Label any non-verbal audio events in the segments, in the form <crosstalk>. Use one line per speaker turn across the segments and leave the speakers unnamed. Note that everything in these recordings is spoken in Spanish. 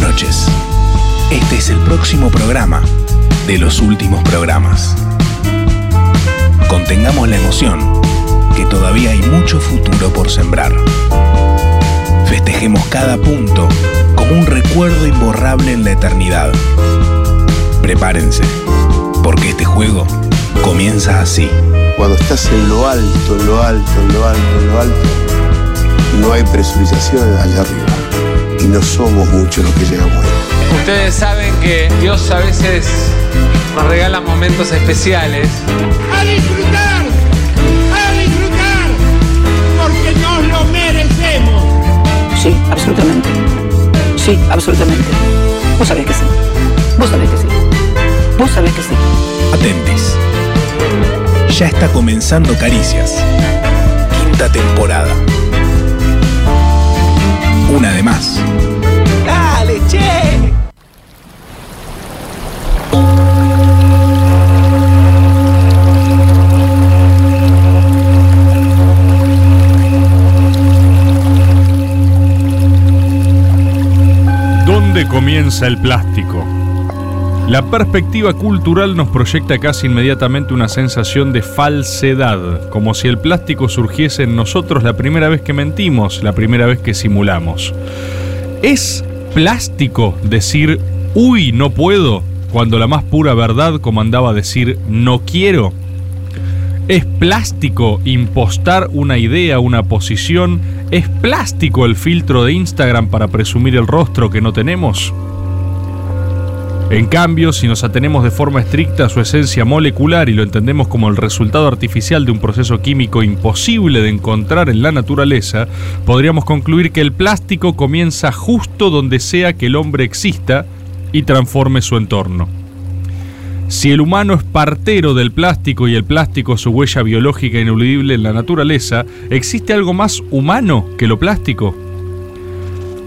noches. Este es el próximo programa de los últimos programas. Contengamos la emoción, que todavía hay mucho futuro por sembrar. Festejemos cada punto como un recuerdo imborrable en la eternidad. Prepárense, porque este juego comienza así.
Cuando estás en lo alto, en lo alto, en lo alto, en lo alto, no hay presurización allá arriba. Y no somos muchos los que llegamos ahí.
Ustedes saben que Dios a veces nos regala momentos especiales.
a disfrutar, a disfrutar, porque nos lo merecemos.
Sí, absolutamente. Sí, absolutamente. Vos sabés que sí. Vos sabés que sí. Vos sabés que sí.
Atentis. Ya está comenzando Caricias. Quinta temporada. Una de más.
<laughs> ¿Dónde comienza el plástico? La perspectiva cultural nos proyecta casi inmediatamente una sensación de falsedad, como si el plástico surgiese en nosotros la primera vez que mentimos, la primera vez que simulamos. ¿Es plástico decir, uy, no puedo, cuando la más pura verdad comandaba decir, no quiero? ¿Es plástico impostar una idea, una posición? ¿Es plástico el filtro de Instagram para presumir el rostro que no tenemos? En cambio, si nos atenemos de forma estricta a su esencia molecular y lo entendemos como el resultado artificial de un proceso químico imposible de encontrar en la naturaleza, podríamos concluir que el plástico comienza justo donde sea que el hombre exista y transforme su entorno. Si el humano es partero del plástico y el plástico es su huella biológica ineludible en la naturaleza, ¿existe algo más humano que lo plástico?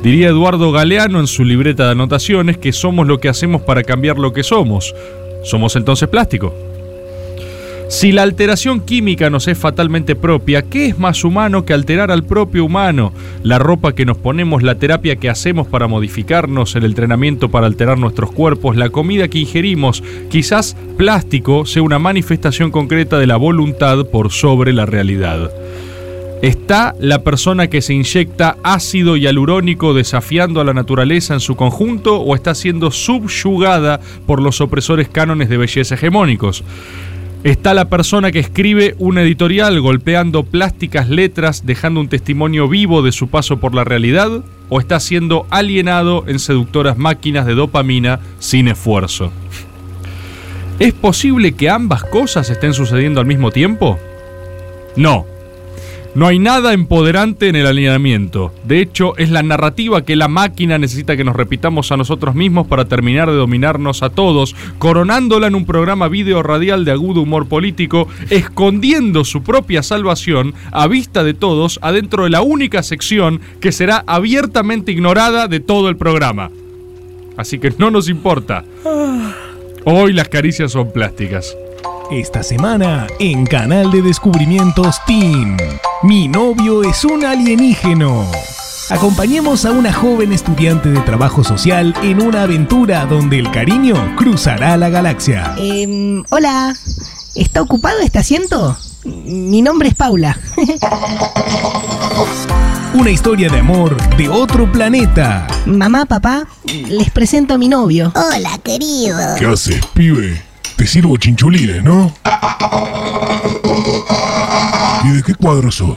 Diría Eduardo Galeano en su libreta de anotaciones que somos lo que hacemos para cambiar lo que somos. Somos entonces plástico. Si la alteración química nos es fatalmente propia, ¿qué es más humano que alterar al propio humano? La ropa que nos ponemos, la terapia que hacemos para modificarnos, el entrenamiento para alterar nuestros cuerpos, la comida que ingerimos, quizás plástico sea una manifestación concreta de la voluntad por sobre la realidad. Está la persona que se inyecta ácido hialurónico desafiando a la naturaleza en su conjunto o está siendo subyugada por los opresores cánones de belleza hegemónicos. Está la persona que escribe un editorial golpeando plásticas letras, dejando un testimonio vivo de su paso por la realidad, o está siendo alienado en seductoras máquinas de dopamina sin esfuerzo. ¿Es posible que ambas cosas estén sucediendo al mismo tiempo? No. No hay nada empoderante en el alineamiento. De hecho, es la narrativa que la máquina necesita que nos repitamos a nosotros mismos para terminar de dominarnos a todos, coronándola en un programa video radial de agudo humor político, escondiendo su propia salvación a vista de todos adentro de la única sección que será abiertamente ignorada de todo el programa. Así que no nos importa. Hoy las caricias son plásticas.
Esta semana en Canal de Descubrimientos Team. Mi novio es un alienígeno. Acompañemos a una joven estudiante de trabajo social en una aventura donde el cariño cruzará la galaxia.
Em, hola, ¿está ocupado este asiento? Mi nombre es Paula. <laughs>
Una historia de amor de otro planeta.
Mamá, papá, les presento a mi novio.
Hola, querido.
¿Qué haces, pibe? Te sirvo chinchulines, ¿no? ¿Y de qué cuadro sos?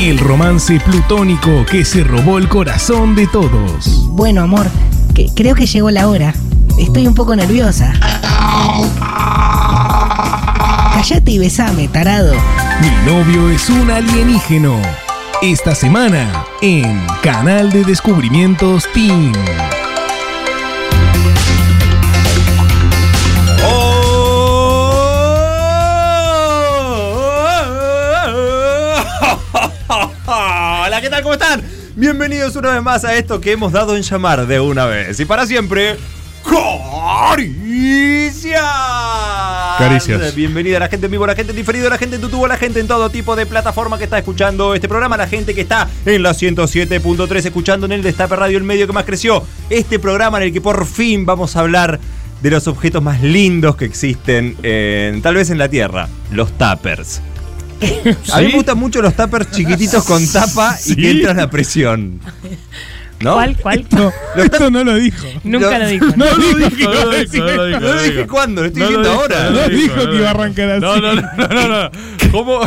El romance plutónico que se robó el corazón de todos.
Bueno, amor, que- creo que llegó la hora. Estoy un poco nerviosa. Callate y besame, tarado.
Mi novio es un alienígeno. Esta semana en Canal de Descubrimientos Team.
<laughs> Hola, ¿qué tal? ¿Cómo están? Bienvenidos una vez más a esto que hemos dado en llamar de una vez y para siempre. ¡Con Caricias.
Caricias.
Bienvenida a la gente en vivo, a la gente en diferido, a la gente en tu tubo, a la gente en todo tipo de plataforma que está escuchando este programa, a la gente que está en la 107.3 escuchando en el Destape Radio, el medio que más creció. Este programa en el que por fin vamos a hablar de los objetos más lindos que existen en, tal vez en la Tierra, los tappers. A mí me
¿Sí?
gustan mucho los tappers chiquititos con <laughs> tapa y
Sí.
que entran la
<laughs>
presión. ¿No?
¿Cuál, cuál? <laughs>
No, esto no lo
<laughs>
dijo.
Nunca
No.
lo dijo.
<laughs> No lo
No
dijo.
lo
no
dijo, no lo dijo,
No lo dije cuándo, lo estoy diciendo
dijo,
ahora.
No
lo
dijo
no
que
lo
iba a arrancar así.
No, no,
<laughs>
no, no, no, no. ¿Cómo?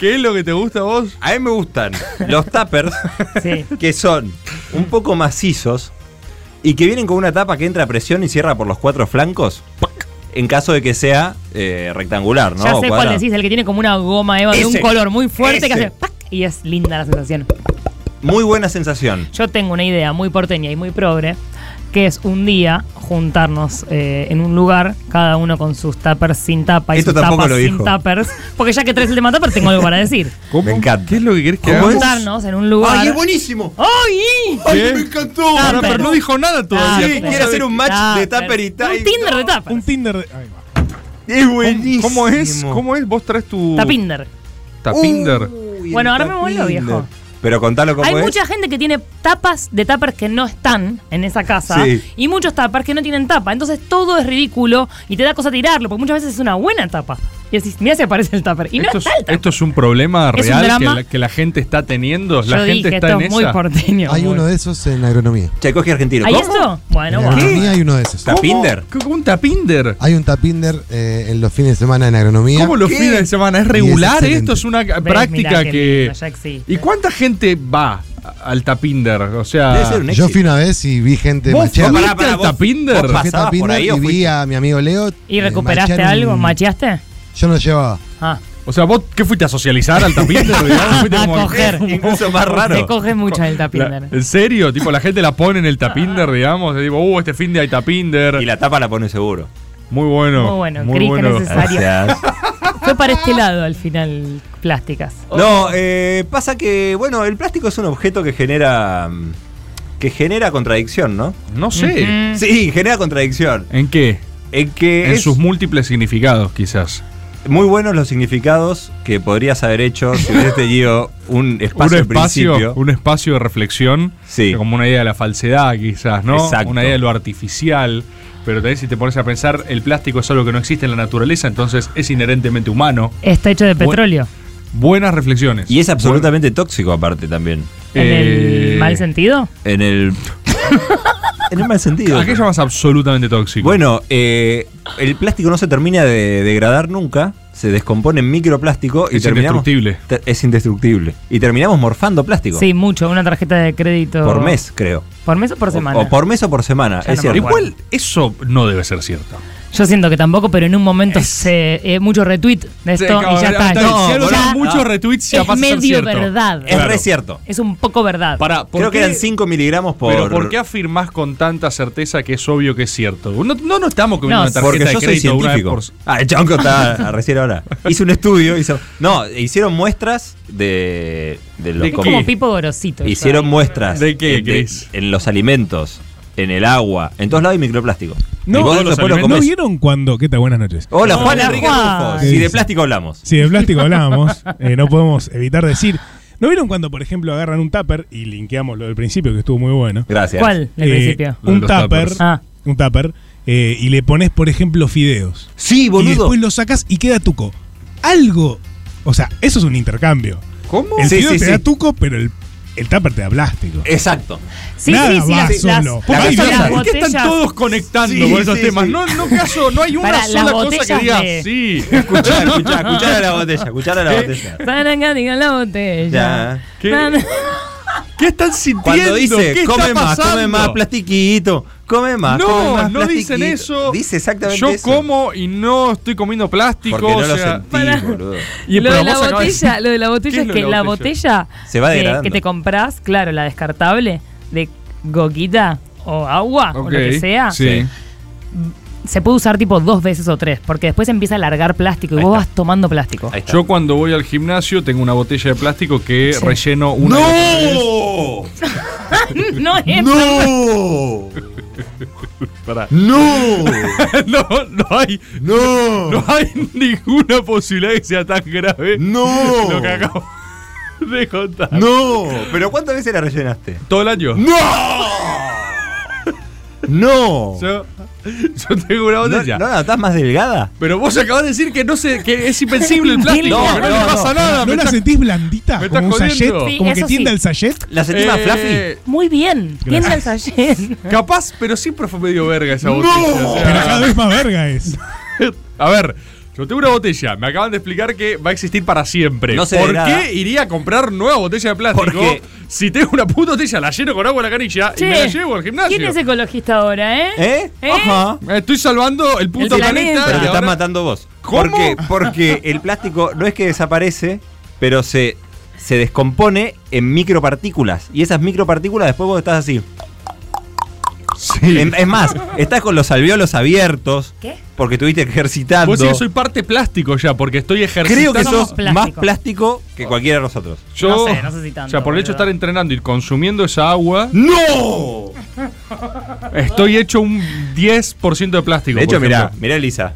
¿Qué es lo que te gusta a vos?
A mí me gustan los tappers
<laughs> Sí.
que son un poco macizos y que vienen con una tapa que entra a presión y cierra por los cuatro flancos ¡pac! en caso de que sea eh, rectangular, ¿no?
ya
O
sé cuál
cuadrado.
decís, el que tiene como una goma Eva de un
Ese.
color muy fuerte que
Ese.
hace ¡pac! y es linda la sensación.
Muy buena sensación.
Yo tengo una idea muy porteña y muy progre, que es un día juntarnos eh, en un lugar, cada uno con sus tuppers sin tapa y
Esto
sus
tampoco
tapas
lo
sin
dijo.
tuppers, porque ya que traes el tema tupper tengo algo
<laughs>
para decir.
Me encanta.
¿Qué es lo que querés que
¿Cómo
hagamos?
es?
Juntarnos en un lugar. Ah,
¡Ay, es buenísimo!
¡Ay!
¿Qué?
encantó!
Ahora,
Tupper. Ah,
pero no dijo nada todavía.
Tupper.
Sí, quiere hacer un match de tupper y tal.
ah, Un Tinder de
Un
tuppers.
Tinder de. ahí va.
¡Es
¿Cómo,
buenísimo!
cómo es? ¿Cómo es? ¿Vos traes tu.
Tapinder.
Tapinder.
Uy, el
Bueno, ahora me vuelvo,
tapinder.
viejo.
Pero contalo cómo
Hay
es.
mucha gente que tiene tapas de tuppers que no están en esa casa
Sí.
y muchos tuppers que no tienen tapa. Entonces todo es ridículo y te da cosa tirarlo, porque muchas veces es una buena tapa. Y decís, mira si aparece el tupper. Y no
Esto es,
está el tupper.
esto es un problema
Es un
real que,
drama.
la, que la gente está teniendo. La
Yo
gente
dije,
está
esto
en
es muy
esa.
porteño.
Hay
muy-
uno de esos en agronomía.
Tchaikovsky argentino.
¿Hay
¿Cómo?
esto?
En
Bueno, bueno.
agronomía hay uno de esos.
¿Cómo? ¿Tapinder?
¿Qué- ¿Un tapinder?
Hay un tapinder eh, en los fines de semana en agronomía.
¿Cómo los
¿Qué?
fines de semana? ¿Es
es
regular
excelente.
esto? ¿Es una
Ves,
práctica
mirá qué
que.?
lindo, ya existe.
¿Y cuánta gente va a- al tapinder? O
Debe
sea.
ser un
Yo
éxito.
fui una vez y vi gente
¿Vos
machear-
fuiste
Pará, pará,
al
vos-
tapinder?
vos
vi
pasabas por
tapinder
ahí o
y vi
fuiste?
a mi amigo Leo.
¿Y
eh,
recuperaste
machear un-
algo? ¿Macheaste?
Yo no llevaba.
Ah,
O sea, ¿vos qué fuiste a socializar al
<laughs>
tapinder? digamos? Fuiste <laughs>
a
como-
coger.
Incluso más raro.
Te coges mucho del
La-
tapinder.
¿En serio? Tipo, la gente la pone en el tapinder, digamos. Digo, uh, este fin de hay tapinder.
Y la tapa la pone seguro.
Muy bueno.
Muy bueno, creí que neces- Necesario.
Gracias.
Fue para este lado al final, plásticas.
Oh.
No, eh, pasa que, bueno, el plástico es un objeto que genera. mm, que genera contradicción, ¿no?
No sé.
Mm.
Sí, genera contradicción.
¿En qué?
En que
En
es
sus múltiples significados, quizás.
muy buenos los significados que podrías haber hecho si hubieras tenido un espacio al
un espacio,
principio.
un espacio de reflexión,
Sí.
como una idea de la falsedad quizás, ¿no?
Exacto.
Una idea de lo artificial, pero también si te pones a pensar, el plástico es algo que no existe en la naturaleza, entonces es inherentemente humano.
Está hecho de
Bueno.
petróleo.
Buenas reflexiones.
Y es absolutamente tóxico, aparte, también.
¿En
Eh,
el mal sentido?
En el. <laughs> en el mal sentido.
¿A qué llamas absolutamente tóxico?
Bueno, eh, el plástico no se termina de degradar nunca, se descompone en microplástico y
Es
terminamos.
indestructible.
te- es indestructible. Y terminamos morfando plástico.
Sí, mucho. Una tarjeta de crédito.
Por mes, creo.
¿Por mes o por
O-
semana?
O, por mes o por semana.
Ya
es
no
cierto.
me acuerdo.
Igual, eso no debe ser cierto.
Yo siento que tampoco, pero en un momento se, eh, mucho retweet de esto y ya está.
si
No,
algo
ya
da muchos retweets, ya
es
pasa a ser
medio
cierto.
verdad.
Es re cierto.
Es un poco verdad.
Pará, ¿por
Creo que
qué-
eran 5 miligramos por.
Pero ¿por qué afirmás con tanta certeza que es obvio que es cierto? No, no, no estamos comiendo
No,
una tarjeta
porque
de
yo soy
crédito una vez
científico.
por-
Ah, el chabón
<laughs>
que está recién ahora. Hizo un estudio. Hizo, no, hicieron muestras de. De los
¿De
es
qué?
como Pipo Gorosito.
Hicieron
eso.
muestras.
¿De qué,
en,
Cris?
en los alimentos, en el agua. En todos lados hay microplástico.
No,
y vos
todos los
después lo
¿No
comés.
vieron cuando.? ¿Qué tal? Buenas noches.
Hola, Juan
Hola,
Enrique
Juan.
Rufo.
¿Qué
Si de
dice?
plástico hablamos.
Si de
<laughs>
plástico hablábamos, eh, no podemos evitar decir. ¿No vieron cuando, por ejemplo, agarran un tupper y linkeamos lo del principio, que estuvo muy bueno?
Gracias.
¿Cuál? Del
Eh,
principio.
Un
Lo de los
tupper.
tuppers.
Ah.
Un tupper. eh, y le pones, por ejemplo, fideos.
Sí,
Y
boludo.
después lo sacas y queda tuco. Algo. O sea, eso es un intercambio.
¿Cómo?
El
Sí,
fideo
sí,
te
sí.
da tuco, pero el, el tupper te da plástico.
Exacto.
Sí,
Nada
sí, sí.
va
Las, las,
solo.
las-
Ay,
Ay,
Dios,
las
Dios,
¿Por qué
botellas.
están todos conectando
Sí,
con esos
sí,
temas?
sí.
No, no, caso, no hay una
Pará, las
sola cosa que
botellas
diga
de-
sí. <laughs> ¿Eh?
Escuchá, escuchá, escuchá la botella, escuchá
<laughs>
la botella.
Taranga, diga la botella.
Ya.
¿Qué?
Taran-
¿Qué están sintiendo?
Cuando
¿Qué
dice,
está
come más,
pasando?
come más plastiquito, come más. come
No,
más
no dicen
plastiquito".
eso.
Dice exactamente
Yo
eso.
como y no estoy comiendo plástico.
Porque no
o
lo
sea,
sentí,
Pará.
boludo.
y-
lo,
pero
de
vos
la
acabas de
botella,
decir-
lo
<laughs>
de la botella
¿Qué
es,
lo
que
de
la botella,
Se va
que-
degradando.
que te compras, claro, la descartable de goquita o agua o
Ok,
lo que sea,
Sí.
se puede usar tipo dos veces o tres, porque después empieza a largar plástico y
Ahí
vos
está.
vas tomando plástico.
Ahí está.
<laughs>
Yo cuando voy al gimnasio tengo una botella de plástico que
Sí.
relleno una. y otra vez.
¡No!
no es
<laughs> ¡No!
Pará.
<laughs>
¡No!
<laughs> no, no hay.
¡No!
No hay ninguna posibilidad que sea tan grave.
¡No!
Lo que acabo de contar.
No, pero ¿cuántas veces la rellenaste?
Todo el año.
¡No!
Yo, yo tengo una botella.
¿No, no la estás más delgada?
Pero vos acabas de decir que no sé, que es
<laughs>
invencible el plástico, que no, le pasa nada.
¿No
me
la
estás-
sentís blandita?
me
como un
estás
sachet,
jodiendo. Sí,
como que
eso
tienda
sí.
el sachet.
¿La sentís más
Eh,
fluffy?
<laughs> Muy bien, tienda el sallén.
Capaz, pero siempre fue medio verga esa botella. o sea-
Pero cada vez más verga es.
A ver, yo tengo una botella. Me acaban de explicar que va a existir para siempre.
No sé
¿Por
de
qué
nada.
iría a comprar nueva botella de plástico?
Porque-
Si tengo una puta botella, la lleno con agua en la canilla y
Che,
me la llevo al gimnasio.
¿Quién es ecologista ahora, eh?
¿Eh? Ajá.
Me Estoy salvando el puto
El
planeta.
planeta.
Pero
y
te estás
ahora-
matando vos.
¿Cómo?
¿Por qué? Porque el plástico no es que desaparece, pero se, se descompone en micropartículas. Y esas micropartículas después vos estás así.
Sí.
En- es más, estás con los alveolos abiertos.
¿Qué?
Porque estuviste ejercitando.
Vos sí que soy parte plástico ya, porque estoy ejercitando.
Creo que
Somos
sos
plástico.
más plástico que cualquiera de nosotros.
Yo,
No sé, no sé si tanto,
o sea, por el hecho de
boludo.
estar entrenando y consumiendo esa agua,
¡No!
estoy hecho un 10% de plástico.
De hecho,
por
mirá,
ejemplo.
mirá, Elisa.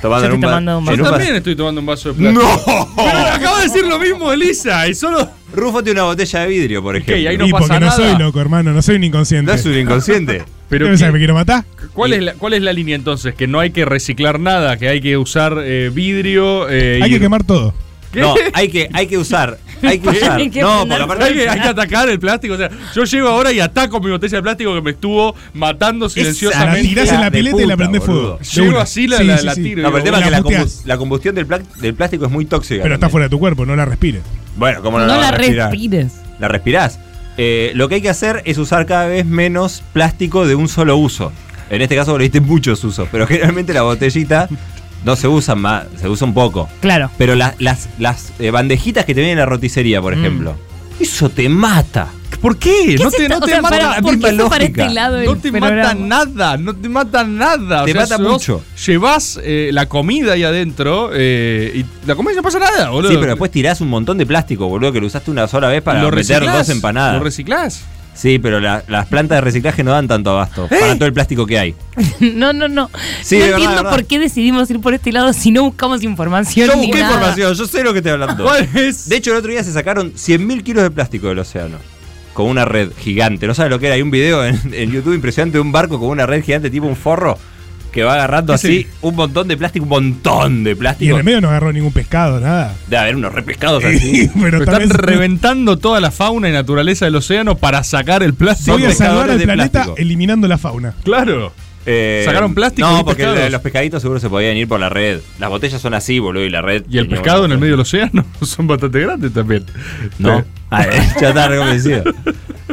Tomando en
Yo estoy
un, ba-
tomando un
en
Yo
un
también
vaso.
estoy tomando un vaso de plástico. Pero acabo de decir lo mismo, Elisa, y solo.
Rúfate una botella de vidrio, por ejemplo.
¿Qué? Y ahí no
y porque
pasa
no
nada.
soy loco, hermano, no soy un inconsciente.
No es
<laughs>
un inconsciente.
Pero
¿Qué pensás,
qué-
que me quiero matar?
¿Cuál es, la, ¿Cuál es la línea entonces? Que no hay que reciclar nada, que hay que usar eh, vidrio. eh,
Hay
y-
que quemar todo.
¿Qué? <laughs>
No, hay que, hay que usar. Hay que usar.
Hay que
No,
poner-
por la
Hay que, hay que
parte.
atacar el plástico. O sea, yo llego ahora y ataco mi botella de plástico que me estuvo matando
La
Exactamente.
silenciosamente.
tirás en la
De
pileta y
puta,
la prendés
boludo.
fuego. De
Llego
una.
así, la-
Sí,
la-
sí,
la
sí.
tiro.
No, pero el tema es que la,
puteás.
combu- la combustión del, plac- del plástico es muy tóxica.
Pero está
también.
fuera de tu cuerpo, no la respires.
Bueno, ¿cómo
No,
no,
la
vas a respirar?
respires.
La respirás. Eh, lo que hay que hacer es usar cada vez menos plástico de un solo uso. En este caso le diste muchos usos, pero <laughs> generalmente la botellita no se usa más, se usa un poco.
Claro.
Pero la- las, las eh, bandejitas que te vienen en la roticería, por ejemplo, eso te mata.
¿Por qué?
Mm. ¿Qué
no
es
te,
esta-
no
o
te
sea,
mata
pará,
la
¿por
misma
qué fue para
lógica.
este lado
No
el
te
programa?
mata nada, no te mata nada.
Te mata
vos
mucho.
Llevas eh, la comida ahí adentro eh, y la comida no pasa nada, boludo.
Sí, pero después tirás un montón de plástico, boludo, que lo usaste una sola vez para
Lo
meter
reciclás,
dos empanadas.
Lo reciclás.
sí, pero la- las plantas de reciclaje no dan tanto abasto
¡Eh!
para todo el plástico que hay.
<laughs> No, no, no.
Sí, de
no
verdad,
entiendo
de verdad.
por qué decidimos ir por este lado si no buscamos información.
Yo
ni
busqué
nada.
información, yo sé lo que estoy hablando.
¿Cuál es?
De hecho, el otro día se sacaron 100.000 kilos de plástico del océano. Con una red gigante. ¿No sabes lo que era? Hay un video en, en YouTube impresionante de un barco con una red gigante tipo un forro que va agarrando así
Sí.
un montón de plástico, un montón de
Y en
plástico.
el medio no agarró ningún pescado, nada.
Debe haber unos
<laughs>
repescados así.
Pero
Pero
tal
están
vez
reventando toda la fauna y naturaleza del océano para sacar el plástico.
voy a salvar
pescadores
al
de
planeta
plástico.
eliminando la fauna.
Claro.
Eh,
¿Sacaron plástico y
No, porque
pescados?
el- los pescaditos seguro se podían ir por la red. Las botellas son así, boludo, y la red.
Y el
tenía
pescado en
una-
el medio del océano <laughs> son bastante grandes también.
No.
Sí.
Ah, eh, <laughs>
<laughs>
ya estaba reconvencido.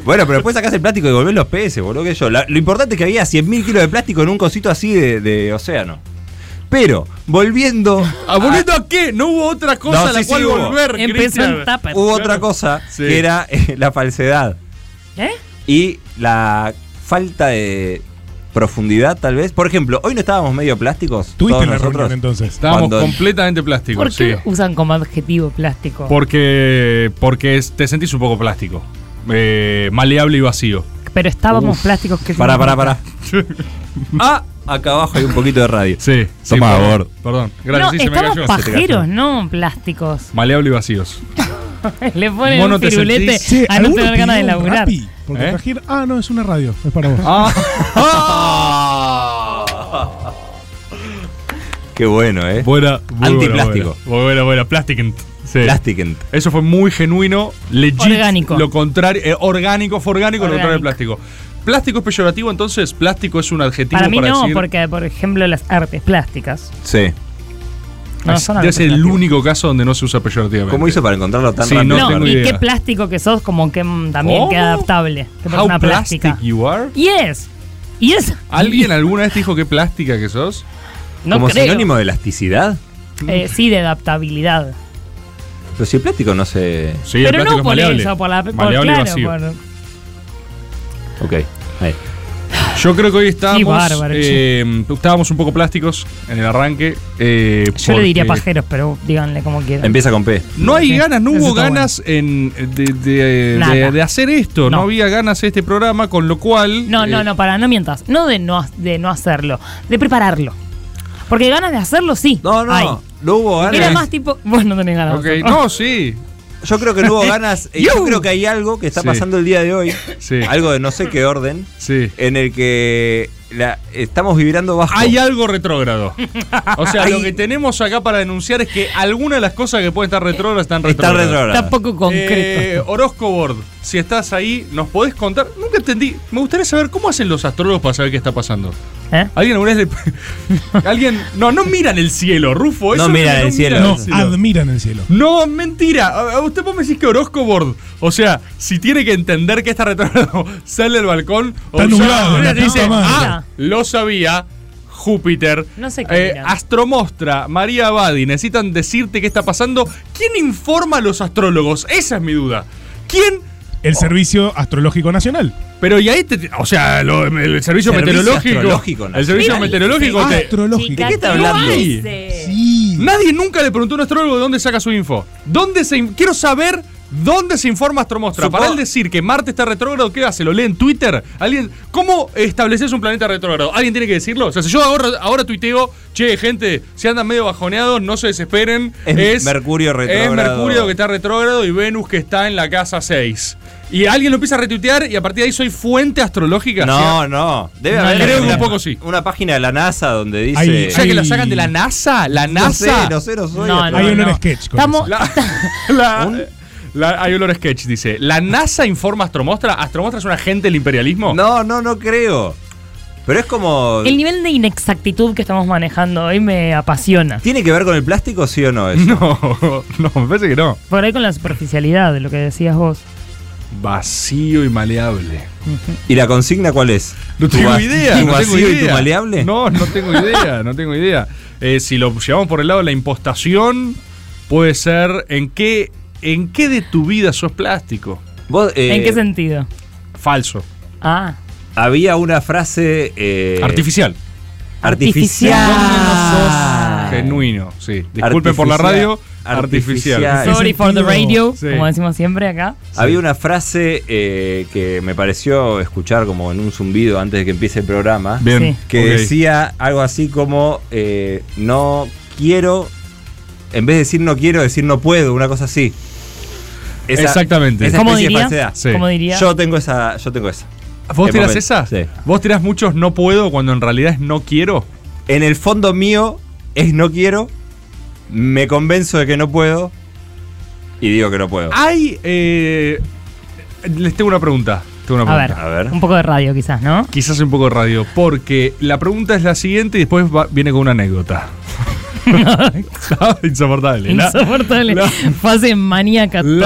Bueno, pero después sacás el plástico y volvés los peces, boludo, que yo. La- lo importante es que había 100.000 kilos de plástico en un cosito así de, de océano. Pero, volviendo.
¿A volviendo a qué? No hubo otra cosa
No,
a la
sí,
cual
sí hubo.
volver.
Empezó
Cristian.
en tapa.
Hubo otra cosa
Sí.
que era eh, la falsedad
¿Eh?
y la falta de profundidad, tal vez. Por ejemplo, hoy no estábamos medio plásticos.
Tuviste
todos
la
nosotros.
reunión entonces.
Estábamos
Cuando-
completamente plásticos.
¿Por qué
sí.
usan como adjetivo plástico?
Porque, porque es- te sentís un poco plástico. Eh, maleable y vacío.
Pero estábamos plásticos que.
Pará, pará, pará.
<laughs>
ah, acá abajo hay un poquito de radio.
Sí.
Toma,
perdón.
Gord.
Perdón.
No,
Gracias, sí, se me
estamos
cayó.
pajeros, no plásticos. <laughs>
Maleable y vacíos.
Le ponen
Vos no
un
te
pirulete
sentís-
a no
¿alguno
tener
pidió
ganas de
un
laburar.
Rappi? Porque
¿Eh?
trajir- Ah, no, es una radio. Es para vos. <laughs>
Ah, Qué bueno, ¿eh?
Buena, muy
Antiplástico.
Buena, buena, buena. buena. Plasticant. Sí.
Plasticent.
Eso fue muy genuino, legit.
Orgánico.
Lo contrario, eh, orgánico, fue orgánico, lo contrario del
Orgánico.
plástico. ¿Plástico es peyorativo entonces? ¿Plástico es un adjetivo
Para
para,
mí no,
decir-
porque, por ejemplo, las artes plásticas.
Sí.
No,
Es-
son
Debe
artes
ser el
plásticas.
único caso donde no se usa peyorativamente.
¿Cómo hizo para encontrarlo tan
Sí,
rápido?
no
No,
tengo
y
idea.
qué plástico que sos, como que mm, también
¿Cómo?
qué adaptable. Qué
How
persona
plastic
plástica.
you are?
Yes. Yes. <laughs>
¿Alguien alguna vez te dijo qué plástica que sos?
No
Como
creo.
sinónimo de elasticidad.
Eh, sí, de adaptabilidad.
Pero si el plástico no se.
Sí,
Pero no por eso, por la. Por,
Maleable y
claro,
vacío.
por-
Ok. Ahí.
Yo creo que hoy estábamos,
Qué bárbaro,
eh, estábamos un poco plásticos en el arranque. eh,
Yo le diría
porque-
pajeros, pero díganle como quieran.
con P.
No hay
Sí,
ganas, no
eso
hubo
está bueno.
ganas en, de, de-
Nada.
de- de hacer esto. No.
No.
había ganas de este programa, con lo cual.
No, no,
eh,
no, para, no mientas. No de no, ha- de no hacerlo, de prepararlo. Porque ganas de hacerlo sí. No,
No, no hubo ganas.
Era más tipo. <laughs> Bueno, no tenés ganas.
ok,
de hacerlo.
no, sí.
Yo creo que
<laughs>
no hubo
<laughs>
ganas. eh, Yo creo que hay algo que está
Sí.
pasando el día de hoy. Algo de no sé qué orden. En el que la- estamos vibrando bajo.
Hay algo retrógrado. O sea, lo
Ahí-
que tenemos acá para denunciar es que algunas de las cosas que pueden estar retrógradas están
Está
retrógradas.
retrógrada. Está
poco concreto.
Eh, Orozco Board, si estás ahí, ¿nos podés contar? Nunca entendí. Me gustaría saber cómo hacen los astrólogos para saber qué está pasando.
¿Eh?
¿Alguien alguna vez le- <laughs> ¿Alguien? No, no miran el cielo, Rufo. eso miran
No,
Ah,
admiran el cielo.
No, mentira. A- a Usted vos me decís que Orozco Board. O sea, si tiene que entender que está retrógrado, <laughs> sale al balcón. o
Está
ya-
nublado, la
dice,
puta madre.
ah, lo sabía. Júpiter,
No sé qué
eh,
miran.
Astromostra, María Abadi, necesitan decirte qué está pasando. ¿Quién informa a los astrólogos? Esa es mi duda. ¿Quién? Oh.
El Servicio Astrológico Nacional.
Pero y ahí, te- o sea, lo- el servicio,
Servicio
meteorológico.
astrológico,
el servicio
Mira,
meteorológico.
sí.
te-
Astrológico. Chica,
¿De qué está
¿qué
hablando?
hace?
Nadie nunca le preguntó a un astrólogo de dónde saca su info. ¿Dónde se in- Quiero saber dónde se informa Astromostra.
Supongo-
Para él decir que Marte está retrógrado, ¿qué hace? ¿Lo lee en Twitter? ¿Alguien... ¿Cómo estableces un planeta retrógrado? ¿Alguien tiene que decirlo? O sea, si yo ahora, ahora tuiteo, che, gente, si andan medio bajoneados, no se desesperen.
Es
Es,
Mercurio retrógrado.
Es Mercurio que está retrógrado y Venus que está en la casa 6. Y alguien lo empieza a retuitear y a partir de ahí soy fuente astrológica.
<laughs> No,
¿sí?
no. Debe
No,
haber
creo que
una,
un poco sí.
una página de la NASA donde dice.
o sea, que lo sacan de la NASA. La
No sé,
NASA.
no sé, no soy
No,
astrólogo.
no, Hay un no. sketch con
<laughs> Estamos.
La- la- hay olor a sketch, dice. ¿La NASA informa a Astromostra? ¿Astromostra es un agente del imperialismo?
No, no, no creo. Pero es como.
El nivel de inexactitud que estamos manejando hoy me apasiona.
¿Tiene que ver con el plástico, sí o no? eso?
No, <laughs> no, me parece que no.
Por ahí con la superficialidad de lo que decías vos.
Vacío y maleable.
¿Y la consigna cuál es?
No
¿Tu
tengo
va-
idea. no
¿Tu
tengo
vacío y tu
idea.
maleable?
No, no tengo idea, no tengo idea. Eh, si lo llevamos por el lado de la impostación, puede ser en qué, en qué de tu vida sos plástico.
¿En
eh,
qué sentido?
Falso.
Ah.
Había una frase. eh,
Artificial.
Artificial.
Ah,
Genuino, sí. Disculpe por la
Artificial.
radio. Artificial.
Sorry for the radio,
Sí.
como decimos siempre acá.
Había una frase eh, que me pareció escuchar como en un zumbido antes de que empiece el programa.
Bien, Sí.
Que
ok.
decía algo así como: eh, No quiero. En vez de decir no quiero, decir no puedo, una cosa así.
Exactamente.
Esa
¿Cómo
especie de
diría?
falsedad.
Sí. ¿Cómo diría?
Yo tengo esa. Yo tengo esa.
¿Vos
El
tirás
momento.
esas?
Sí.
¿Vos tirás muchos no puedo cuando en realidad es no quiero?
En el fondo mío es no quiero. Me convenzo de que no puedo. Y digo que no puedo.
Hay. eh, les tengo una pregunta. Tengo una
A ver,
pregunta.
un poco de radio quizás, ¿no?
Quizás un poco de radio. Porque la pregunta es la siguiente y después va- viene con una anécdota. <laughs> Insoportable. La-
Insoportable. Fase maníaca total.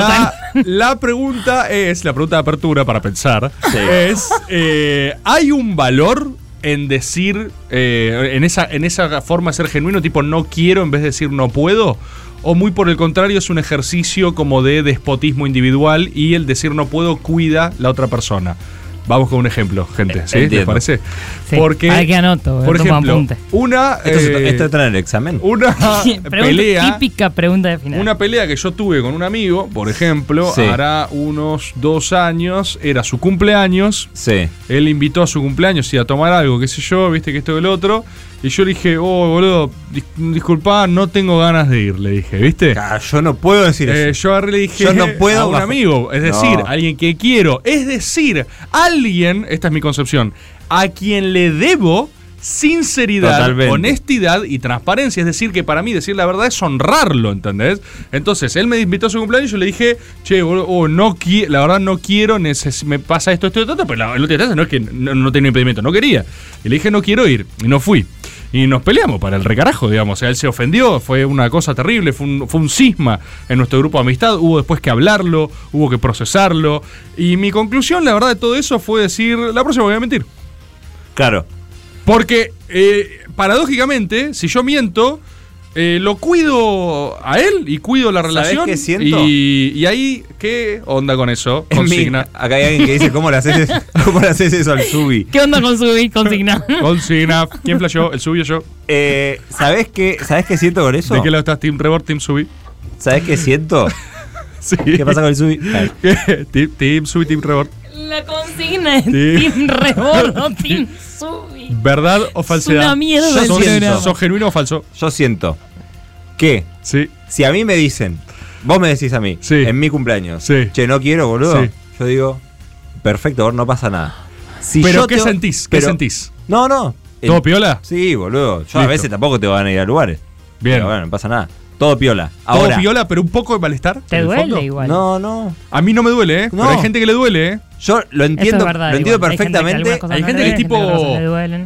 La, <laughs> la pregunta es, la pregunta de apertura para pensar, es, eh, ¿hay un valor en decir, eh, en, esa, en esa forma de ser genuino, tipo no quiero en vez de decir no puedo? ¿O muy por el contrario es un ejercicio como de despotismo individual y el decir no puedo cuida la otra persona? Vamos con un ejemplo, gente, ¿sí? ¿Les
Entiendo.
parece?
Sí, hay que anoto,
por
tomo
ejemplo,
apunte.
una...
Esto, se-
eh,
esto entra en el examen.
una
<laughs> Pregunta-
pelea
Típica pregunta de final.
una pelea que yo tuve con un amigo, por ejemplo,
Sí.
hará unos dos años, era su cumpleaños.
Sí.
Él invitó a su cumpleaños y a tomar algo, qué sé yo, viste que esto que el otro. Y yo le dije, oh, boludo, dis- disculpa, no tengo ganas de ir, le dije, ¿viste?
Ah, yo no puedo decir
eso. Yo agarré y le dije
Yo no puedo
a un
bajo-
amigo, es decir,
No.
alguien que quiero. Es decir, alguien, esta es mi concepción, a quien le debo sinceridad,
Totalmente.
honestidad y transparencia. Es decir, que para mí decir la verdad es honrarlo, ¿entendés? Entonces, él me invitó a su cumpleaños y yo le dije, che, boludo, oh, no qui- la verdad no quiero, neces- me pasa esto, esto, esto, esto, pero la, la última vez no es que no, no tenía impedimento, no quería. Y le dije, no quiero ir, y no fui. Y nos peleamos para el recarajo, digamos. O sea, él se ofendió, fue una cosa terrible, fue un, fue un cisma en nuestro grupo de amistad. Hubo después que hablarlo, hubo que procesarlo. Y mi conclusión, la verdad, de todo eso fue decir, la próxima voy a mentir.
Claro.
Porque, eh, paradójicamente, si yo miento, eh, lo cuido a él y cuido la
¿Sabés
relación.
qué siento?
Y, y ahí, ¿qué onda con eso?
En mí,
Consigna.
acá hay alguien que dice, ¿cómo le haces,
<laughs>
eso- cómo le haces eso al Subi?
¿Qué onda con su consigna?
Consigna. ¿Quién flasheó? El suyo yo.
Eh, ¿sabés, qué, ¿Sabés qué siento con eso?
¿De qué lado estás, Team Rebord, Team Subi?
¿Sabés qué siento?
<laughs>
¿Qué pasa con el Subi?
team, team Subi, Team Rebord.
La consigna es
Sí. <laughs>
Team Rebordo, Team Subi.
¿Verdad o falsedad?
una mierda
¿Sos,
el programa.
sos genuino o falso?
Yo siento que si a mí me dicen, vos me decís a mí, en mi cumpleaños, che, no quiero, boludo,
Sí.
yo digo, perfecto, vos no pasa nada. Si
¿Pero
yo
qué
te-
sentís? ¿Qué
pero-
sentís?
No, no.
¿Todo
El-
piola?
Eh, Sí, boludo. Yo a
Listo.
veces tampoco te van a ir a lugares.
Bien.
Pero bueno, no pasa nada. Todo piola.
¿Todo
Ahora,
viola, pero un poco de malestar?
Te
en el
duele
fondo?
igual.
No, no.
A mí no me duele, ¿eh?
No.
Pero hay gente que le duele, ¿eh?
Yo lo entiendo, lo entiendo perfectamente.
Hay gente que es tipo.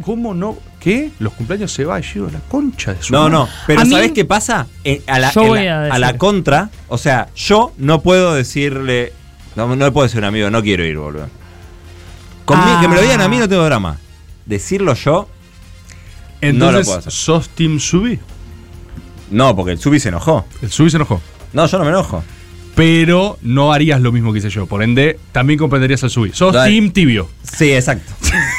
¿Cómo
no? ¿Qué? Los cumpleaños se va, Gio, la concha de su.
No,
madre.
no. Pero ¿sabés qué pasa? Eh, a, la,
Yo
en la-
voy a
a,
decir.
la contra, o sea, yo no puedo decirle. No, no le puedo decir a un amigo, no quiero ir, boludo. Conmigo- Que me lo digan a mí no tengo drama. Decirlo yo, no lo
Entonces,
puedo hacer.
¿sos Team Subi?
No, porque el Subi se enojó.
El Subi se enojó.
No, yo no me enojo.
Pero no harías lo mismo que hice yo. Por ende, también comprenderías al Subi. Sos
Dale.
Team Tibio.
Sí,
<laughs>
exacto.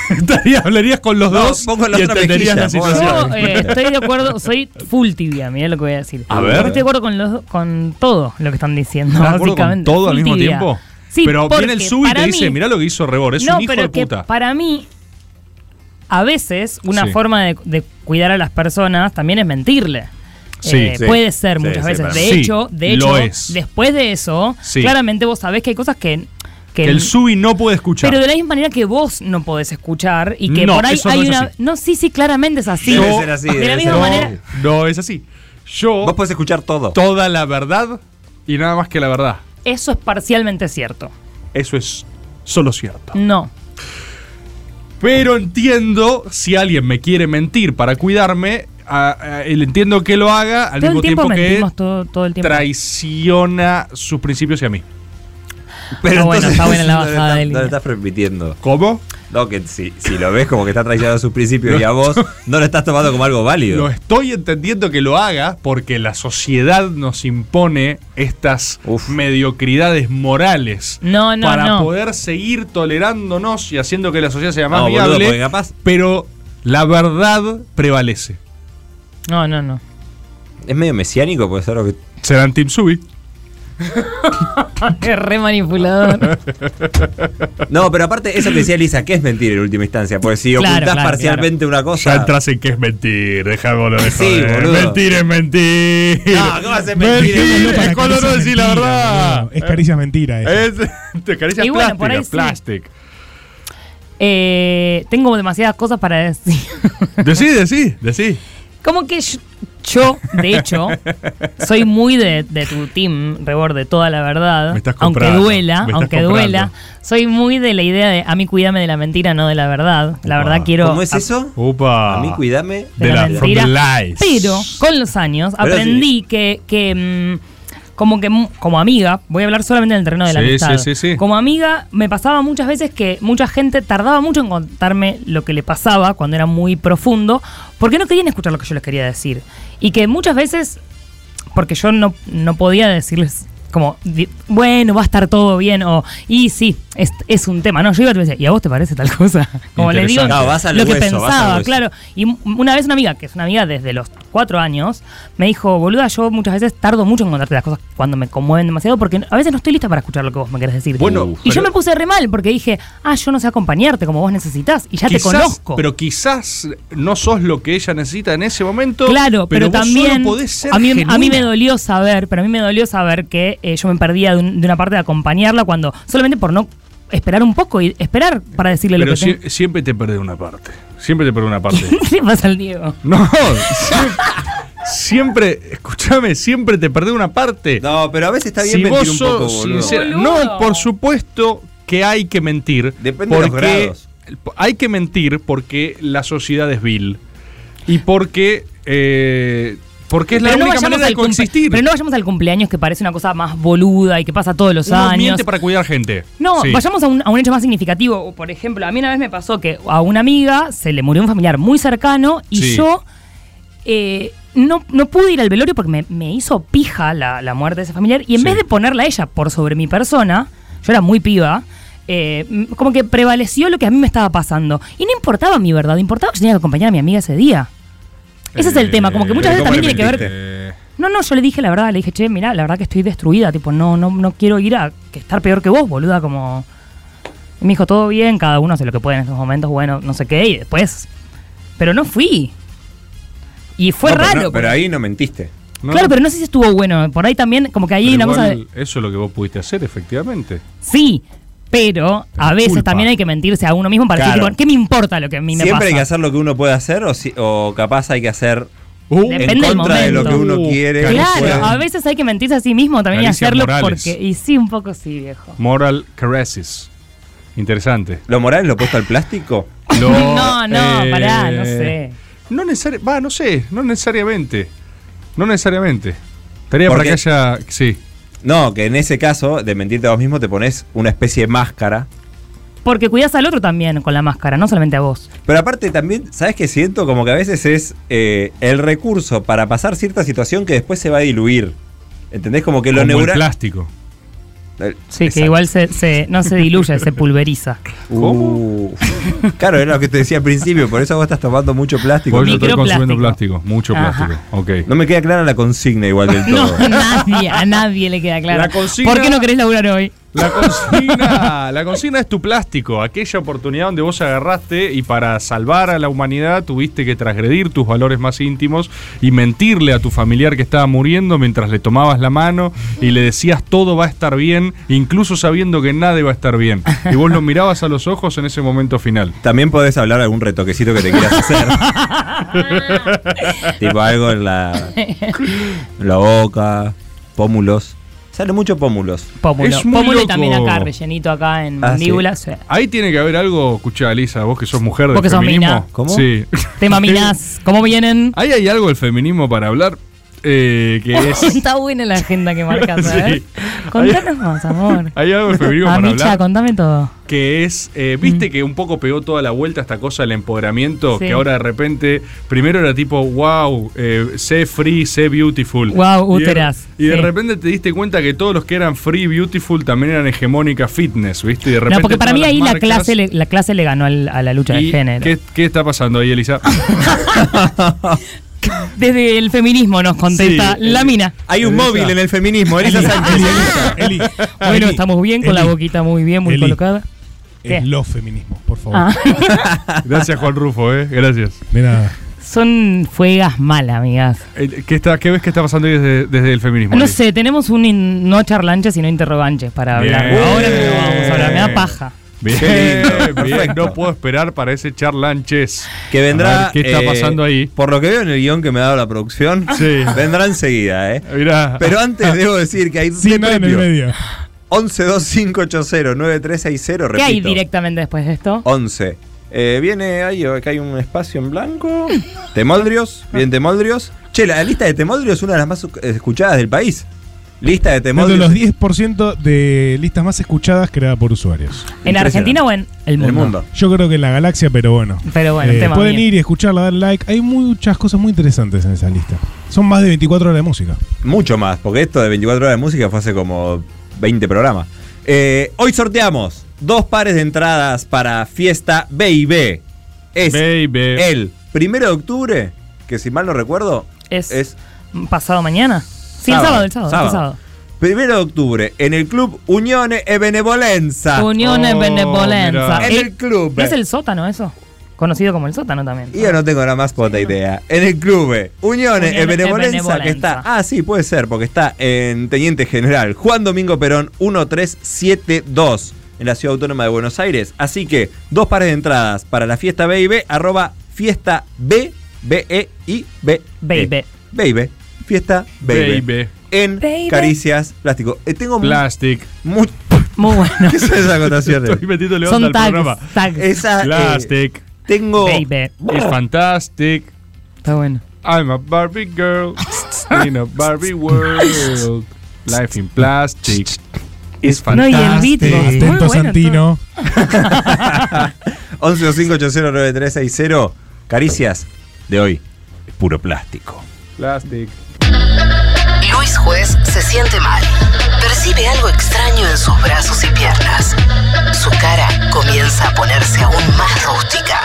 Estarías- hablarías con los
No,
dos
pongo la
y
otra
entenderías la
mejilla, pongo la
situación.
Yo eh, estoy de acuerdo, soy full tibia, mirá lo que voy a decir.
A ver.
Estoy de acuerdo con, los, con todo lo que están
<laughs>
diciendo,
¿Estás de acuerdo con
básicamente.
todo al
full
mismo
tibia.
tiempo?
Sí,
pero
porque
viene el Subi y
para
te dice,
mí-
mirá lo que hizo Rebor, es
no,
un hijo
pero
de
que
puta.
para mí, a veces, una
Sí.
forma de, de cuidar a las personas también es mentirle.
Sí,
Eh,
sí.
Puede ser
Sí,
muchas
sí,
veces.
para
De
mí. Sí,
hecho, de hecho,
lo es.
después de eso,
Sí.
claramente vos sabés que hay cosas que, que
Que el Subi no puede escuchar.
pero de la misma manera que vos no podés escuchar y que
No,
por ahí
eso no
hay
es
una.
así.
No, sí, sí, claramente es así.
Debe
ser así,
de
debe
la
ser
misma
así.
manera.
No, es así. Yo.
Vos podés escuchar todo.
Toda la verdad y nada más que la verdad.
eh.
Eso es parcialmente cierto.
Eso es solo cierto.
No.
Pero entiendo si alguien me quiere mentir para cuidarme, a- a- el- entiendo que lo haga al
todo
mismo
el tiempo,
tiempo, que
mentimos todo, todo el tiempo.
traiciona sus principios y a mí.
Pero
bueno, está buena la
no le
bajada
estás-
de
No
línea.
le estás permitiendo.
¿Cómo?
No, que si, si lo ves como que está traicionando sus principios y a vos, no lo estás tomando como algo válido.
Lo estoy entendiendo que lo haga porque la sociedad nos impone estas mediocridades morales
No, no,
para
no.
poder seguir tolerándonos y haciendo que la sociedad sea más
No, boludo,
viable.
porque capaz-
Pero la verdad prevalece.
No, no, <laughs> no.
Es medio mesiánico, puede ser lo que.
Serán Team Subi.
es
<laughs>
re manipulador.
No, pero aparte, eso que decía Lisa, que es mentir en última instancia. Porque si
Claro,
ocultás
claro,
parcialmente una cosa.
Ya entras en que es mentir, dejámoslo de
Sí,
joder.
boludo.
Mentir es mentir.
No, ¿cómo haces mentir?
es cuando no decís la verdad.
Es caricia mentira. eso.
Es, <laughs> te caricias
Y bueno, por ahí sí.
plastic.
Eh, tengo demasiadas cosas para decir. <laughs>
Decí, decí, decí.
Como que yo, yo, de hecho, soy muy de, de tu team, Rebord, de toda la verdad.
Me estás
aunque
comprando,
duela,
me estás
aunque
comprando.
duela. Soy muy de la idea de a mí cuídame de la mentira, no de la verdad. La verdad quiero. Ah.
¿Cómo es eso?
Upa.
A mí, cuídame.
De la from the lies.
Pero con los años
Pero
aprendí que, que, mm, como que mm, como amiga, voy a hablar solamente en el terreno de la
Sí,
amistad.
sí, sí, sí.
Como amiga me pasaba muchas veces que mucha gente tardaba mucho en contarme lo que le pasaba cuando era muy profundo, porque no querían escuchar lo que yo les quería decir. Y que muchas veces porque yo no, no podía decirles como, di- bueno, va a estar todo bien, o, y sí, es, es un tema. No, yo iba a decir, ¿y a vos te parece tal cosa? <laughs> Como le digo,
Interesante. No, vas al
lo que
hueso, vas al
pensaba,
hueso.
claro. Y m- una vez una amiga, que es una amiga desde los cuatro años, me dijo, boluda, yo muchas veces tardo mucho en contarte las cosas cuando me conmueven demasiado, porque a veces no estoy lista para escuchar lo que vos me querés decir.
Bueno,
y yo
pero-
me puse re mal, porque dije, ah, yo no sé acompañarte como vos necesitas, y ya
Quizás-
te conozco.
Pero quizás no sos lo que ella necesita en ese momento.
Claro, pero,
vos solo
también
podés ser
a, mí, a mí
genuina.
me dolió saber, pero a mí me dolió saber que eh, yo me perdía de, un- de una parte de acompañarla cuando solamente por no esperar un poco y esperar para decirle
Pero
lo que
sie-
tengo.
siempre te perdés una parte. Siempre te perdés una
<laughs>
parte.
¿Qué le pasa al Diego?
No, sie- siempre, escúchame, siempre te perdés una parte.
No, pero a veces está bien
si
mentir
vos
un
sos
poco, boludo.
sincera- no, por supuesto que hay que mentir.
Depende de los grados.
Hay que mentir porque la sociedad es vil. Y porque. eh, porque es la
Pero no
única
vayamos
manera de
al cumple-
coexistir.
Pero no vayamos al cumpleaños que parece una cosa más boluda y que pasa todos los
Uno
años.
miente para cuidar gente.
No,
Sí.
vayamos a un, a un hecho más significativo. Por ejemplo, a mí una vez me pasó que a una amiga se le murió un familiar muy cercano y
Sí.
yo eh, no, no pude ir al velorio porque me, me hizo pija la, la muerte de ese familiar. Y en vez de ponerla a ella por sobre mi persona, yo era muy piba, eh, m- como que prevaleció lo que a mí me estaba pasando. Y no importaba mi verdad, importaba que yo tenía que acompañar a mi amiga ese día. Ese
Eh,
es el tema, como que muchas veces también tiene que ver... No, no, yo le dije la verdad, le dije, che, mirá, la verdad que estoy destruida, tipo, no, no, no quiero ir a que estar peor que vos, boluda, como. Y me dijo, todo bien, cada uno hace lo que puede en estos momentos, bueno, no sé qué, y después. Pero no fui. Y fue
No, pero
raro.
no, pero ahí no mentiste.
Claro, pero no sé si estuvo bueno. Por ahí también, como que ahí hay
Pero
una cosa de.
igual Eso es lo que vos pudiste hacer, efectivamente.
Sí, pero a veces
culpa.
también hay que mentirse a uno mismo para decir,
Claro.
tipo, ¿qué me importa lo que a mí me
Siempre
pasa?
hay que hacer lo que uno puede hacer o, si- o capaz hay que hacer en
Depende del
contra de lo que eh,
momento.
uno
Uh,
quiere.
Claro, a veces hay que mentirse a sí mismo también y
Galicia
hacerlo
Morales.
porque. Y sí, un poco sí, viejo.
Moral caresses. Interesante.
¿Lo moral es lo opuesto al plástico?
Lo-
<laughs>
eh,
No, no, pará, no sé.
No necesariamente. Va, no sé, no necesariamente. No necesariamente. Estaría para
Porque-
que haya. Sí.
No, que en ese caso de mentirte a vos mismo te pones una especie de máscara.
Porque cuidas al otro también con la máscara, no solamente a vos.
Pero aparte también, ¿sabes qué siento? Como que a veces es eh, el recurso para pasar cierta situación que después se va a diluir. ¿Entendés? Como que lo Eh,
Como el
neural...
plástico.
Sí, que igual se, se- no se diluye,
<laughs>
se pulveriza.
Uh, claro, era lo que te decía al principio, por eso vos estás tomando mucho plástico.
Porque yo estoy consumiendo plástico. Mucho plástico. Ok.
No me queda clara la consigna igual
<laughs>
del
No,
todo.
a nadie, a nadie le queda claro.
La consigna-
¿Por qué no querés
<laughs>
laburar hoy?
La consigna, la consigna es tu plástico, aquella oportunidad donde vos agarraste y para salvar a la humanidad tuviste que transgredir tus valores más íntimos y mentirle a tu familiar que estaba muriendo mientras le tomabas la mano y le decías todo va a estar bien, incluso sabiendo que nada iba a estar bien. Y vos lo mirabas a los ojos en ese momento final.
También podés hablar algún retoquecito que te quieras
<laughs>
hacer. tipo algo en la, en la boca, pómulos. Sale mucho pómulos.
Pómulo.
Es muy
Pómulo y
loco.
también acá, rellenito acá en
Ah, sí.
mandíbula. sí.
Ahí tiene que haber algo, escuchá, Lisa, vos que sos mujer del
Vos que sos
feminismo.
mina. ¿Cómo?
Sí. <laughs>
Te maminas, ¿cómo vienen?
Ahí hay algo del feminismo para hablar eh, que es...
<laughs> Está buena la agenda que marcas, ¿eh?
<laughs> Sí.
Contanos más, amor.
Hay algo del feminismo para hablar.
Amicha, contame todo.
que es, eh, viste que un poco pegó toda la vuelta esta cosa del empoderamiento,
Mm. Sí.
que ahora de repente, primero era tipo, wow, eh, sé free, sé beautiful.
Wow,
Y de-
úteras.
Y de,
Sí.
repente te diste cuenta que todos los que eran free, beautiful también eran hegemónica fitness, viste, y de repente...
No, porque para
todas
mí
las
ahí la
marcas-
clase, le, la clase le ganó al- a la lucha de
¿Y
género.
¿Qué, qué está pasando ahí, Elisa?
Desde el feminismo nos contesta
Sí,
la
eh,
mina.
Hay un móvil en el feminismo, Elisa Sánchez.
Bueno, estamos bien con la boquita muy bien, muy
Eli.
colocada. ¿Qué?
Es los feminismos, por favor.
Ah. <laughs>
<laughs>
Gracias, Juan Rufo, eh. Gracias.
De nada.
Son fuegas malas, amigas.
Eh, ¿Qué, está, ¿Qué ves que está pasando ahí desde, desde el feminismo?
No
Eli?
sé, tenemos un in- no charlanches, sino interroganches para
Bien.
hablar. Ahora no vamos a hablar, me da paja.
Bien,
Qué lindo,
bien,
perfecto.
no puedo esperar para ese charlanches.
Que vendrá.
A ver, ¿Qué está
eh,
pasando ahí?
Por lo que veo en el guión que me ha dado la producción,
Sí.
vendrá enseguida, ¿eh?
<laughs> Mirá.
Pero antes debo decir que hay
Sí,
de
no en el
premio.
medio.
1125809360, repito.
¿Qué hay directamente después de esto?
11. Eh, viene ahí, acá hay un espacio en blanco.
<laughs>
Temoldrios, bien Temoldrios. Che, la lista de Temoldrios es una de las más eh, escuchadas del país. Lista de
Dentro de
Temoldrios.
los 10% de listas más escuchadas creadas por usuarios.
¿En Argentina o en el mundo?
Yo creo que en la galaxia, pero bueno.
Pero bueno,
Eh,
tema
pueden
mío.
ir y escucharla, dar like. Hay muchas cosas muy interesantes en esa lista. Son más de 24 horas de música.
Mucho más, porque esto de 24 horas de música fue hace como 20 programas. Eh, hoy sorteamos dos pares de entradas para Fiesta B&B. Es
Baby.
el primero de octubre, que si mal no recuerdo,
Es,
es
pasado mañana. Sí, el sábado, el sábado. el sábado.
Primero de octubre, en el club Unione e Benevolenza.
Unión
Oh,
en Benevolenza.
mirá.
en
Eh,
el club.
¿No es el sótano eso? Conocido como el sótano también.
Y Yo no tengo la más puta idea. En el club eh, Unione
Unione
e Benevolenza,
e Benevolenza.
que está. Ah, sí, puede ser, porque está en Teniente General Juan Domingo Perón 1372 en la Ciudad Autónoma de Buenos Aires. Así que dos pares de entradas para la fiesta B&B, arroba fiesta B, B, E, I, B,
Baby.
Baby. Fiesta Baby.
Baby.
En
Baby.
Caricias Plástico. Eh, tengo mu-
Plastic.
mu-
Muy bueno.
¿Qué son esas
<laughs>
acotaciones?
Estoy metiéndole onda
Son
al programa.
tags. Ah, tags.
Esa, eh,
Plastic.
tengo...
Baby.
It's fantastic.
Está bueno.
I'm a Barbie girl in a Barbie world. Life in plastic. It's
No, y
fantastic.
el ritmo. Muy
Atento,
bueno, todo.
Santino.
1125809360. Caricias de hoy. Puro plástico.
Plastic.
Luis Juez se siente mal. Percibe algo extraño en sus brazos y piernas. Su cara comienza a ponerse aún más rústica.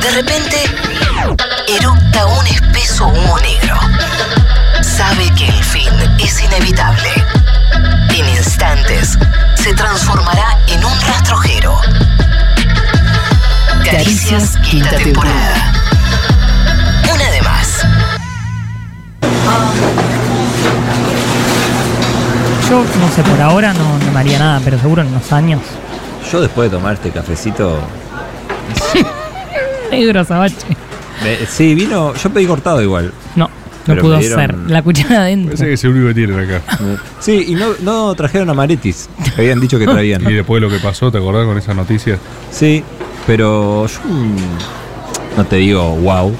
De repente, eructa un espeso humo negro. Sabe que el fin es inevitable. En instantes, se transformará en un rastrojero. Caricias quinta temporada. Una de más.
Yo no sé, por ahora no, no me haría nada, pero seguro en unos años.
Yo después de tomar este cafecito.
<laughs> Negro Sabache.
me- sí, vino. Yo pedí cortado igual.
No, no
Pero
pudo
me dieron-
ser. La cuchara adentro.
es el único que tienen acá.
<laughs> Sí, y no, no trajeron amaretis. Que habían dicho que traían.
<laughs> Y después de lo que pasó, ¿te acordás con esas noticias?
Sí, pero yo. mm, No te digo wow.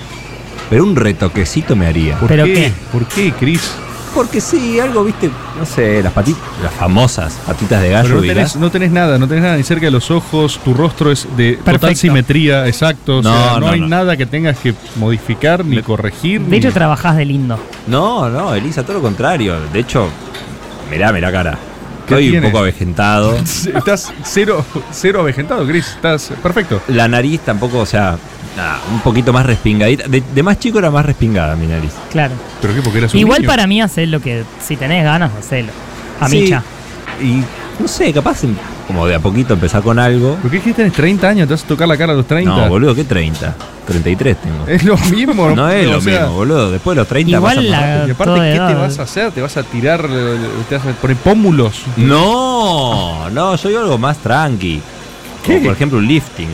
Pero un retoquecito me haría.
¿Por ¿Pero qué? qué? ¿Por qué, Cris?
Porque sí, algo, viste. No sé, las patitas. Las famosas patitas de gallo.
Pero no
ubicás.
tenés, no tenés nada, no tenés nada ni cerca de los ojos, tu rostro es de total
Perfecto.
simetría, exacto. o sea, no,
No, no,
hay
no.
nada que tengas que modificar ni corregir.
De hecho, trabajás de lindo.
No, no, Elisa, todo lo contrario. De hecho, mirá, mirá cara.
¿Qué
Estoy un
tienes?
poco
<laughs>
avejentado.
Estás cero, cero avejentado, Chris. Estás perfecto.
La nariz tampoco, o sea, nada, un poquito más respingadita. De, de más chico era más respingada mi nariz.
Claro.
¿Pero qué? Porque eras
Igual para mí hacer lo que, si tenés ganas, hacelo. A
Sí,
micha.
Y no sé, capaz em- como de a poquito empezar con algo.
¿Por qué que tenés 30 años? ¿Te vas a tocar la cara a los 30?
No, boludo, ¿qué 30? 33 tengo.
Es lo mismo.
No es
o
lo
sea,
mismo, boludo. Después de los 30 vas a pasar-
Y aparte, ¿qué te vas a hacer? ¿Te vas a tirar? eh, ¿Te vas a poner pómulos?
No, no, yo digo algo más tranqui.
¿Qué?
Como por ejemplo un lifting.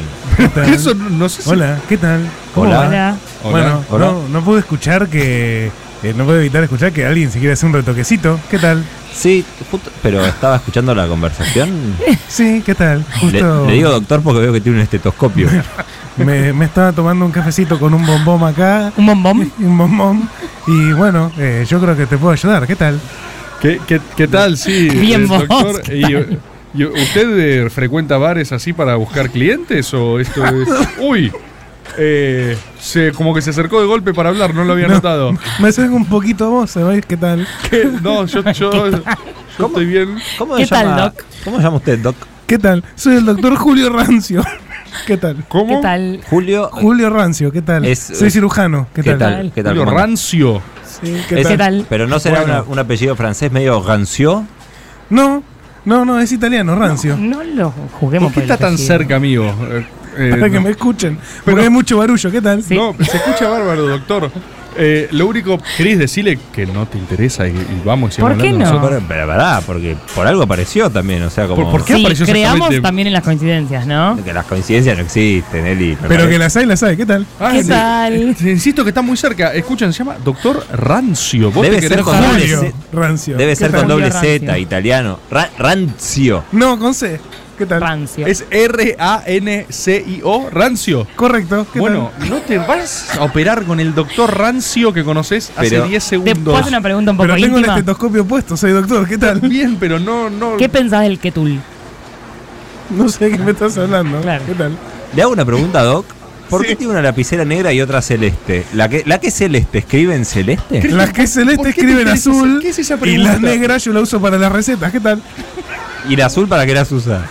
Eso no, no sé si...
Hola, ¿qué tal?
¿Cómo Hola. va? Hola.
Bueno,
Hola.
No, no pude escuchar que. eh, no puedo evitar escuchar que alguien se quiere hacer un retoquecito. ¿Qué tal?
Sí, justo- pero estaba escuchando la conversación.
Sí, ¿qué tal?
Le,
Justo.
le digo doctor porque veo que tiene un estetoscopio.
me, me estaba tomando un cafecito con un bombón acá.
¿Un bombón?
<laughs> Un bombón. Y bueno, eh, yo creo que te puedo ayudar. ¿Qué tal?
¿Qué, qué, qué tal? Sí,
<laughs> Bien
eh,
vos,
doctor.
¿qué
Y,
tal?
y ¿Usted eh, frecuenta bares así para buscar clientes o esto
<laughs>
es... Uy, eh, se, como que se acercó de golpe para hablar, no lo había notado.
<laughs> Me suena un poquito a vos, ¿sabés qué tal?
¿Qué? No,
<laughs>
yo, yo, yo estoy bien.
¿Cómo
¿Qué tal, Doc?
¿Cómo se llama usted, Doc?
¿Qué tal? Soy el doctor Julio Rancio. <laughs> ¿Qué tal?
¿Cómo?
¿Qué tal?
Julio.
Julio Rancio, ¿qué tal?
Es-
Soy
es-
cirujano, ¿qué tal?
¿Qué tal?
Julio
¿Cómo anda?
Rancio.
Sí, ¿qué
Es-
tal?
Pero no será
Bueno.
una- un apellido francés medio rancio.
No, no, no, es italiano, Rancio.
No, lo
¿Por
juguemos
qué está tan cerca, amigo? Eh, eh,
Para que
no.
me escuchen, porque hay mucho barullo, ¿qué tal?
No, se escucha bárbaro, doctor. Eh, lo único, querés decirle que no te interesa y, y vamos y seguimos hablando nosotros.
Pero, pero pará, porque por algo apareció también. O sea, como.
sí, creamos también en las coincidencias, ¿no?
Que las coincidencias no existen, Eli. me
Pero
parece.
que las hay, las hay, ¿qué tal?
Ah,
¿Qué
sí.
tal?
Eh, Insisto que está muy cerca. Escuchan, se llama Doctor Rancio. ¿Vos
Debe
te querés
ser con doble
Julio.
C.
Rancio.
Debe
¿Qué
ser
tal?
con doble
Julio
Z,
Rancio.
italiano. Ra- rancio.
No, con C. ¿Qué tal?
Rancio.
Es R-A-N-C-I-O, Rancio.
Correcto. ¿qué
Bueno, no te vas a operar con el doctor Rancio que conoces hace
Pero-
10
Te
segundos.
puedo hacer una pregunta un poco
Pero tengo el
íntima.
estetoscopio puesto, soy doctor, ¿qué tal?
Bien, pero no, no.
¿Qué pensás del Ketul?
No sé de qué me estás hablando. ¿Qué tal?
Le hago una pregunta, Doc. ¿Por qué tiene una lapicera negra y otra celeste? ¿La que, la que es celeste escribe en celeste?
Las que es celeste
¿Por qué te
escriben
interesa
azul
esa- qué es esa
y
pregunta?
las negras yo la uso para las recetas, ¿qué tal?
¿Y la azul para qué la usa?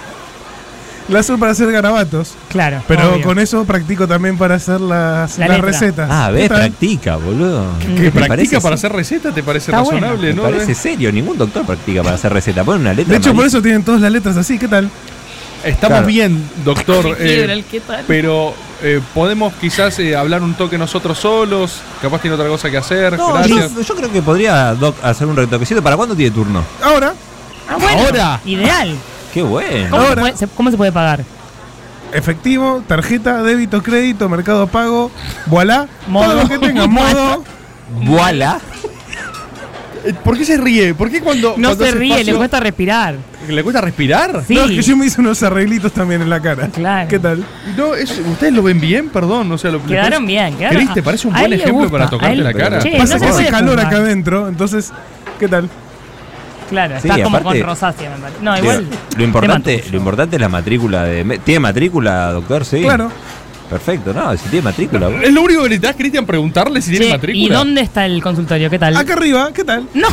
La uso para hacer garabatos.
Claro.
Pero
obvio.
con eso practico también para hacer las,
La
las
letra.
recetas.
Ah,
¿Qué
ves,
tal?
practica, boludo.
¿Qué practica para hacer receta? ¿Te parece
Está bueno.
razonable?
Me
¿no? eh?
parece serio, ningún doctor practica para hacer receta. Pone una letra.
De hecho, por
amarilla.
eso tienen todas las letras así, ¿qué tal?
Estamos
Claro.
bien, doctor.
Qué
eh,
fibra, el qué tal.
pero eh, podemos quizás eh, hablar un toque nosotros solos. Capaz tiene otra cosa que hacer.
No,
Gracias.
yo, yo creo que podría Doc hacer un retoquecito. ¿Para cuándo tiene turno?
Ahora.
Ah, bueno,
Ahora.
Ideal.
Qué bueno.
¿Cómo,
Oh,
se puede, se- cómo se puede pagar?
Efectivo, tarjeta, débito, crédito, mercado pago, voilà, todo lo que
<laughs>
tenga, modo.
Voilà.
Eh, ¿Por qué se ríe? ¿Por qué cuando.?
No
cuando
se
hace
ríe,
espacio-
le cuesta respirar.
¿Le cuesta respirar?
Sí.
No, es que yo me hice unos arreglitos también en la cara.
Claro.
¿Qué tal?
No, es- ustedes lo ven bien, perdón. O sea, lo,
Quedaron bien, quedaron-
Cris, ¿te parece un
a él
buen
le
ejemplo
gusta,
para
a
tocarte
él-
la cara?
Che,
Pasa que
no se puede
hace calor
fumar.
acá adentro, entonces, ¿qué tal?
Claro,
Sí,
está como
aparte-
con rosácea, me parece. No, igual.
Digo, lo, importante, lo importante es la matrícula de. me- ¿Tiene matrícula, doctor? Sí.
Claro.
Perfecto, no, si tiene matrícula.
Es lo único que necesitas, Cristian, preguntarle si tiene
Che,
matrícula.
¿Y dónde está el consultorio? ¿Qué tal?
Acá arriba, ¿qué tal?
No,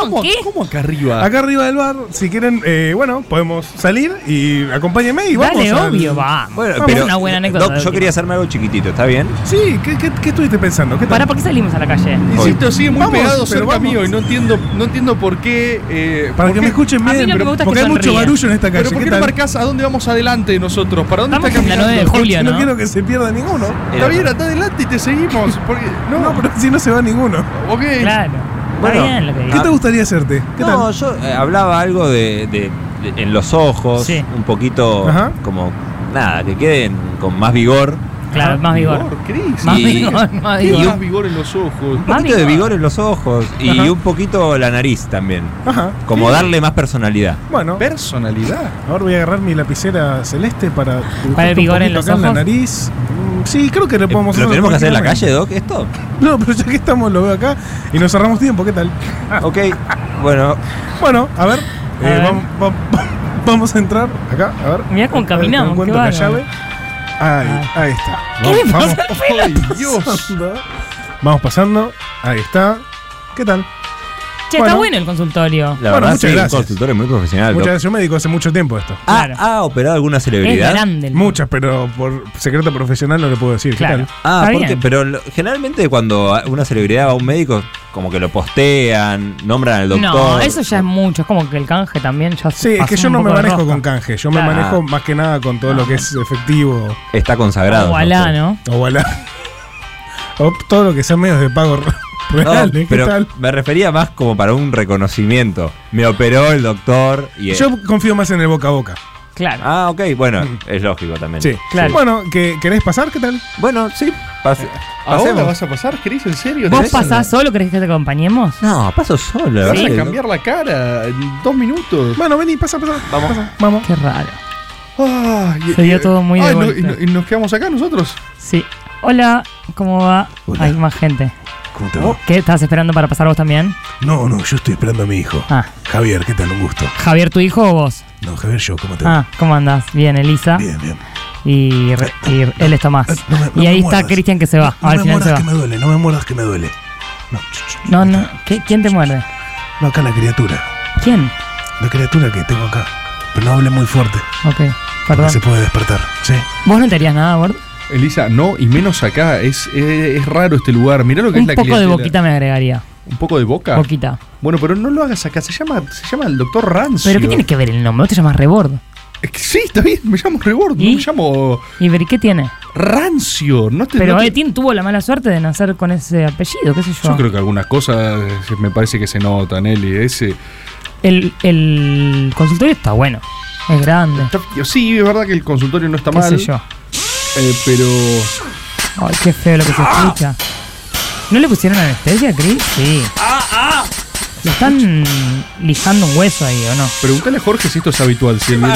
¿Cómo,
¿qué?
¿Cómo acá arriba?
Acá arriba del bar, si quieren, eh, bueno, podemos salir y acompáñenme y vamos.
Dale,
al-
obvio, vamos.
Bueno,
Vamos.
pero eh,
una buena anécdota
Doc,
de
yo
última.
quería hacerme algo chiquitito, ¿está bien?
Sí, ¿qué, qué, qué estuviste pensando? ¿Qué tal?
Pará, ¿por qué salimos a la calle?
Insisto, sigue muy
Vamos,
pegado
pero
cerca
vamos.
mío y no entiendo, no entiendo por qué. eh, por
Para que
qué-
me escuchen
A mí
bien,
lo que me
pero-
gusta es
porque
que
hay mucho
sonríe.
barullo en esta calle.
Pero ¿por qué
¿qué
no
tal?
marcás a dónde vamos adelante nosotros? ¿Para dónde
Estamos
está
en la
caminando?
9 de julio,
no
¿no?
quiero que se pierda ninguno.
Está bien, anda adelante y te seguimos. Porque,
No,
no,
pero si no se va ninguno.
ok.
Claro.
Bueno,
Está bien lo que
¿Qué
digo.
te gustaría hacerte? ¿Qué
No,
tal?
yo eh, hablaba algo de, de- de- en los ojos,
Sí.
un poquito
Ajá.
como nada, que queden con más vigor.
Ah,
Claro, más vigor.
Vigor, Cris.
Más
Y-
vigor, más
Tiene
vigor.
más vigor en los ojos.
Un poquito de vigor en los ojos y
Ajá.
un poquito la nariz también.
Ajá.
Como darle más personalidad.
Bueno,
Personalidad.
ahora voy a agarrar mi lapicera celeste para dibujar
Para el
un
vigor en
poquito
los
acá en la
ojos.
nariz. Mm, Sí, creo que lo
Eh,
podemos
¿Lo tenemos que hacer en la
tranquilamente.
calle, Doc? ¿Esto?
No, pero ya que estamos, lo veo acá y nos cerramos tiempo. ¿Qué tal?
Ah, Ok, bueno,
Bueno, a ver,
A
eh,
ver.
vam- vam- <laughs> vamos a entrar acá, a ver.
Mirá cómo caminamos,
Me encuentro la
qué bárbaro. Ah.
llave. Ahí, ahí está.
¿Qué le pasa al pelo?
¡Ay, Dios!
pasando. Vamos pasando, ahí está. ¿Qué tal?
Che,
Bueno.
está bueno el consultorio.
Bueno,
la verdad
muchas
sí, un
gracias.
consultorio muy profesional.
Muchas
Doc.
gracias, yo me dedico hace mucho tiempo a esto.
¿Ha,
Claro.
ha operado alguna
Es
celebridad?
grande. el-
Muchas, pero por secreto profesional no le puedo decir.
Claro.
¿Qué tal?
Ah,
Está
porque,
bien.
pero lo- generalmente cuando a- una celebridad va a un médico, como que lo postean, nombran al doctor.
No, eso ya es mucho. Es como que el canje también ya
Sí, es
pasó
que yo
un
no me
poco de
manejo
rosca.
con canje, yo
Claro.
me
Ah.
manejo más que nada con todo lo que es efectivo
Está consagrado.
Ojalá, ¿no?
o bala.
Ah.
O todo lo que sean medios de pago
<laughs>
re-
No,
reales. ¿eh? ¿Qué
pero
tal?
me refería más como para un reconocimiento. Me operó el doctor y.
Yo confío más en el boca a boca.
Claro.
Ah, ok, bueno,
Mm.
es lógico también.
Sí,
Claro.
Bueno, ¿que, ¿querés pasar? ¿Qué tal?
Bueno, sí, pase-
¿Ahora
pasemos.
vas a pasar, Cris? ¿En serio?
¿Vos
¿Tenés-
pasás solo? ¿Querés que te acompañemos?
No, paso solo. la
Vas
verdad
a
que-
cambiar la cara en dos minutos.
Bueno, vení, pasa, pasa.
Vamos.
pasa, vamos.
Qué raro.
Ah, y-
Se dio
y-
todo muy de
ah, y no-
golpe.
y no- y nos quedamos acá nosotros.
Sí. Hola, ¿cómo va?
Hola.
Hay más gente.
¿Cómo
¿Qué estabas esperando para pasar vos también?
No, no, yo estoy esperando a mi hijo.
Ah,
Javier, ¿qué tal? Un gusto.
¿Javier tu hijo o vos?
No, Javier, yo, ¿cómo te va?
Ah, ¿cómo andás? Bien, Elisa.
Bien, bien.
Y, re- y él está más.
Eh, no me- no
y
me
ahí está
muerdas.
Cristian que se va.
No
Al
me
final se
muerdas
va.
que me duele, no me muerdas que me duele. No, ch, ch, ch.
No, no. ¿Qué- ¿Quién te muerde?
No, acá la criatura.
¿Quién?
La criatura que tengo acá. Pero no hable muy fuerte,
Ok,
porque
perdón.
se puede despertar, ¿sí?
¿Vos no te harías nada, gordo?
Elisa, no, y menos acá. Es, es, es raro este lugar. Mirá lo que
Un
es la
poco de
clientela.
boquita me agregaría.
¿Un poco de boca?
Boquita.
Bueno, pero no lo hagas acá. Se llama, se llama el doctor Rancio.
Pero ¿qué tiene que ver el nombre? Vos te llamas Rebordo.
Es que Sí, está bien. Me llamo Rebord. No
¿Y?
me llamo
¿Y ver qué tiene?
Rancio. No te,
Pero
no te-
Betín tuvo la mala suerte de nacer con ese apellido, qué sé yo.
Yo creo que algunas cosas eh, me parece que se notan, Eli. Ese.
el, el consultorio está bueno. Es grande.
Está- Sí, es verdad que el consultorio no está
¿Qué
mal.
sé yo?
eh, pero.
Ay, qué feo lo que se
Ah.
escucha. ¿No le pusieron anestesia, Chris? Sí.
Ah,
Le están lijando un hueso ahí, ¿o no?
Pregúntale a Jorge si esto es habitual. Si él viene-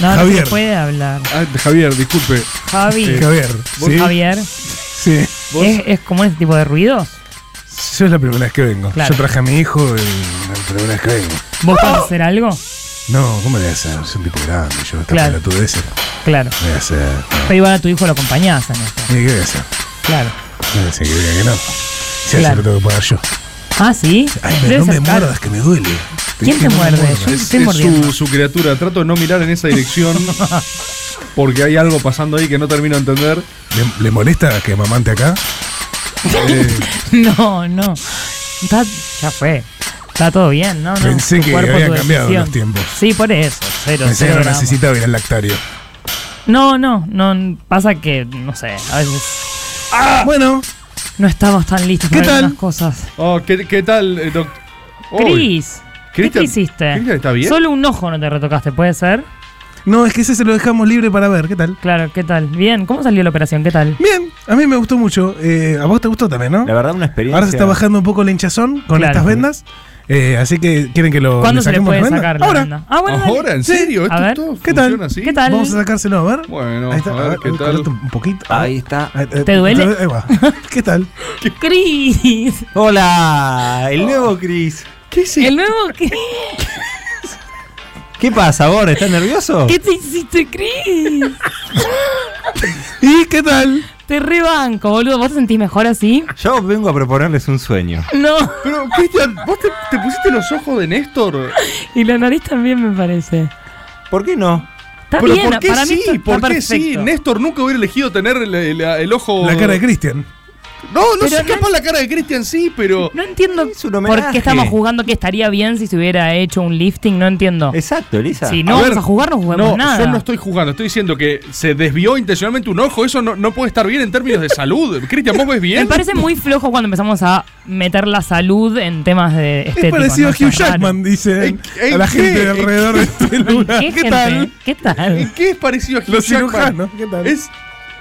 No, no
Javier.
se puede hablar.
Ah, Javier, disculpe.
Javi.
Javier,
¿Vos,
¿sí?
Javier,
Sí.
¿es, es común este tipo de ruidos?
Yo es la primera vez que vengo.
Claro.
Yo traje a mi hijo
eh,
y la primera vez que vengo.
¿Vos podés hacer algo?
No, ¿cómo le vas a hacer? Es un tipo grande, yo, esta
Claro.
pelotudez.
Claro.
¿Qué voy a hacer?
Pero igual a tu hijo lo acompañás en esto.
¿Y ¿Qué voy a hacer?
Claro.
No voy a hacer que diga que no. Si
Claro.
hace lo tengo que pagar yo.
Ah, sí.
Ay,
Debe
pero no
ser
me
caro.
muerdas que me duele.
¿Quién te
dije, no me
muerde?
muerdas.
Yo
Es,
estoy
es
mordiendo.
su, su criatura. Trato de no mirar en esa
<laughs>
dirección porque hay algo pasando ahí que no termino de entender.
¿Le, le molesta que mamante acá?
Eh,
<laughs> No, no. Está- ya fue. Está todo bien, ¿no? no.
Pensé
Tu
que
cuerpo,
habían
tu
cambiado
decisión.
los tiempos.
Sí, por eso. Cero,
Pensé que
cero
no
drama.
necesitaba ir al lactario.
no, no, no. Pasa que, no sé, a veces
Bueno,
no estamos tan listos
¿Qué
para
tal?
algunas cosas.
oh, ¿qué, qué tal, eh, doc- Uy,
Cris, ¿qué te
Cristian-
hiciste?
Cristian, ¿está bien?
Solo un ojo no te retocaste, ¿puede ser?
no, es que ese se lo dejamos libre para ver. ¿Qué tal?
Claro, ¿qué tal? Bien, ¿cómo salió la operación? ¿Qué tal?
Bien, a mí me gustó mucho. Eh, a vos te gustó también, ¿no?
La verdad, una experiencia.
Ahora se está bajando un poco la hinchazón con
Claro.
estas vendas. Eh, así que quieren que lo.
¿Cuándo se le
saquemos
puede
las vendas?
sacar la
Ahora,
banda? Ah, bueno, dale.
Ahora, en
Sí.
serio,
A
esto
ver,
todo
¿qué tal?
funciona así?
¿Qué tal?
Vamos a sacárselo, a ver.
Bueno,
Ahí está,
a ver, qué tal.
cortate un poquito. A ver.
Ahí está.
Ah, eh,
¿Te duele?
<laughs>
Ahí
<laughs>
va. ¿Qué tal?
Cris, Oh.
Hola, el nuevo Chris.
¿Qué es
el nuevo
<laughs>
Cris.
¿Qué pasa, Bor? ¿Estás nervioso?
<laughs>
¿Qué te hiciste, Cris?
¿Y qué tal?
Te rebanco, boludo. ¿Vos te sentís mejor así?
Yo vengo a proponerles un sueño.
No.
Pero, Cristian, ¿vos te, te pusiste los ojos de Néstor?
Y la nariz también me parece.
¿Por qué no?
Está
Pero
bien,
¿por qué
para mí
sí?
está- está
¿Por qué sí?
perfecto.
Néstor nunca hubiera elegido tener el, el- el ojo.
La cara de Cristian.
No, no
Pero
sé,
no-
capaz la cara de Cristian sí, pero.
No entiendo por
homenaje. <laughs>
qué estamos jugando que estaría bien si se hubiera hecho un lifting. No entiendo.
Exacto, Elisa.
Si no
A ver,
vamos a jugar, no juguemos
no,
nada.
yo no estoy jugando, estoy diciendo que se desvió intencionalmente un ojo, eso no, no puede estar bien en términos de salud. Cristian, ¿vos ves bien?
Me parece muy flojo cuando empezamos a meter la salud en temas de estéticos.
es parecido a
¿no?
Hugh
Está raro.
Jackman, dice
en
a la
qué?
gente de
¿En
alrededor de este lugar.
¿Qué, gente?
tal?
¿Qué tal?
¿Qué es parecido a Hugh
Los
Jackman?
cirujanos, ¿qué tal?
Es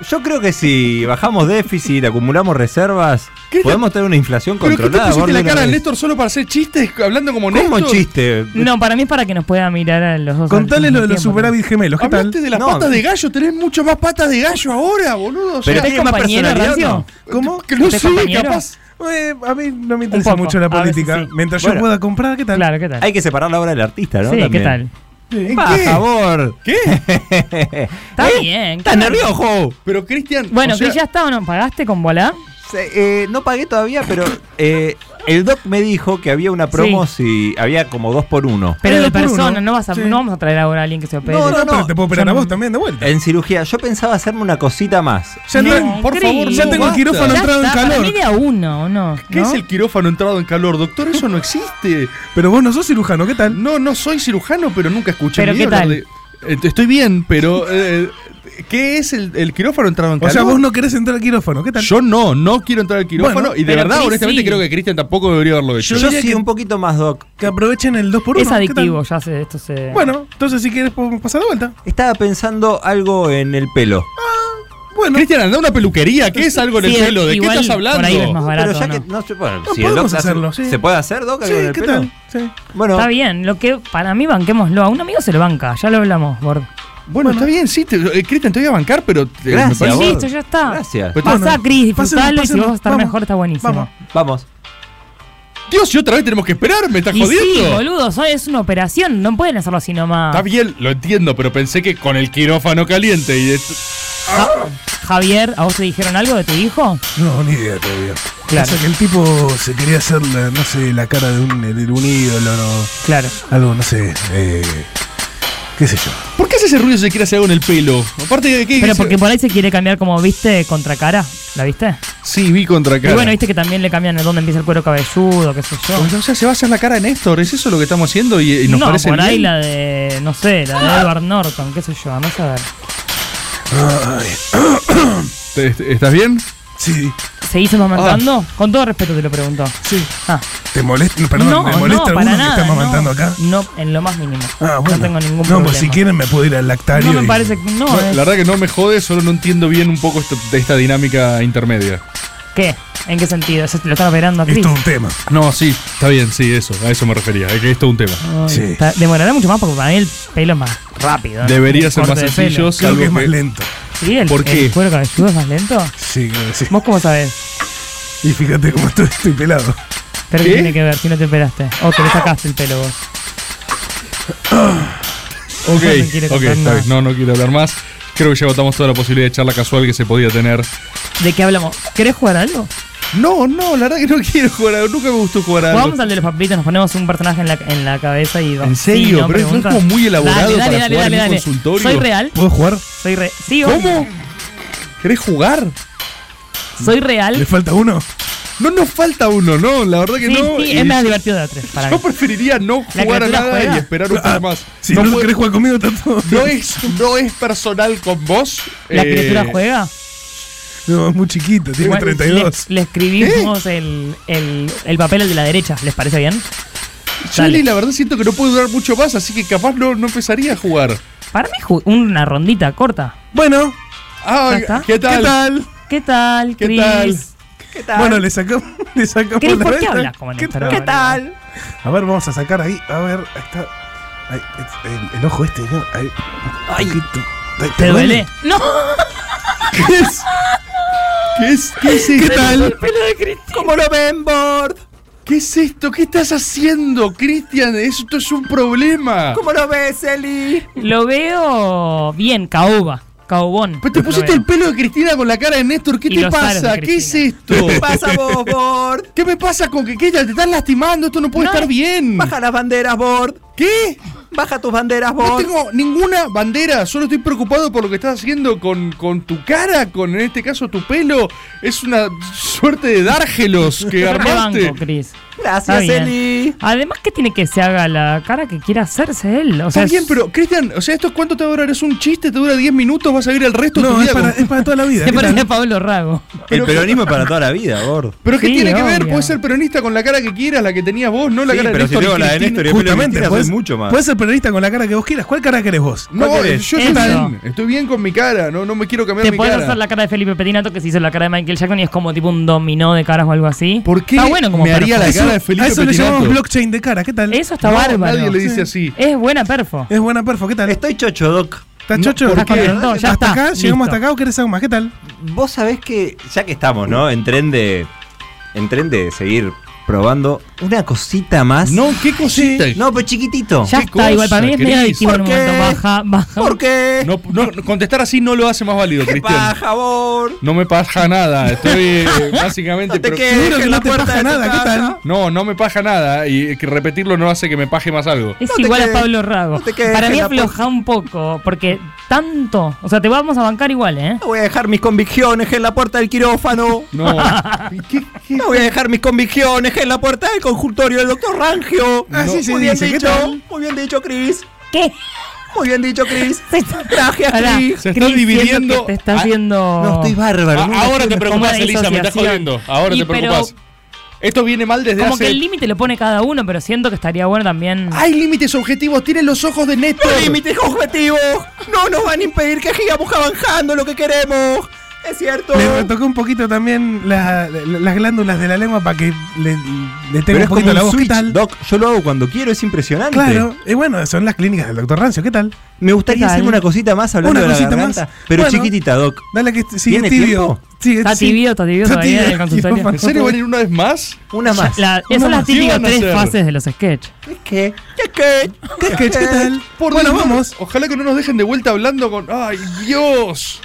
Yo creo que si bajamos déficit, acumulamos reservas,
¿Qué
podemos tener una inflación
¿Pero que te
controlada.
pusiste
gordo,
la
una
cara de
vez.
Néstor solo para hacer chistes hablando como Néstor?
¿Cómo chiste?
No, para mí es para que nos pueda mirar a los dos.
Contale
al mismo
lo de los
tiempo.
superávit gemelos. ¿Qué tal?
Hablaste de las
No.
patas de gallo, tenés mucho más patas de gallo ahora, boludo. o
Pero
sea,
tiene más
compañero,
personalidad.
Rancio?
¿no?
¿Cómo?
que no
¿usted es
sé,
compañero?
capaz.
Eh, a mí no me interesa
poco,
mucho la
a veces
política.
sí.
Mientras
Ah, Bueno.
yo pueda comprar, ¿qué tal?
Claro, ¿qué tal?
Hay que separar la obra del artista, ¿no?
sí, ¿qué
También.
tal?
¿En
Por
qué?
favor.
¿Qué?
Está
¿Eh?
bien.
¿Estás
claro.
nervioso?
Pero Cristian.
Bueno,
o sea,
que ya está o no, ¿pagaste con bola?
Se- eh, no pagué todavía, pero eh, el doc me dijo que había una promo si había como dos por uno.
Pero
Pero
de
por uno,
persona, no, vas a,
sí.
no vamos a traer ahora a alguien que se opere.
No, no, pero te puedo operar
Yo
a
Eh, no-
vos también de vuelta.
En cirugía, yo pensaba hacerme una cosita más.
Ya,
No,
tengo-
por favor,
Cris.
ya tengo el
basta.
quirófano
Ya
entrado en
está, Para
calor.
mí de a uno, ¿o no?
¿Qué
¿No?
es el quirófano entrado en calor, doctor? Eso no
<laughs>
existe.
Pero vos no sos cirujano, ¿qué tal?
No, no soy cirujano, pero nunca escuché.
¿Pero
ni
qué
hablar
tal?
de- Eh, Estoy bien, pero. eh, ¿Qué es el, el quirófano entrado en
O
calor?
sea, vos no querés entrar al quirófano, ¿qué tal?
Yo no, no quiero entrar al quirófano.
Bueno,
y de
pero
verdad,
Cris
honestamente,
sí.
creo que Cristian tampoco debería haberlo hecho.
Yo,
diría
sí,
que-
un poquito más, doc.
Que aprovechen el 2x1.
Es adictivo, ya sé, esto se...
Bueno, entonces si quieres podemos pasar de vuelta.
Estaba pensando algo en el pelo.
Ah, Bueno,
Cristian, anda a una peluquería. ¿Qué es algo en
Sí,
el pelo? ¿De qué
igual
estás hablando?
por ahí es más barato,
pero ya
¿no?
que no se puede.
No, podemos hacerlo, sí.
¿Se puede hacer, doc?
sí,
algo en el
¿qué
pelo?
tal? Sí.
Bueno,
Está bien, lo que para mí banquémoslo. A un amigo se lo banca, ya lo hablamos, Bord.
Bueno, está bien, sí. te- eh, Cristian, te voy a bancar, pero. te- me
Gracias,
parece-
vos.
Listo, ya está.
Gracias.
Pero-
Pasá,
Bueno,
Cris,
pásenlo,
disfrutalo y si
pásenlo,
vas a estar
vamos.
mejor está buenísimo.
Vamos.
vamos.
Dios, y otra vez tenemos que esperar. Me estás
Y sí,
jodiendo.
boludo, so- es una operación, no pueden hacerlo así nomás.
Está bien, lo entiendo, pero pensé que con el quirófano caliente y esto-
Ja- Javier, ¿a vos te dijeron algo de tu hijo?
No, ni idea todavía.
Claro.
O sea, que el tipo se quería hacer, la- no sé, la cara de un, eh, de un ídolo, no,
Claro.
algo, no sé, eh, qué sé yo.
¿Por qué hace ese ruido si quiere hacer algo en el pelo? Aparte de que.
Pero porque por ahí se quiere cambiar como, viste, contracara. ¿La viste?
Sí, vi contra
Y bueno, viste que también le cambian el dónde empieza el cuero cabelludo, qué sé yo.
O sea, se va a hacer la cara de Néstor, ¿es eso lo que estamos haciendo? Y, y nos
no,
parece
por ahí
bien?
la de, no sé, la de Edward Norton, qué sé yo, no sé.
¿Te- est- ¿Estás bien?
Sí,
¿Seguís mamantando? Con todo respeto te lo pregunto.
Ah. sí.
Ah.
¿Te molesta? Perdón,
no,
¿me
no,
molesta
para
alguno que
nada,
está
no.
mamantando acá?
No, en lo más mínimo.
Ah, bueno.
No tengo ningún
no,
problema.
pues si quieren me puedo ir al lactario.
no me
y-
parece que no, ¿eh?
No,
es-
la verdad que no me jode, solo no entiendo bien un poco esto- de esta dinámica intermedia.
¿Qué? ¿En qué sentido? ¿Se te lo están operando a Cris?
Esto es un tema.
No, sí, está bien, sí, eso, a eso me refería, es que esto es un tema.
Ay,
Sí.
está- Demorará mucho más porque para mí el pelo es más rápido. ¿no?
Debería
El
ser
corte
más
de pelo.
sencillo,
Creo
salvo
que es más
que-
lento.
¿Sí? ¿El,
¿Por qué?
¿El cuero cabelludo es más lento?
Sí, creo que sí.
¿Vos cómo sabés?
Y fíjate cómo estoy, estoy pelado.
Pero
¿Qué?
¿qué tiene que ver si no te operaste? O te le sacaste el pelo vos.
Ah. Ok,
No quiere
ok,
contar
está
nada.
bien, no, no quiero hablar más. Creo que ya agotamos toda la posibilidad de charla casual que se podía tener.
¿De qué hablamos? ¿Querés jugar algo?
No, no, la verdad que no <laughs> quiero jugar, a- nunca me gustó jugar a
Vamos al de los papitos, nos ponemos un personaje en la, en la cabeza y vamos.
¿En serio?
Sí, no,
Pero es
pregunta.
como muy elaborado
Dale, dale,
para
dale,
jugar en
dale,
un
dale.
consultorio.
Soy real,
¿Puedo jugar?
soy real. Sí,
¿Cómo? ¿Querés jugar?
Soy
¿Le
real.
falta uno?
No nos falta uno, no, la verdad que
Sí,
no.
sí,
y
es más divertido de a tres para mí.
Yo preferiría no
La
jugar a
criatura
nada
juega. Ah,
y esperar un poco más.
Si
no,
no,
fue-
querés jugar conmigo, está todo.
<laughs> no es, no es personal con vos.
¿La
eh,
criatura juega?
No, es muy chiquito, tiene
Bueno,
32.
Le, le escribimos
¿Eh?
el, el, el papel al de la derecha, ¿les parece bien?
Yo,
Dale.
Eli, la verdad siento que no puede durar mucho más, así que capaz no, no empezaría a jugar.
Para mí, ju- una rondita corta.
Bueno,
Ah,
¿Ya está?
¿qué tal?
¿qué tal?
¿Qué tal,
¿Qué
Chris?
tal?
Bueno, le sacamos, <laughs> le sacamos
Cris,
la
¿por qué
venta.
hablas como
¿Qué
Néstor
tal?
ahora?
A ver, vamos a sacar ahí. A ver, ahí está. Ahí, es- el, el ojo este, ¿no? Ahí, un poquito. Ahí,
¿Te duele? No,
¿Qué es? ¿Qué es? ¿Qué es esto?
el pelo de Chris.
¿Cómo lo ven, Bord?
¿Qué es esto? ¿Qué estás haciendo, Cristian? Esto es un problema.
¿Cómo lo ves, Eli?
Lo veo bien, caoba. Caobón. Pero
te pusiste el pelo de Cristina con la cara de Néstor. ¿Qué
Y
te
los aros
pasa?
de
¿Qué es
Cristina.
esto?
¿Qué te pasa, vos,
Bord?
¿Qué me pasa con que que te estás lastimando? Esto no puede estar bien.
Baja las banderas, Bord.
¿Qué?
Baja tus banderas,
No
Bord.
tengo ninguna bandera, solo estoy preocupado por lo que estás haciendo con, con tu cara, con en este caso tu pelo. Es una suerte de dárgelos que
Yo te
armaste.
banco, Cris.
Gracias,
Está bien.
Eli.
Además, ¿qué tiene que se haga la cara que quiera hacerse él? O sea,
Está bien,
es-
pero Cristian, o sea, ¿esto cuánto te va a durar? ¿Es un chiste? ¿Te dura 10 minutos? ¿Vas a vivir el resto de tu
No,
vida?
es para,
con-
es para toda la
<laughs>
vida.
Te parece a Pablo Rago.
El peronismo es para toda la vida, Bord.
¿Pero qué
Sí,
tiene que ver?
obvio.
Puedes ser peronista con la cara que quieras, la que tenías vos, no la
Sí,
cara
pero
de
si
Néstor.
tengo
y
la de
Cristina.
Néstor y el pelo de
Justamente,
Cristina,
puedes,
soy mucho más.
puedes ser periodista con la cara que vos quieras. ¿Cuál cara querés vos?
No,
¿Cuál
yo
querés?
estoy
Eso.
bien. Estoy bien con mi cara. No, no me quiero cambiar
Te
mi
puedes
cara.
hacer la cara de Felipe Petinato que se hizo la cara de Michael Jackson y es como tipo un dominó de caras o algo así.
¿Por qué
Está bueno como
me haría
perfo.
la cara de
A
Felipe
eso le
Petinato?
llamamos blockchain de cara. ¿Qué tal?
Eso está
No,
bárbaro. Eh,
Nadie le dice así.
Es buena perfo.
Es buena perfo. ¿Qué tal?
Estoy chocho, Doc.
¿Estás
No,
chocho?
¿por
¿Hasta
qué?
acá?
No, ya
¿Hasta
está.
acá? ¿Llegamos
Listo.
hasta acá o querés algo más? ¿Qué tal?
Vos sabés que, ya que estamos, ¿no? En tren de, en tren de seguir probando una cosita más.
No, qué cosita.
No, pero chiquitito.
Ya
¿Qué
está, igual para mí es
cosa,
medio
Cris?
adictivo en un
¿Por qué?
momento. Baja, baja.
¿Por qué?
No, no, no, contestar así no lo hace más válido, Cristian.
Baja, Bord.
No me pasa nada. Estoy <laughs> eh, básicamente.
No te
pero-
quedes
que
en
no
la
te
puerta
paja
de tu
nada, ¿qué
casa.
tal?
no, no me paja nada. Y que repetirlo no hace que me paje más algo.
Es
No te
igual a
quedes-
Pablo Rago.
no te quedes
Para mí
en la
afloja un poco, porque tanto. O sea, te vamos a bancar igual, ¿eh?
No voy a dejar mis convicciones en la puerta del quirófano.
<laughs>
<laughs>
No. ¿Qué- qué-
No voy a dejar mis convicciones en la puerta del consultorio del doctor Rangio.
Ah, sí, sí,
muy bien
dice, ¿qué
dicho,
tal?
muy bien dicho, Cris.
¿Qué?
Muy bien dicho, Cris.
Se está-
Gracias,
Pará,
Cris.
Se está
Cris, siento
dividiendo-
que Te estás
Ah,
viendo.
No, estoy
A-
bárbaro. nunca
ahora te
estoy mejor.
preocupás,
una
Elisa, me estás
disociación.
jodiendo. Ahora
Y
te
pero-
preocupás. Esto viene mal desde
Como
hace.
que el límite lo pone cada uno, pero siento que estaría bueno también.
Hay límites objetivos, tienen los ojos de Néstor.
Los límites objetivos no nos van a impedir que sigamos avanzando lo que queremos. Es cierto.
Le retocó un poquito también la- la- las glándulas de la lengua para que le, le tenga un poquito la voz. ¿Qué tal?
Doc, yo lo hago cuando quiero, es impresionante.
Claro, y bueno, son las clínicas del doctor Rancio. ¿Qué tal?
Me
¿Qué
gustaría
tal?
hacer una cosita más hablando
Una
de la
cosita
garganta,
más.
pero
Bueno.
chiquitita, Doc.
Dale que sigue
¿Tiene
tibio.
tiempo?
Sigue-
Está
sí.
tibio, está tibio
Está
todavía en el
tibio, <laughs>
consultorio.
por
¿En serio
favor.
van a ir una vez más?
Una más.
La- esas
más,
son las
sí
típicas
van a
tres
hacer.
fases de los sketches.
¿Qué, qué, qué,
¿Qué
qué,
tal?
Por
bueno,
Dios,
vamos.
Ojalá que no nos dejen de vuelta hablando con. ¡Ay, Dios!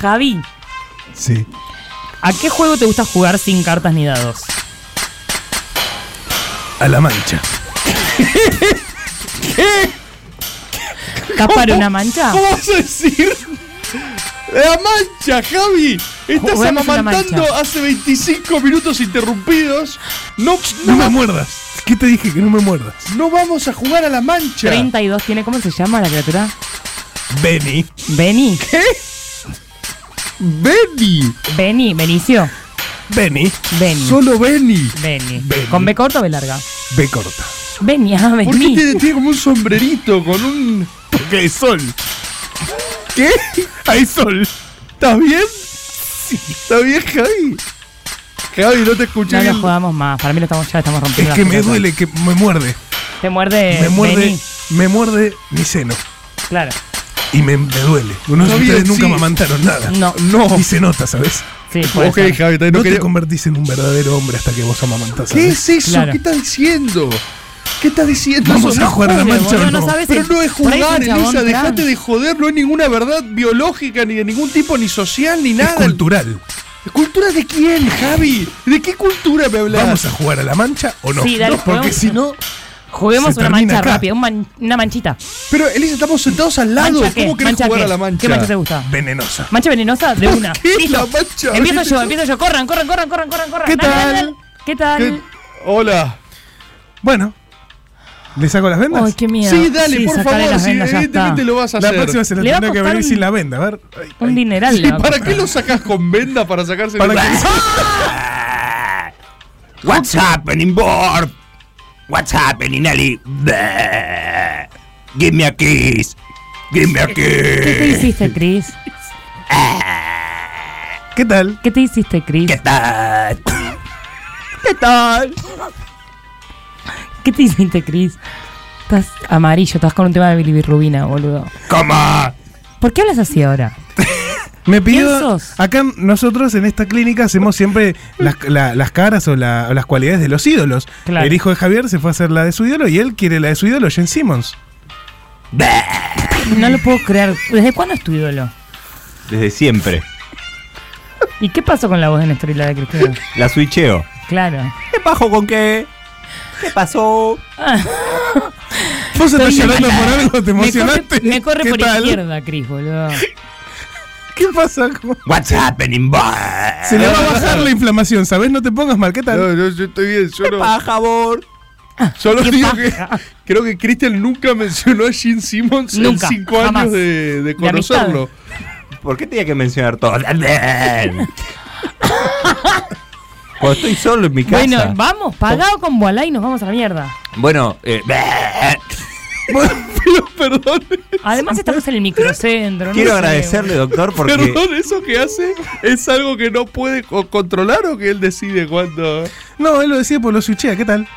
Javi,
Sí.
¿a qué juego te gusta jugar sin cartas ni dados?
A la mancha.
¿Tapar una mancha?
¿Cómo vas a decir? ¡La mancha, Javi! Estás
Juguemos una
amamantando
mancha.
hace 25 minutos interrumpidos. No,
No
no,
me
va-
muerdas. ¿Qué te dije? Que no me muerdas.
no vamos a jugar a la mancha.
32 tiene, ¿cómo se llama la criatura?
Benny.
Beni,
¿Qué? ¡Benny!
Beni, Benicio,
Benny.
Beni,
¡Solo Benny!
Beni.
Beni.
¿Con B corta o B larga?
B corta.
Beni, ah,
¿Por qué
Beni.
tiene, tiene como un sombrerito con un.
Porque hay sol.
¿Qué?
Hay sol.
¿Estás bien? ¿Estás bien, Javi? Javi, no te escuché
No
bien.
nos jugamos más, para mí lo estamos, ya estamos rompiendo.
Es
las
que me
pelotas.
duele, que me muerde.
Te muerde,
Me muerde,
Beni,
me muerde mi seno.
claro.
Y me, me duele. Unos de
Está bien,
ustedes nunca
sí.
me amantaron nada.
No.
No. Y se nota, ¿sabes?
Sí, puede
Ok,
ser.
Javi,
No,
no
te
quería...
convertís en un verdadero hombre hasta que vos amamantás.
¿Qué
¿sabes?
es eso?
Claro.
¿Qué estás diciendo? ¿Qué estás diciendo?
Vamos
Eso
a
no
jugar a la
jode,
mancha.
boludo,
o no?
no sabes-
Pero no es
Por ahí es un
jugar,
chabón
Elisa, dejate
trans.
de joder, no hay ninguna verdad biológica ni de ningún tipo, ni social, ni
Es
nada.
cultural.
¿Cultura de quién, Javi? ¿De qué cultura me hablas?
¿Vamos a jugar a la mancha o no?
Sí, dale,
No, porque
jugamos.
si no,
Juguemos
Se
una
termina
mancha
acá.
rápida, un man- una manchita.
Pero, Elisa, estamos sentados al lado.
¿Mancha qué?
¿Cómo querés
¿Mancha
jugar
qué?
a la mancha?
¿Qué mancha te gusta?
venenosa.
¿Mancha venenosa? De una.
qué
Listo.
la mancha?
Empiezo
¿Viste?
yo, empiezo yo. Corran, corran, corran, corran, corran, corran.
¿Qué
Dale, dale,
tal?
dale. ¿Qué tal?
¿Qué- Hola.
Bueno, ¿le saco las vendas?
Ay, qué miedo.
Sí, dale, por
sacale
favor,
las
si
vendas, ya
evidentemente
está.
lo vas a
la
hacer.
próxima se la
Le va a
tendrá que
costar
venir
un-
sin la venda. A ver. Ay,
Un
ay.
dineral.
¿Y
la
para
cosa.
qué lo sacás con venda para sacarse
Para
la
que-
<laughs> What's happening, board? What's happening, Ali? Bleh. Give me a kiss. Give me a
¿Qué te
kiss.
hiciste, Chris?
¿Qué tal?
¿Qué te hiciste, Chris?
¿Qué tal?
¿Qué tal?
¿Qué te hiciste, Chris? Estás amarillo, estás con un tema de bilirrubina, boludo.
¿Cómo?
¿Por qué hablas así ahora?
Me pidió.
sos?
Acá nosotros en esta clínica hacemos siempre las, la- las caras o, la- o las cualidades de los ídolos.
Claro.
El hijo de Javier se fue a hacer la de su ídolo y él quiere la de su ídolo, Jen Simmons.
No lo puedo creer. ¿Desde cuándo es tu ídolo?
Desde siempre.
¿Y qué pasó con la voz de Néstor y la de Cristina?
La switcheo.
Claro.
¿Qué bajo con qué? ¿Qué
<laughs>
pasó?
Vos estás
Estoy
llorando
enojada.
por algo, te emocionaste.
Me corre, me corre
¿Qué
por
tal?
izquierda, Cris, boludo.
¿Qué pasa?
What's happening, boy?
Se
Ah.
le va a bajar la inflamación, ¿sabés? No te pongas mal, ¿qué tal?
No, no, yo estoy bien, yo no.
paja, vos?
Solo
Qué
digo que creo que Christian nunca mencionó a Gene Simmons
Nunca,
en cinco
jamás.
años de, de conocerlo.
¿Por qué tenía que mencionar todo? Cuando estoy solo en mi casa.
Bueno, vamos, pagado con Boalá y nos vamos a la mierda.
Bueno, eh,
perdón.
Además estamos en el microcentro.
quiero agradecerle, doctor,
<laughs>
porque
Perdón, eso que hace es algo que no puede co- controlar o que él decide cuando.
No, él lo decía por lo suchea, ¿qué tal?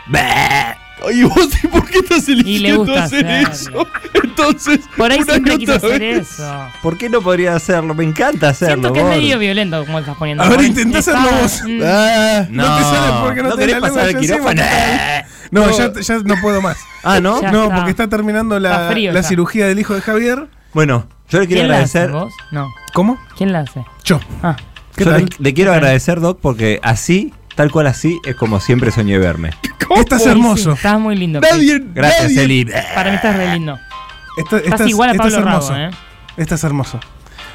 Oye, vos, ¿y por qué estás eligiendo
gusta
hacer
hacerlo.
eso? Entonces,
Por ahí
una
siempre
y
quiso
otra
hacer
vez.
eso.
¿por qué no podría hacerlo? Me encanta hacerlo.
Siento que es
gordo.
medio violento como estás poniendo.
Ahora
Bueno,
intentá hacerlo
estaba-
vos.
Mm.
Ah, no.
No.
te sale porque no,
¿No
tenés
querés
la
pasar al
lengua ya encima.
quirófano? <laughs>
Eh,
No,
No.
Ya, ya no puedo más.
Ah, ¿no? Ya
No,
está.
porque está terminando la,
Está frío
la
ya.
cirugía del hijo de Javier.
Bueno, yo le quiero
¿Quién la hace,
agradecer.
vos? No.
¿Cómo?
¿Quién la hace?
Yo.
Ah.
¿Qué
Yo
tal?
le, le quiero agradecer, Doc, porque así, tal cual así, es como siempre soñé verme.
Estás
Sí,
hermoso.
sí, estás muy lindo.
Nadie-
Cris.
Gracias, nadie- Eli.
Para mí estás re lindo.
Esta-
Estás
estás-
igual a
estás
Pablo
hermoso.
Rago, ¿eh?
Estás hermoso.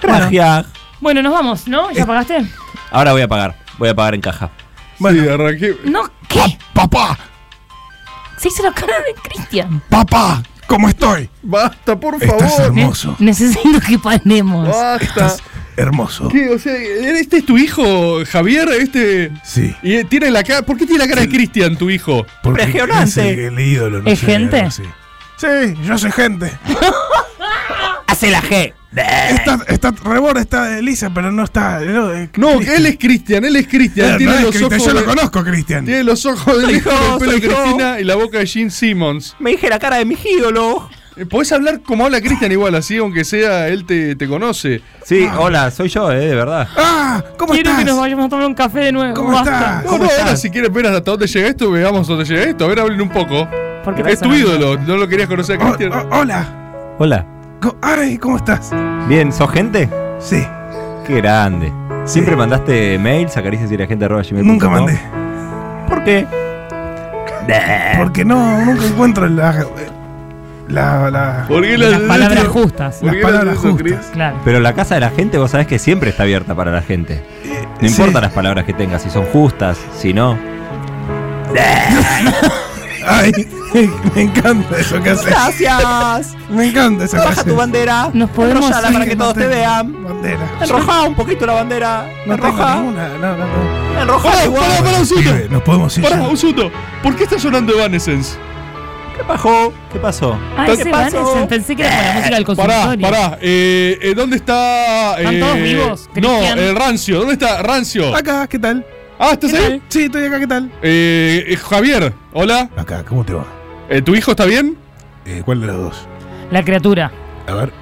Gracias.
Bueno, nos vamos, ¿no? ¿Ya pagaste?
Ahora voy a pagar. Voy a pagar en caja.
Bueno, arranqué.
No, ¿qué?
¡Papá!
Se hizo la cara de Cristian.
¡Papá! ¿Cómo estoy?
Basta, por favor.
Estás hermoso.
Ne- necesito que paremos.
Basta.
Hermoso.
¿Qué? O sea, ¿este es tu hijo, Javier? Este.
Sí.
Y eh, tiene la cara. ¿Por qué tiene la cara de Cristian, tu hijo?
Porque es el, el ídolo. no
¿Es
sé,
gente?
algo así. Sí, yo soy gente.
<laughs> Hace la G.
Está, está, Rebor está lisa, pero no está. No, eh,
No, él es Cristian, él es Cristian.
Eh,
tiene
no es
los
Cristian,
ojos
yo
de-
lo conozco, Cristian.
Tiene los ojos del
Soy
hijo
yo,
del pelo de
soy yo.
Cristina y la boca de Gene Simmons.
Me dije la cara de mi ídolo.
Eh, Podés hablar como habla Cristian igual, así, aunque sea él te, te conoce. Ah.
Sí, hola, soy yo, eh, de verdad.
¡Ah! ¿Cómo
Quiero que nos vayamos a tomar un café de nuevo.
¿Cómo
Basta.
No, no, ahora Ah, si quieres ver hasta dónde llega esto, veamos dónde llega esto. A ver, hablen un poco.
¿Por qué
es tu
razonando?
ídolo, no lo querías conocer a Cristian.
Oh, hola.
Hola.
Co- Ay, ¿cómo estás?
Bien, ¿sos gente?
Sí.
Qué grande. ¿Siempre mandaste mails a caricias y la gente arroba gmail
Nunca
punto com?
mandé.
¿Por qué? Eh.
Porque no, nunca encuentro la. eh, La. la
¿Por qué
Las palabras justas.
Las palabras justas.
Claro.
Pero la casa de la gente, vos sabés que siempre está abierta para la gente.
Eh,
No importa las palabras que tengas, si son justas, si no.
<laughs>
Ay, me encanta eso que haces.
Gracias.
Me encanta eso que haces.
bandera.
Nos podemos
Enrollala
Sí,
para que
no
todos te
tengo
vean.
Bandera.
Enrojá un poquito la bandera.
No tengo
Enrojá.
ninguna, no, no, no.
Enrojá
Pará, pará,
igual.
pará, un
Pibe,
segundo.
Nos podemos ir.
Pará,
ya.
un segundo. ¿Por qué está sonando Evanescence?
¿Qué pasó? ¿Qué pasó?
Ah,
¿Qué
ese
pasó?
Vanessa, pensé que era con la música del
Pará,
consultorio.
pará. Eh, eh, ¿Dónde está.
¿Están
eh,
todos vivos,
No,
Cristian?
el Rancio. ¿Dónde está Rancio?
Acá, ¿qué tal?
Ah, ¿estás
¿Qué
ahí?
tal?
Sí, estoy acá, ¿qué tal?
Eh, eh, Javier, hola.
Acá, ¿cómo te va?
Eh, ¿Tu hijo está bien?
Eh, ¿Cuál de los dos?
La criatura.
A ver.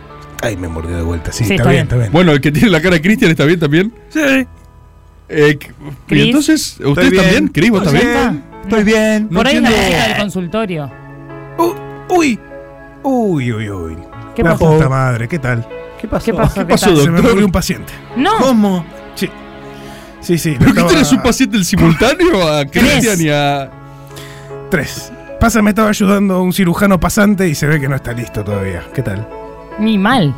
Ay, me mordió de vuelta. Sí, está,
Sí, está
bien,
bien.
está bien.
Bueno, el que tiene la cara de Cristian está bien también.
Sí.
Eh, y
Cris.
entonces, ¿ustedes
bien.
también? Cris, vos
Estoy
también.
bien. Estoy bien.
Ah. Por ahí la
entiendo.
música del consultorio.
Uy. Uy, uy, uy.
¿Qué
La
pasó?
puta madre, ¿qué tal?
¿Qué pasó?
¿Qué pasó?
¿Qué
¿Qué
pasó,
tal?
Se me
Doctor.
murió un paciente.
No,
¿Cómo?
Sí. Sí, sí.
¿Pero
estaba-
qué tenés un paciente en simultáneo a Cristian y a.
Tres. Pasa, me estaba ayudando un cirujano pasante y se ve que no está listo todavía. ¿Qué tal?
ni mal.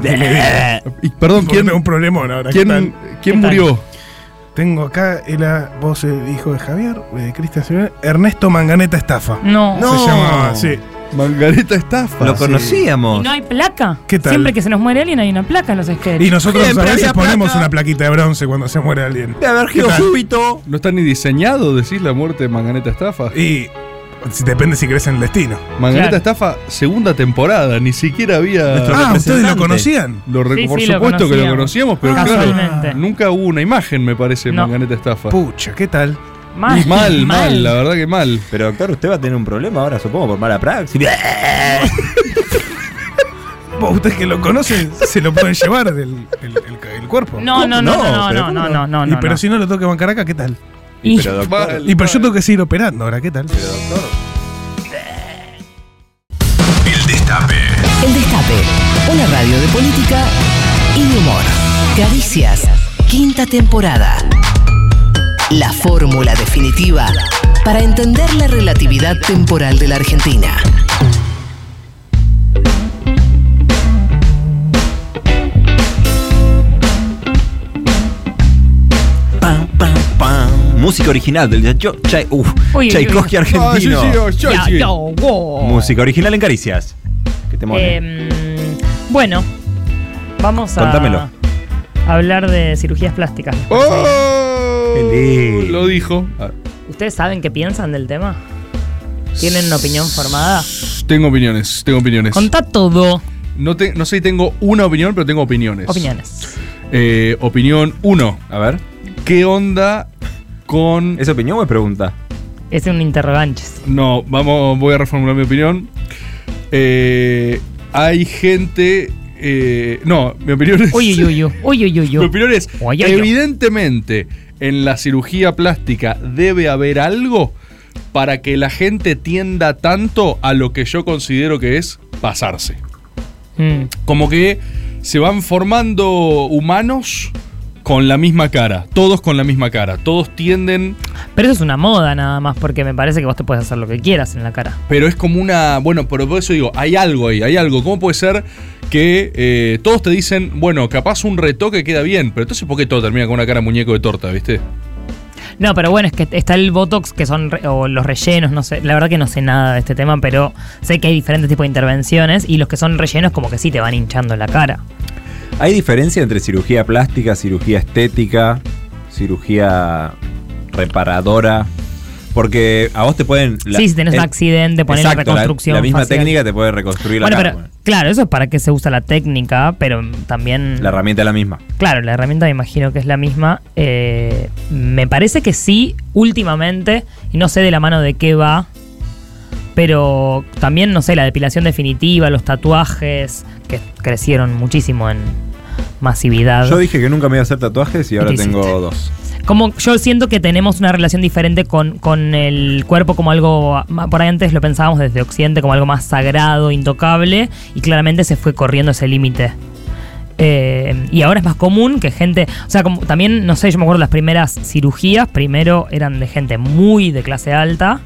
<laughs> Y, perdón,
Porque
¿quién,
tengo un problemón ahora. ¿qué
quién,
tal?
quién
¿Qué tal?
murió?
Tengo acá el a- voz el hijo de Javier, de Cristian Silvera, Ernesto Manganeta Estafa.
No.
No.
Se llamaba, sí.
Mangareta Estafa.
Lo
Sí.
¿Y
conocíamos.
no hay placa?
¿Qué tal?
Siempre que se nos muere alguien hay una placa en los sketches.
Y nosotros
Siempre
a veces
había placa.
ponemos una plaquita de bronce cuando se muere alguien.
De haber sido súbito.
No está ni diseñado, decís, la muerte de Manganeta Estafa.
Y si- depende si crees en el destino.
Manganeta
Claro.
Estafa, segunda temporada, ni siquiera
Nuestro
había.
Ah, ¿ustedes lo
representante.
conocían?
Lo rec-
Sí,
por
sí, lo
supuesto que lo conocíamos,
conocíamos. Ah,
pero
Casualmente.
claro, nunca hubo una imagen, me parece, de
No.
Manganeta Estafa.
Pucha, ¿qué tal?
Mal,
mal, mal, la verdad que mal.
Pero doctor, usted va a tener un problema ahora, supongo, por mala praxis.
Eh, Vos, ustedes que lo conocen, se lo pueden llevar del del- del- del cuerpo.
No, no,
No,
no, no,
pero
no,
¿cómo
no, no, no,
Y
no.
pero
no.
si no lo tengo que bancar acá, ¿qué tal?
Y
Y-
pero doctor,
Y pero yo tengo que seguir operando ahora, ¿qué tal?
El Destape, una radio de política y de humor. Caricias, quinta temporada. La fórmula definitiva para entender la relatividad temporal de la Argentina.
Pam. Música original del yo, Chai- uf,
Uy, uy,
Tchaikovsky
uy.
Ah,
argentino.
oh,
Ya, ya, wow.
Música original en Caricias. Oh. Que te mole.
Eh, bueno, vamos a
Contámelo.
hablar de cirugías plásticas.
¡Oh!
Lo dijo. A ver,
¿Ustedes saben qué piensan del tema? ¿Tienen una opinión formada?
Tengo opiniones, tengo opiniones.
Contá todo.
No, te- no sé si tengo una opinión, pero tengo opiniones.
Opiniones.
Eh, opinión 1. A ver. ¿Qué onda con.
¿Es opinión o es pregunta?
Es un interrogante.
No, vamos, voy a reformular mi opinión. Eh, hay gente. eh, no, mi opinión es.
Uy, uy, uy, uy, uy, uy, uy.
Mi opinión es.
Uy, uy, uy.
Evidentemente, en la cirugía plástica debe haber algo para que la gente tienda tanto a lo que yo considero que es pasarse.
Mm.
Como que se van formando humanos con la misma cara. Todos con la misma cara. Todos tienden.
Pero eso es una moda nada más, porque me parece que vos te puedes hacer lo que quieras en la cara.
Pero es como una. Bueno, pero por eso digo, hay algo ahí, hay algo. ¿Cómo puede ser que eh, todos te dicen, bueno, capaz un retoque queda bien, pero entonces ¿por qué todo termina con una cara de muñeco de torta, viste?
No, pero bueno, es que está el Botox, que son re- o los rellenos, no sé. La verdad que no sé nada de este tema, pero sé que hay diferentes tipos de intervenciones y los que son rellenos como que sí te van hinchando la cara.
¿Hay diferencia entre cirugía plástica, cirugía estética, cirugía reparadora? Porque a vos te pueden.
sí, si tenés
el-
un accidente, poner la
Exacto,
reconstrucción.
La, misma
facial.
técnica te puede reconstruir la
Bueno,
cara.
pero claro, eso es para que se usa la técnica, pero también...
pues. La herramienta es la misma.
Claro, la herramienta me imagino que es la misma. Eh, me parece que sí, últimamente, y no sé de la mano de qué va, pero también, no sé, la depilación definitiva, los tatuajes, que crecieron muchísimo en masividad.
Yo dije que nunca me iba a hacer tatuajes y ahora
te
tengo dos.
Como yo siento que tenemos una relación diferente con, con el cuerpo como algo, ma- por ahí antes lo pensábamos desde Occidente como algo más sagrado, intocable, y claramente se fue corriendo ese límite. Eh, y ahora es más común que gente, o sea, como, también, no sé, yo me acuerdo las primeras cirugías, primero eran de gente muy de clase alta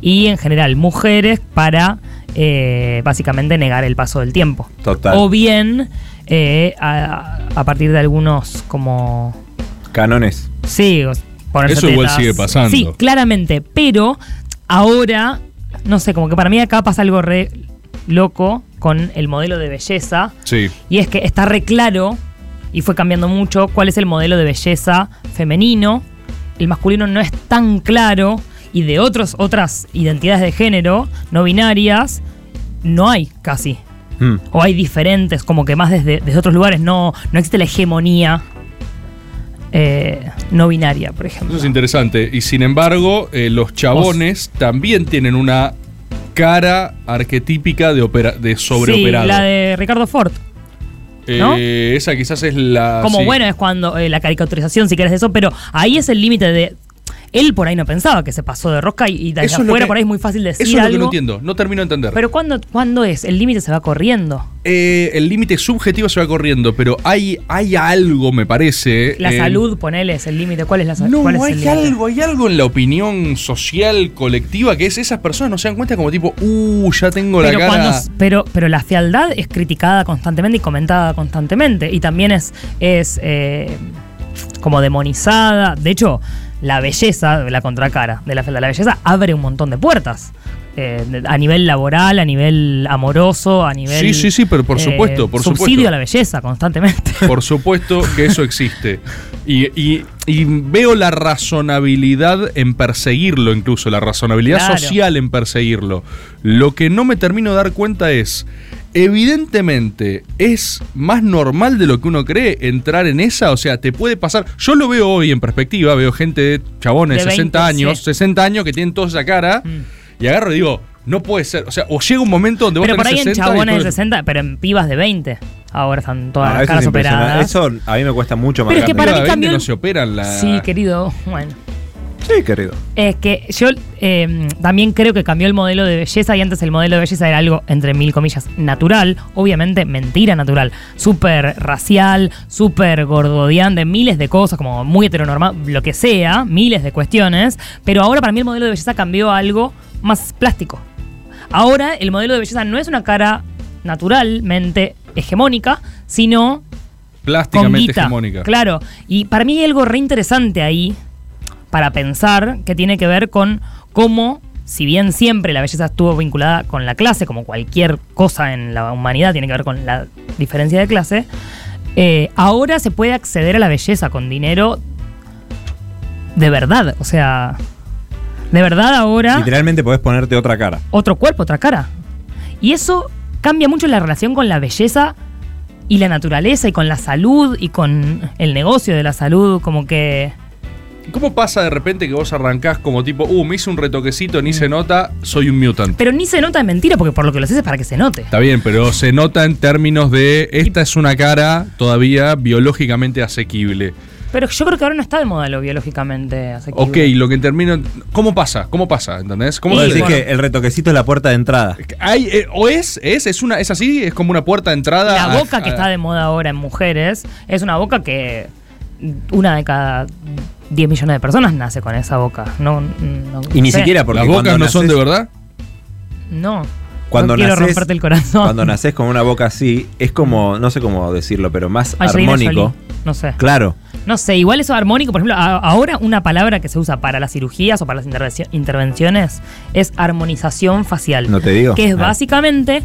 y en general mujeres para eh, básicamente negar el paso del tiempo.
Total.
O bien eh, a, a partir de algunos como...
Canones.
Sí, o s- ponerse
Eso igual
tetas.
sigue pasando.
Sí, claramente, pero ahora, no sé, como que para mí acá pasa algo re loco con el modelo de belleza.
Sí.
Y es que está re claro, y fue cambiando mucho, cuál es el modelo de belleza femenino. El masculino no es tan claro. Y de otros, otras identidades de género no binarias, no hay casi. O hay diferentes, como que más desde, desde otros lugares. No, no existe la hegemonía eh, no binaria, por ejemplo.
Eso es interesante. Y sin embargo, eh, los chabones también tienen una cara arquetípica de, opera- de sobreoperado.
Sí, la de Ricardo Ford. ¿no?
Eh, esa quizás es la.
como
sí.
bueno es cuando eh, la caricaturización, si querés eso, pero ahí es el límite de. Él por ahí no pensaba que se pasó de rosca y, y de
Eso es lo
afuera
que-
por ahí es muy fácil decir
Eso es lo que
algo.
no entiendo, no termino de entender.
pero ¿cuándo, ¿cuándo es? El límite se va corriendo.
Eh, el límite subjetivo se va corriendo, pero hay, hay algo, me parece.
La
en-
salud, ponele, es el límite. ¿Cuál es la salud?
Eh, No,
¿Cuál es el
hay
límite?
algo, hay algo en la opinión social, colectiva, que es esas personas no se dan cuenta como tipo, uh, ya tengo
Pero,
la cara.
cuando- pero, pero la fealdad es criticada constantemente y comentada constantemente. Y también es, es eh, como demonizada. De hecho, la belleza, la contracara de la fealdad, la belleza abre un montón de puertas. Eh, de- a nivel laboral, a nivel amoroso, a nivel. eh,
Sí, sí, sí, pero por supuesto, por
subsidio
supuesto.
a la belleza constantemente.
Por supuesto que eso existe. Y, y- y veo la razonabilidad en perseguirlo, incluso, la razonabilidad
Claro.
social en perseguirlo. Lo que no me termino de dar cuenta es. Evidentemente es más normal de lo que uno cree entrar en esa, o sea, te puede pasar. Yo lo veo hoy en perspectiva, veo gente de chabones de
De
60
20,
años,
sí.
60 años que tienen toda esa cara y agarro y digo, no puede ser, o sea, o llega un momento donde
Mm. Pero
vos
por ahí
tenés
en
60 y
chabones de
todo-
60, pero en pibas de 20. Ahora están todas
Ah,
las
eso,
caras
es impresionante.
operadas.
eso a mí me cuesta mucho más.
Pero es que para mí
Arriba de 20
cambió el-
no se
operan la-
Sí, querido. Bueno.
Sí, querido.
Es que yo eh, también creo que cambió el modelo de belleza y antes el modelo de belleza era algo, entre mil comillas, natural. Obviamente, mentira natural. Súper racial, súper gordodiante, miles de cosas, como muy heteronormal, lo que sea, miles de cuestiones. Pero ahora para mí el modelo de belleza cambió a algo más plástico. Ahora el modelo de belleza no es una cara naturalmente hegemónica, sino con
Plásticamente
guita.
hegemónica.
Claro. Y para mí hay algo re interesante ahí para pensar que tiene que ver con cómo, si bien siempre la belleza estuvo vinculada con la clase, como cualquier cosa en la humanidad tiene que ver con la diferencia de clase, eh, ahora se puede acceder a la belleza con dinero de verdad. O sea, de verdad ahora
Literalmente podés ponerte otra cara.
otro cuerpo, otra cara. Y eso cambia mucho la relación con la belleza y la naturaleza y con la salud y con el negocio de la salud, como que...
¿Cómo pasa de repente que vos arrancás como tipo, uh, me hice un retoquecito, ni se nota, soy un mutant?
Mm. Pero ni se nota de mentira, porque por lo que lo haces es para que se note.
Está bien, pero se nota en términos de esta es una cara todavía biológicamente asequible.
Pero yo creo que ahora no está de moda lo biológicamente asequible.
Ok, lo que termino. ¿Cómo pasa? ¿Cómo pasa? ¿Entendés? ¿Cómo
Vos
se-
decís que el retoquecito es la puerta de entrada.
Hay, eh, o es, es, es una, es así, es como una puerta de entrada.
La
a-
ah,
boca que
a-
está de moda ahora en mujeres es una boca que una de cada 10 millones de personas nace con esa boca. No, no-
Y ni
no sé.
siquiera porque.
¿Las bocas
cuando
no son
nacés-
de verdad?
No.
Cuando
no quiero
nacés-
romperte el corazón.
Cuando naces con una boca así, es como, no sé cómo decirlo, pero más
Angelina
armónico.
Jolie, No sé.
Claro.
No sé, igual eso armónico, por ejemplo, a- ahora una palabra que se usa para las cirugías o para las intervenci- intervenciones es armonización facial.
No te digo.
Que es
Ah.
básicamente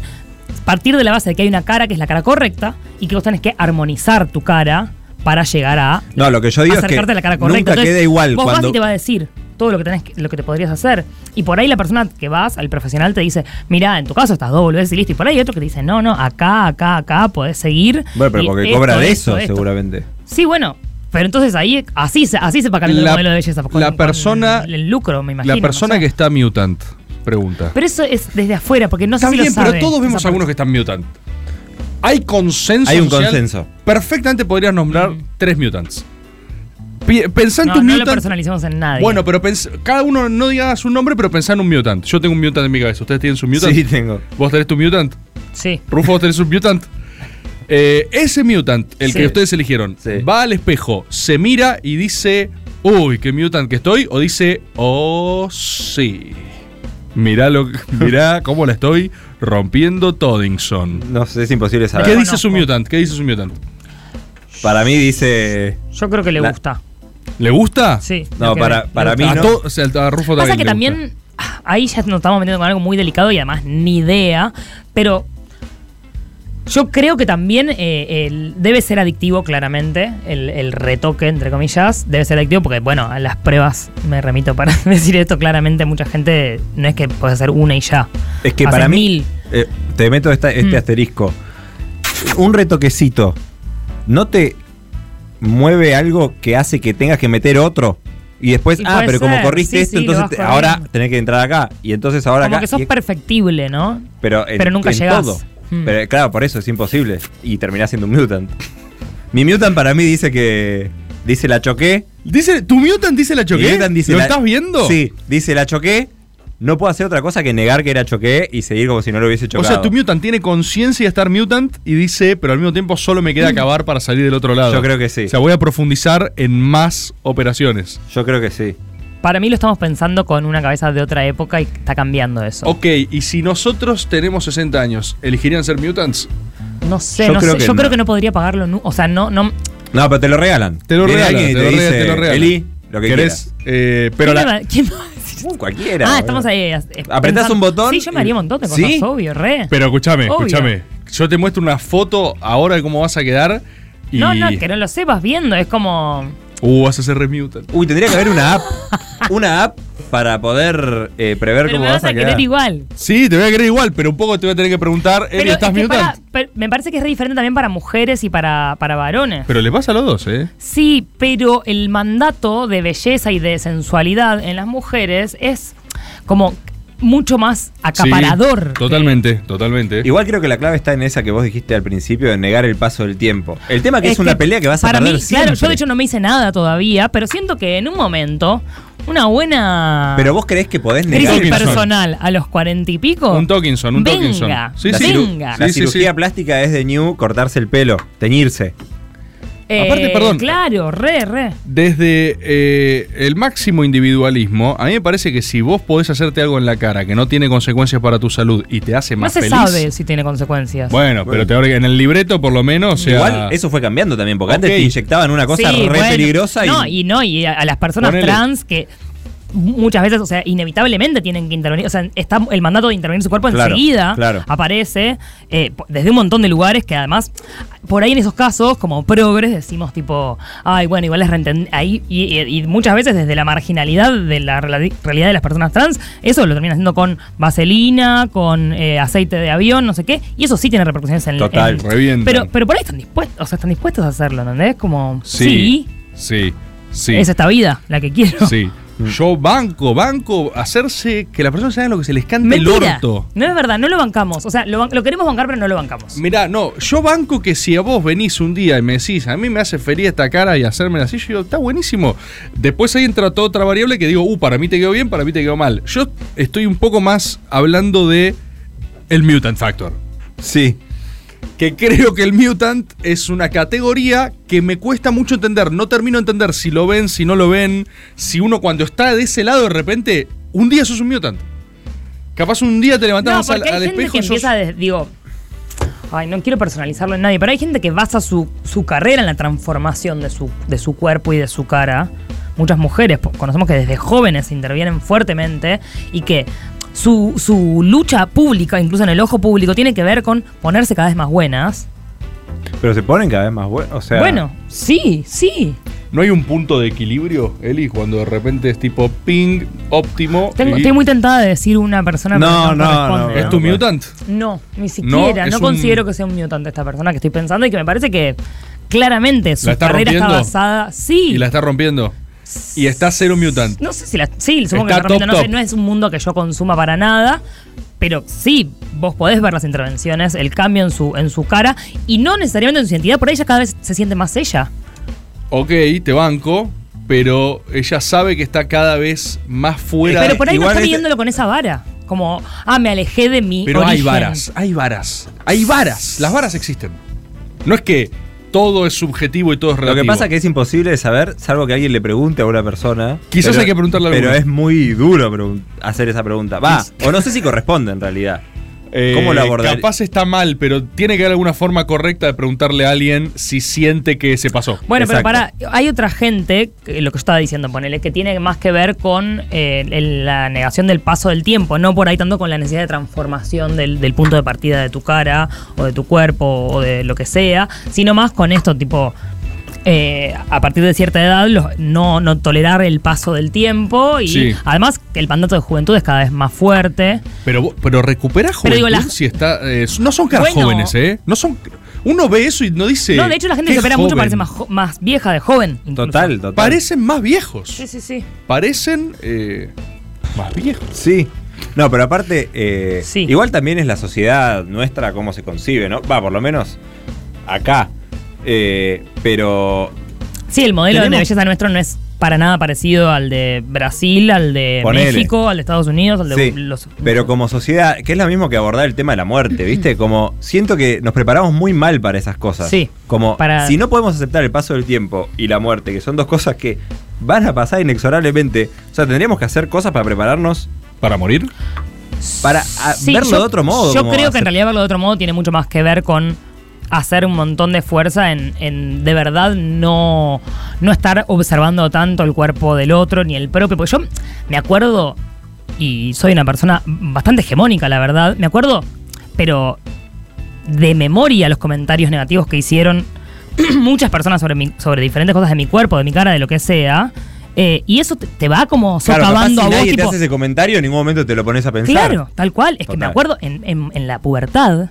partir de la base de que hay una cara que es la cara correcta y que vos tenés que armonizar tu cara para llegar a
No, lo que yo digo es que
acercarte a la cara correcta.
nunca
Entonces,
queda igual
Vos vas
cuando-
y te va a decir todo lo que tenés, que- lo que te podrías hacer. Y por ahí la persona que vas, al profesional, te dice, mira, en tu caso estás doble y listo. Y por ahí hay otro que te dice, no, no, acá, acá, acá, podés seguir.
Bueno, pero
Y
porque
esto,
cobra de
esto,
eso,
esto.
seguramente.
Sí, bueno. Pero entonces ahí, así, se- así se va cambiando
La-
el modelo de belleza. con-
la
con
persona-
el, lucro, me imagino.
la persona que está mutant, pregunta.
Pero eso es desde afuera, porque no sé
Está
si
bien,
lo sabe.
pero todos vemos
esa
algunos que están mutant. Hay consenso.
Hay un
social.
consenso.
Perfectamente podrías nombrar tres mutants. Pi- Pensá en
Mm. No,
tus
no lo
mutants.
personalizamos en nadie.
Bueno, pero pens- cada uno no diga su nombre, pero pensá en un mutant. Yo tengo un mutant en mi cabeza. ¿Ustedes tienen su mutant?
Sí, tengo.
¿Vos tenés tu mutant?
Sí.
Rufo, vos tenés un
<laughs>
mutant. Eh, ese mutant, el
Sí.
que ustedes eligieron, va al espejo, se mira y dice, uy, qué mutant que estoy, o dice, oh, sí. Mirá, lo,
<laughs>
mirá cómo la estoy rompiendo Toddington.
No sé, es imposible saber.
¿Qué dice su mutant? ¿Qué dice su mutant?
Para mí dice.
Yo creo que le
La-
gusta.
¿Le gusta?
Sí.
No, para, para mí
A
no.
to- o sea, a Rufo
Pasa
también
que
le gusta.
también ah, ahí ya nos estamos metiendo con algo muy delicado y además ni idea, pero yo creo que también eh, el- debe ser adictivo claramente, el, el retoque entre comillas, debe ser adictivo porque bueno, a las pruebas me remito para <laughs> decir esto claramente, mucha gente no es que puede hacer una y ya.
Es que
Haces
para
mil.
mí. eh, te meto esta- este
Mm.
asterisco. Un retoquecito. ¿No te mueve algo que hace que tengas que meter otro? Y después,
Y
ah,
puede
pero como
ser,
corriste
sí,
esto,
sí, lo
entonces
vas
te- ahora
corriendo.
tenés que entrar acá. Y entonces ahora
Como
acá.
que sos
y-
perfectible, ¿no?
pero, en-
pero nunca
en
llegás.
todo.
Mm.
Pero claro, por eso es imposible. Y terminás siendo un mutant. Mi mutant para mí dice que. Dice la choqué.
Dice, ¿Tu mutant dice la
Mi
choqué?
mutant dice
¿Lo
la-
estás viendo?
Sí, dice la choqué. No puedo hacer otra cosa que negar que era choqué y seguir como si no lo hubiese
O
chocado.
sea, tu mutant tiene conciencia de estar mutant y dice, pero al mismo tiempo solo me
Mm.
queda acabar para salir del otro lado.
Yo creo que sí.
O sea, voy a profundizar en más operaciones.
Yo creo que sí.
Para mí lo estamos pensando con una cabeza de otra época y está cambiando eso.
Ok, y si nosotros tenemos 60 años, ¿elegirían ser mutants?
No sé,
Yo
no
creo
sé.
que
Yo creo
no.
que no podría pagarlo, nu- o sea, no no
No, pero te lo regalan.
Te lo
Viene
regalan,
alguien y
te lo regalan,
dice,
te lo regalan.
Eli, lo que
¿Querés?
quieras.
Eh, pero
¿Quién
la-
me va- quién me
<laughs>
va a decir
Uh, cualquiera.
Ah,
boludo.
estamos ahí. eh,
Apretás
pensando-
un botón
Sí, yo me
y-
haría un montón de cosas,
¿Sí?
obvio, re.
Pero escúchame,
Obvio.
escúchame. Yo te muestro una foto ahora de cómo vas a quedar y...
No, no, que no lo sepas viendo,
<laughs>
es como.
Uh, vas a ser remutant.
Uy, tendría que haber una app. una app para poder eh, prever
Pero
cómo
me
vas a, quedar.
querer igual.
Sí, te voy a querer igual, pero un poco te voy a tener que preguntar, Eli,
Pero
Eh, ¿estás
es que
mutant?
para- pero me parece que es re diferente también para mujeres y para, para varones.
Pero le pasa a los dos, ¿eh?
Sí, pero el mandato de belleza y de sensualidad en las mujeres es como mucho más acaparador.
Sí, totalmente, totalmente.
Igual creo que la clave está en esa que vos dijiste al principio de negar el paso del tiempo. El tema que es, una pelea que vas a
para
perder
mí,
siempre.
Claro, yo de hecho no me hice nada todavía, pero siento que en un momento, una buena
Pero vos crees que podés negar
crisis
el paso.
personal a los cuarenta y pico.
Un Tokinson, un
venga,
Tokinson. Sí,
la
sí,
ciru-
venga.
La
Sí, sí,
cirugía
sí.
plástica es de New cortarse el pelo, teñirse.
Eh,
Aparte, perdón.
Claro, re, re.
Desde eh, el máximo individualismo, a mí me parece que si vos podés hacerte algo en la cara que no tiene consecuencias para tu salud y te hace
No
más
se
feliz.
sabe si tiene consecuencias.
Bueno, pero te ahora en el libreto por lo menos. o sea-
Igual eso fue cambiando también, porque antes
Ok.
te inyectaban una cosa
Sí,
re
bueno.
peligrosa y,
No, y no, y a, a las personas
Ponele.
trans que muchas veces, o sea, inevitablemente tienen que intervenir, o sea, está el mandato de intervenir su cuerpo
Claro,
enseguida,
claro.
aparece eh, po- desde un montón de lugares que además, por ahí en esos casos, como progres, decimos tipo, ay, bueno, igual es reenten- ahí y, y- y muchas veces desde la marginalidad de la rela- realidad de las personas trans, eso lo terminan haciendo con vaselina, con eh, aceite de avión, no sé qué, y eso sí tiene repercusiones en
Total,
en-
revientan.
Pero, pero por ahí están dispuestos, o sea, están dispuestos a hacerlo, ¿entendés? Como, sí
Sí. Sí, sí.
es esta vida la que quiero.
Sí. Yo banco, banco, hacerse que las personas hagan lo que se les cante
<laughs> Mentira.
el orto.
No es verdad, no lo bancamos. O sea, lo, ban- lo queremos bancar, pero no lo bancamos.
Mirá, no, yo banco que si a vos venís un día y me decís, a mí me hace feliz esta cara y hacérmela así, yo digo, está buenísimo. Después ahí entra toda otra variable que digo, uh, para mí te quedó bien, para mí te quedó mal. Yo estoy un poco más hablando de el mutant factor.
Sí.
Que creo que el mutant es una categoría que me cuesta mucho entender. No termino de entender si lo ven, si no lo ven. Si uno cuando está de ese lado de repente, un día sos un mutant. Capaz un día te
No,
levantamos
porque
al,
hay
al
gente
espejo
que
y sos-
empieza de- digo, ay, no quiero personalizarlo en nadie, pero hay gente que basa su, su carrera en la transformación de su, de su cuerpo y de su cara. Muchas mujeres po- conocemos que desde jóvenes intervienen fuertemente y que su, su lucha pública, incluso en el ojo público, tiene que ver con ponerse cada vez más buenas.
pero se ponen cada vez más buenos. O sea,
Bueno, sí, sí.
¿No hay un punto de equilibrio, Eli, cuando de repente es tipo ping, óptimo?
Tengo-
y-
estoy muy tentada de decir una persona. pero corresponde,
¿Es tu mutant?
No, ni siquiera.
No, es
No,
un-
considero que sea un mutante esta persona que estoy pensando y que me parece que claramente su
¿La está
carrera está
rompiendo?
basada. Sí.
Y la está rompiendo. Y está cero mutant.
No sé si la. Sí, supongo
Está
que realmente
top,
no, sé,
top.
no es un mundo que yo consuma para nada. Pero sí, vos podés ver las intervenciones, el cambio en su, en su cara y no necesariamente en su identidad. Por ella cada vez se siente más ella.
Ok, te banco, pero ella sabe que está cada vez más fuera
pero por ahí no está
este-
midiéndolo con esa vara. Como, ah, me alejé de mi.
Pero hay
origen.
varas, hay varas. Hay varas. Las varas existen. No es que todo es subjetivo y todo es
Lo
relativo.
que pasa es que es imposible de saber, salvo que alguien le pregunte a una persona.
Quizás hay que preguntarle a
Pero
alguno.
es muy duro pregun- hacer esa pregunta. Va,
Quis-
o no sé si corresponde en realidad.
Eh,
¿Cómo lo abordar?
Capaz está mal, pero tiene que haber alguna forma correcta de preguntarle a alguien si siente que se pasó.
Bueno, pero para, hay otra gente, que lo que yo estaba diciendo, ponele, que tiene más que ver con eh, el- la negación del paso del tiempo, no por ahí tanto con la necesidad de transformación del, del punto de partida de tu cara o de tu cuerpo o de lo que sea, sino más con esto tipo... eh, a partir de cierta edad, los- no, no tolerar el paso del tiempo y
Sí.
además que el mandato de juventud es cada vez más fuerte.
Pero, vos- pero recupera juventud
Pero digo, la-
si está. eh, no son caras
Bueno.
jóvenes, ¿eh? No son. Uno ve eso y no dice.
no, de hecho la gente
"Qué
que opera mucho
joven".
parece más, jo- más vieja de joven.
Total, total.
Parecen más viejos.
Sí, sí, sí.
Parecen. eh, más viejos.
Sí. No, pero aparte, eh, igual también es la sociedad nuestra cómo se concibe, ¿no? Va, por lo menos acá. Eh, pero
Sí, el modelo de
Tenemos-
belleza nuestro no es para nada parecido al de Brasil, al de
Ponele.
México, al de Estados Unidos, al de
Sí,
los...
Pero como sociedad, que es lo mismo que abordar el tema de la muerte, ¿viste? Como siento que nos preparamos muy mal para esas cosas.
Sí,
Como
para-
si no podemos aceptar el paso del tiempo y la muerte, que son dos cosas que van a pasar inexorablemente. O sea, tendríamos que hacer cosas para prepararnos.
¿Para morir?
Para a-
Sí,
verlo
yo-
de otro modo.
Yo
como
creo que
hacer-
en realidad verlo de otro modo tiene mucho más que ver con hacer un montón de fuerza en, en de verdad no, no estar observando tanto el cuerpo del otro ni el propio. Porque yo me acuerdo, y soy una persona bastante hegemónica, la verdad, me acuerdo, pero de memoria los comentarios negativos que hicieron <clears throat> muchas personas sobre, mi, sobre diferentes cosas de mi cuerpo, de mi cara, de lo que sea. eh, y eso te, te va como
Claro, capaz si
socavando a vos.
nadie te
tipo,
hace ese comentario, en ningún momento te lo pones a pensar.
Claro, tal cual. Es que me
Total.
acuerdo en, en- en la pubertad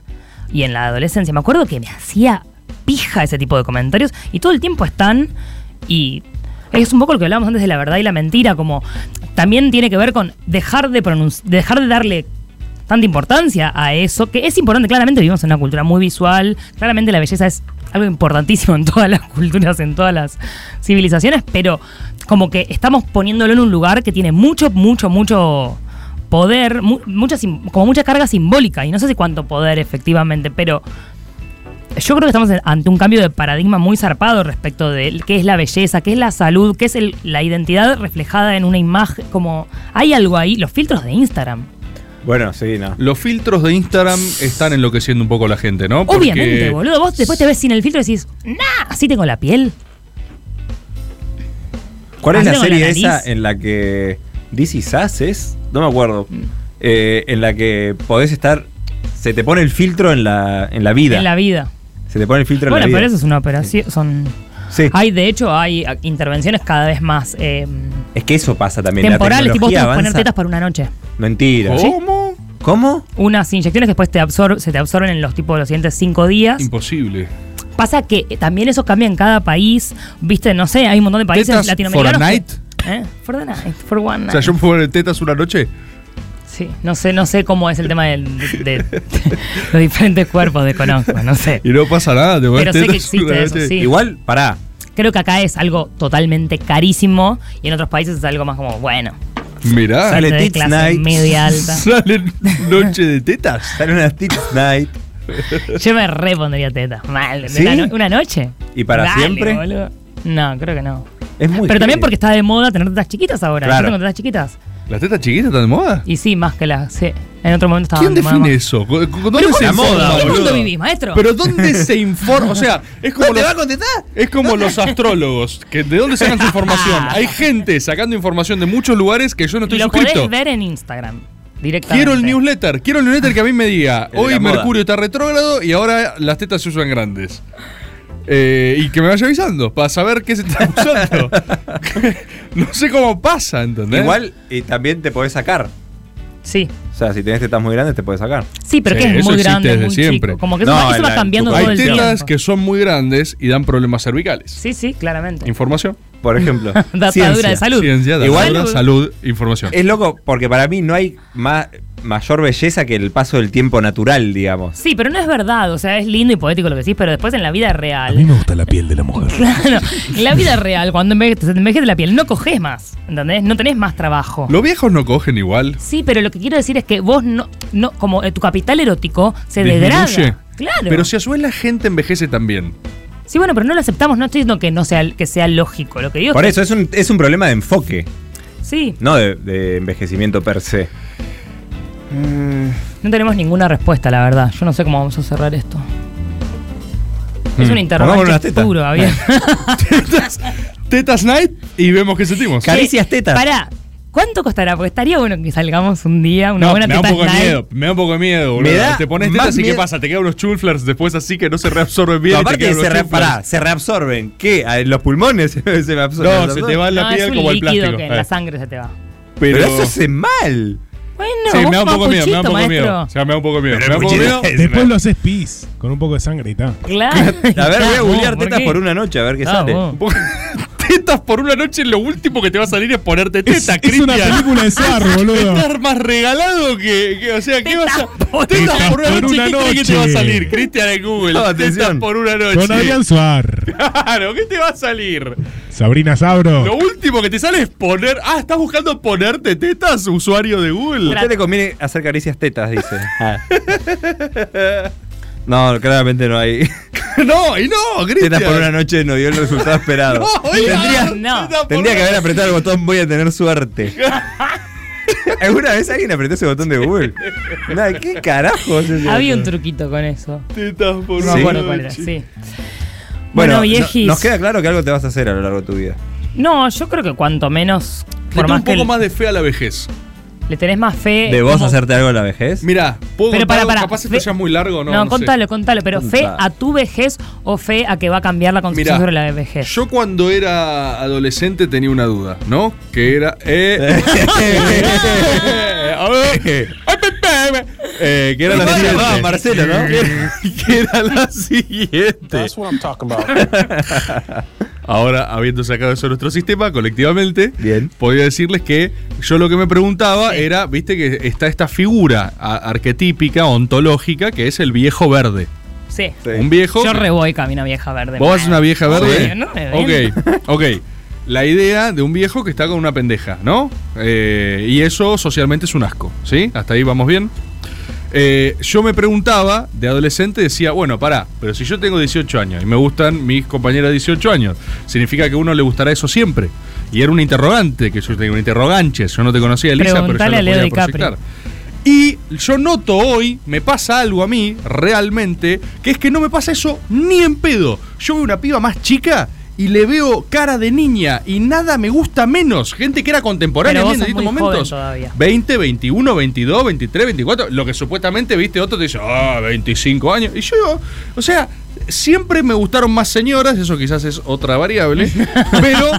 y en la adolescencia, me acuerdo que me hacía pija ese tipo de comentarios y todo el tiempo están y es un poco lo que hablábamos antes de la verdad y la mentira, como también tiene que ver con dejar de pronunci- dejar de darle tanta importancia a eso, que es importante, claramente vivimos en una cultura muy visual, claramente la belleza es algo importantísimo en todas las <laughs> culturas, en todas las civilizaciones, pero como que estamos poniéndolo en un lugar que tiene mucho, mucho, mucho poder, mu- mucha sim- como mucha carga simbólica, y no sé si cuánto poder efectivamente, pero yo creo que estamos ante un cambio de paradigma muy zarpado respecto de qué es la belleza, qué es la salud, qué es el- la identidad reflejada en una imagen, como hay algo ahí, los filtros de Instagram.
Bueno, sí, no.
Los filtros de Instagram están enloqueciendo un poco a la gente, ¿no? Porque-
Obviamente, boludo. Vos después te ves sin el filtro y decís, nah, así tengo la piel.
¿Cuál es la
Hacerlo con la
serie
nariz.
esa en la que DC Sass es? No me acuerdo.
Mm.
Eh, en la que podés estar. Se te pone el filtro en la, en la vida.
En la vida.
Se te pone el filtro
Bueno,
en la vida.
pero eso es una operación. Son.
Sí.
Hay, de hecho, hay ah, intervenciones cada vez más eh,
Es que eso pasa también.
temporales,
la
tipo vos
tecnología
te podés poner
avanza.
tetas para una noche.
Mentira. ¿Oh?
¿Sí?
¿Cómo?
Unas inyecciones que después te absor- se te absorben en los tipos los siguientes cinco días.
Imposible.
Pasa que eh, también eso cambia en cada país. Viste, no sé, hay un montón de países
¿Tetas
latinoamericanos.
for a
que-
night?
¿Eh? For the night, for one night.
O sea, yo me puedo poner tetas una noche.
Sí, no sé, no sé cómo es el tema del- de, de
<laughs>
los diferentes <laughs> cuerpos, desconozco, no sé.
Y no pasa nada, te pones
Pero sé que
tetas
existe
una
eso,
noche.
sí. Igual,
pará.
Creo que acá es algo totalmente carísimo y en otros países es algo más como, bueno,
Mirá.
Sale Gente de Tits clase Night. media alta.
Sale noche de tetas.
Sale una Tits Night.
yo me repondría teta. Mal,
¿Sí?
una, no- una noche.
¿Y para
Dale,
siempre?
boludo. No, creo que no.
Es muy
Pero también
heavy.
porque está de moda tener tetas chiquitas ahora.
Claro.
Yo tengo tetas chiquitas.
¿Las tetas chiquitas están de moda?
Y sí, más que las. sí. En otro momento estaba
¿Quién
de moda
define
más.
eso? ¿Cu- cu- ¿Dónde
Pero
se
¿cómo-
moda,
¿En qué mundo
boludo?
vivís, maestro?
Pero ¿dónde se informa? O sea, es como
¿No te
los,
va a contestar?
Es como
<laughs>
los astrólogos, que ¿de dónde sacan su información? Hay gente sacando información de muchos lugares que yo no estoy
Ah. Lo
suscrito.
podés ver en Instagram. Directamente.
Quiero el newsletter, quiero el newsletter que a mí me diga,
El de
hoy
la moda.
Mercurio está retrógrado y ahora las tetas se usan grandes. Eh, y que me vaya avisando para saber qué se está usando. <laughs> no sé cómo pasa, ¿entendés?
Igual, y también te podés sacar.
Sí.
O sea, si tenés tetas muy grandes, te podés sacar.
Sí, pero que es muy grande, muy chico. Como que eso va- eso va cambiando todo
Hay
el
tetas
tiempo.
que son muy grandes y dan problemas cervicales.
Sí, sí, claramente. <laughs>
Información. Por
ejemplo.
Datadura
Ciencia.
de salud.
Ciencia, datadura,
<laughs> Igual-
salud. información.
Es loco porque para mí no hay ma- mayor belleza que el paso del tiempo natural, digamos.
Sí, pero no es verdad. O sea, es lindo y poético lo que decís, pero después en la vida real.
me gusta la piel de la mujer.
<laughs> Claro, en la vida real, cuando enveje- te envejece la piel, no coges más, ¿entendés? No tenés más trabajo.
Los viejos no cogen igual.
Sí, pero lo que quiero decir es que vos no, no como eh, tu capital erótico se
Disminuye.
degrada. Claro.
Pero si a su vez la gente envejece también.
Sí, bueno, pero no lo aceptamos, no estoy diciendo que no sea que sea lógico. Lo que digo
Por
que-
eso es un, es un problema de enfoque,
Sí,
no de, de envejecimiento per <laughs> se.
no tenemos ninguna respuesta, la verdad. Yo no sé cómo vamos a cerrar esto. Es un
Mm. Pongámonos
interrogante
las tetas.
puro, Javier. <laughs>
Tetas Night y vemos qué sentimos.
Pará, ¿cuánto costará? Porque estaría bueno que salgamos un día, una
No,
buena
me da un
tetas
poco de
night.
miedo, me da un poco de miedo,
Me
boludo.
da
te pones
más
tetas y qué
miedo-
pasa, te quedan unos chunflers después así que no se reabsorben bien. y te
Pero aparte
quedan
se,
unos
re-
chunflers. <laughs>
pará, se reabsorben. ¿Qué? Ah, ¿Los pulmones <laughs> se me absorben?
No, se te va la
No,
piel
es un
como el
líquido
plástico.
que en
Eh.
la sangre se te va.
Pero, eso hace mal.
Bueno,
sí,
vos
me da un
tomás
poco miedo, me da un poco
puchito,
miedo.
maestro.
O sea, me da un poco miedo. Me
Pero
da un poco
cuchillo
miedo.
es-
Después lo haces pis, con un poco de sangre y tal. <laughs>
Claro.
A ver, voy a
Ah,
googlear
vos, ¿por
tetas
qué?
por una noche, a ver qué
Ah,
sale.
vos.
<laughs> Tetas por una noche, lo último que te va a salir es ponerte tetas,
es una
Cristian. <laughs>
película de Sar, boludo.
Estar más regalado que, que- o sea, ¿qué vas a tetas por una
por
noche?
una
¿Qué crees que te
noche.
va a salir? Cristian en Google.
No,
tetas
atención.
por una noche.
Con Adrián Suar,
<laughs> Claro, ¿qué te va a salir?
Sabrina Sabro.
Lo último que te sale es poner. Ah, estás buscando ponerte tetas, usuario de Google.
Usted le conviene hacer caricias tetas, <laughs> dice. Ah. No, claramente no <laughs> hay.
<laughs> no, y no, Cristian.
Tetas por una noche no dio el resultado <laughs> esperado. tendría
No.
<laughs> tendría que haber apretado el botón, voy a tener <laughs> suerte. ¿Alguna vez alguien apretó ese botón de Google? Nada, ¿Qué carajo?
Había un truquito con eso.
Tetas por
no
una
me acuerdo cuál era,
noche.
sí.
Bueno,
Bueno,
no-
viejis.
nos queda claro que algo te vas a hacer a lo largo de tu vida.
No, yo creo que cuanto menos.
Le
Por
tengo
más
un poco
que
más de fe a la vejez.
le tenés más fe.
¿De vos
como-
hacerte algo a la vejez?
Mira, ¿puedo
Eh, Pero
contar
para,
algo?
para.
Capaz esto
Ve-
ya es muy largo, ¿no?
No,
sé.
contalo, contalo. Pero fe
Contá.
a tu vejez o fe a que va a cambiar la concepción
Mirá,
sobre la vejez.
Yo cuando era adolescente tenía una duda, ¿no? Que era.
<laughs>
Eh, <laughs> a ver, eh, que era la
Marcelo,
siguiente.
no, Marcelo, <laughs> ¿no?
<laughs>
este.
Que era la siguiente. Ahora, habiendo sacado eso de nuestro sistema colectivamente, podría decirles que yo lo que me preguntaba era, viste que está esta figura a- arquetípica, ontológica, que es el viejo verde.
Sí.
Un viejo.
Yo re voy camino a vieja verde.
¿Vos vas una vieja verde?
Obvio, no me ven.
ok, <laughs> ok. La idea de un viejo que está con una pendeja, ¿no? Eh, y eso socialmente es un asco, ¿sí? Hasta ahí vamos bien. Eh, yo me preguntaba, de adolescente, decía, bueno, pará, pero si yo tengo 18 años y me gustan mis compañeras de 18 años, significa que a uno le gustará eso siempre. Y era un interrogante, que yo tenía un interrogante, yo no te conocía, Elisa, pero yo
Preguntale
lo
a Leo
podía
DiCaprio.
proyectar. Y yo noto hoy, me pasa algo a mí, realmente, que es que no me pasa eso ni en pedo. Yo veo una piba más chica y le veo cara de niña y nada me gusta menos. Gente que era contemporánea
Pero
mía
vos
en
sos
estos
muy joven
momentos.
todavía.
20, 21, 22, 23, 24. Lo que supuestamente, viste, otro te dice, ah, 25 años. Y yo, o sea, siempre me gustaron más señoras, eso quizás es otra
<laughs>
variable. pero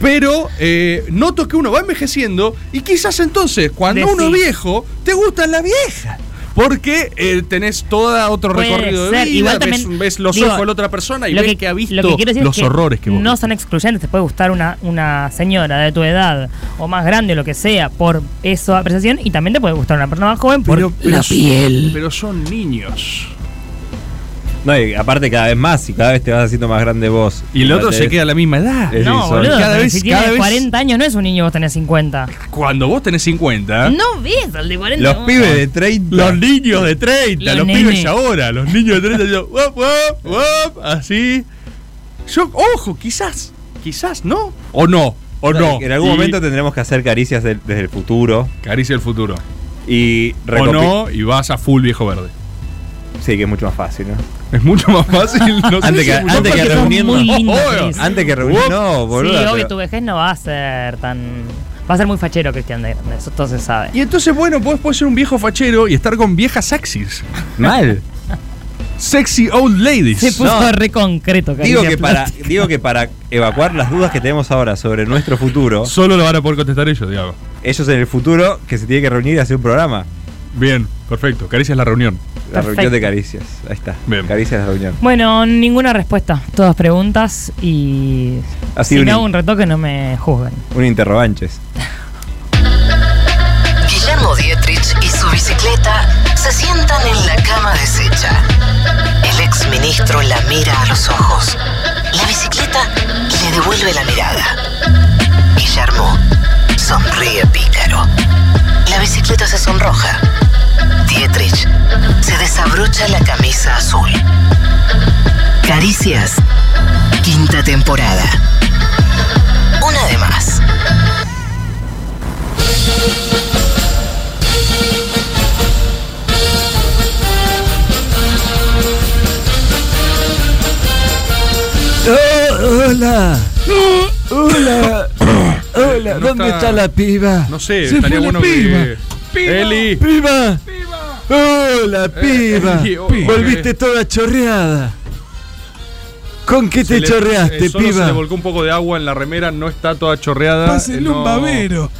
pero eh, noto que uno va envejeciendo y quizás entonces, cuando
Decís.
uno es viejo, te gustan las viejas. Porque eh, tenés todo otro
Puede
recorrido de
ser,
vida,
igual
ves,
también,
ves los
digo,
ojos de la otra persona y
lo
ves que,
que-
ha visto
lo que quiero decir es
los horrores que vos.
No son excluyentes, te puede gustar una, una señora de tu edad o más grande o lo que sea por esa apreciación y también te puede gustar una persona más joven por la piel.
Pero son niños.
No, y aparte cada vez más y cada vez te vas haciendo más grande vos.
Y el otro se queda a la misma edad.
No, boludo,
Cada
pero
vez-
si tienes
cada vez-
40 años no es un niño, vos tenés 50.
Cuando vos tenés 50,
No ves al de 40.
¿Ah? los
vos.
pibes de 30, los niños de 30, los,
Los
pibes
nenes.
ya ahora, los niños de 30, yo, "Wop, wop, wop", así. Yo, ojo, quizás, quizás no. O no, o no.
En algún
Y-
momento tendremos que hacer caricias del- desde el futuro.
Caricia del futuro.
Y
O no, y vas a full viejo verde.
Sí, que es mucho más fácil, ¿no?
Es mucho más fácil. No sé
Antes
si
que-
es mucho
antes
más
que
fácil.
reunirnos.
Muy lindo,
Obvio.
Cris.
Antes que reunir-
Uf.
no, boluda,
Sí, obvio,
pero-
tu vejez no va a ser tan. Va a ser muy fachero, Cristian de grande, eso todo se sabe.
Y entonces, bueno, vos podés ser un viejo fachero y estar con viejas sexys. Mal. Sexy old ladies.
Se puso
No.
re concreto,
Digo
Caricia
que, para,
Plástica.
digo que para evacuar las dudas que tenemos ahora sobre nuestro futuro.
Solo lo van a poder contestar ellos, Diego.
Ellos en el futuro que se tienen que reunir y hacer un programa.
Bien, perfecto. Caricias la reunión.
La
Perfecto.
reunión de caricias. Ahí está. Caricias la reunión.
Bueno, ninguna respuesta. Todas preguntas y.
Ha
si
sido un
no,
in-
un retoque no me juzguen.
Un interrogantes.
Guillermo Dietrich y su bicicleta se sientan en la cama deshecha. El exministro la mira a los ojos. La bicicleta le devuelve la mirada. Guillermo sonríe pícaro. La bicicleta se sonroja. Dietrich se desabrocha la camisa azul. Caricias, quinta temporada. Una de más.
hola. Hola. Hola.
No
¿Dónde
está-
está... la piba?
No sé,
Se
estaría
fue la
bueno que. Eli.
¡Piba! ¡Hola, piba!
eh, oh,
Volviste toda chorreada. ¿Con qué te
Se le-
chorreaste,
eh, solo
piba?
Se le volcó un poco de agua en la remera, no está toda chorreada. eh, no.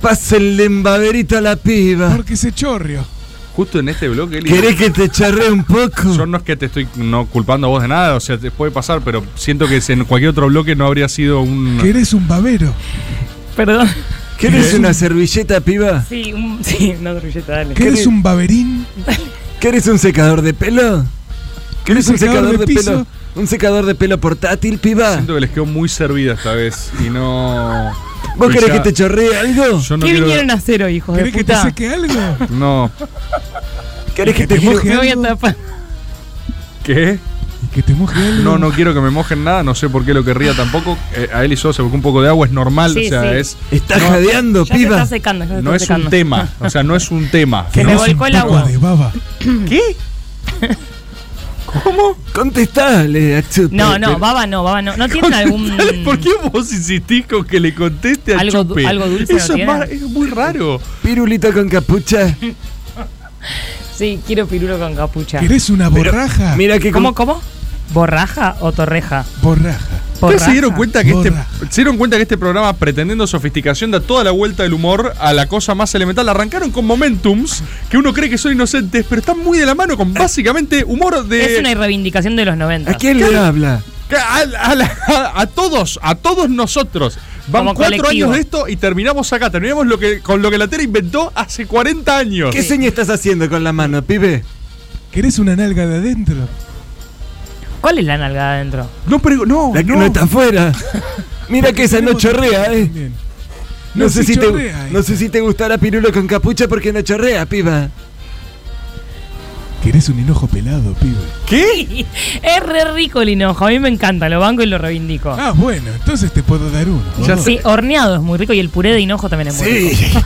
Pásenle un baberito a la piba. Porque se chorreó.
Justo en este bloque, Eli.
¿Querés que te charree un poco?
Yo no es que te estoy no culpando a vos de nada, o sea, te puede pasar, pero siento que en cualquier otro bloque no habría sido un.
Que eres un babero.
Perdón.
¿Querés una servilleta, piba?
Ah. Sí, un, <laughs> sí, una servilleta, dale.
¿Querés un baberín? ¿Querés un secador de pelo? ¿Querés un secador, de, pelo? ¿Un secador de pelo portátil, piba?
Siento que les quedó muy servida esta vez y no.
¿Vos
Pues
querés
ya-
que te chorree algo?
Yo no quiero-
a hacer hoy, hijos
¿Querés que te
seque <laughs>
algo?
No.
¿Querés que
te moje
Me voy a tapar.
¿Qué? Que te moje No, no quiero que me mojen nada, no sé por qué lo querría tampoco. Eh, a él y yo se volcó un poco de agua, es normal,
Sí,
o sea,
sí.
es.
Está
no-
jadeando,
Ya se está secando, ya se
No
está
es un
secando.
tema, o sea, no es un tema.
Se
No
me
es un
volcó el agua.
¿Qué?
¿Cómo? Contestale, Axel.
No, no, baba no, baba no.
<laughs>
No tienen algún.
¿Por qué vos insistís con que le conteste a
Algo du-
Chupe?
algo
Eso
dulce no
es,
tiene.
mar- es muy raro.
Pirulito con capucha.
Sí, quiero pirulo con capucha.
¿Querés una Pero, borraja? mira que
¿Cómo,
con-
cómo? ¿Borraja o torreja?
Borraja.
¿Ustedes se dieron, cuenta que este, se dieron cuenta que este programa, pretendiendo sofisticación, da toda la vuelta del humor a la cosa más elemental? Arrancaron con momentums que uno cree que son inocentes, pero están muy de la mano con básicamente humor de.
Es una reivindicación de los 90.
¿A quién le habla?
Que A, a la- a- a todos, a todos nosotros. Van
Como
cuatro
colectivo.
años de esto y terminamos acá. Terminamos lo que, con lo que la tele inventó hace 40 años.
¿Qué seña estás haciendo con la mano, pibe?
¿Querés una nalga de adentro?
¿Cuál es la nalgada adentro?
No, pero no.
La que no, está afuera. Mira que esa no chorrea, eh. No,
No,
sé
sí
si
chorrea,
te,
eh.
no sé si te gustará pirulo con capucha porque no chorrea, piba.
¿Querés un hinojo pelado, pibe?
¿Qué? <laughs> es re rico el hinojo, a mí me encanta, lo banco y lo reivindico.
Ah, bueno, entonces te puedo dar uno. ¿no?
sí, horneado es muy rico y el puré de hinojo también es muy rico.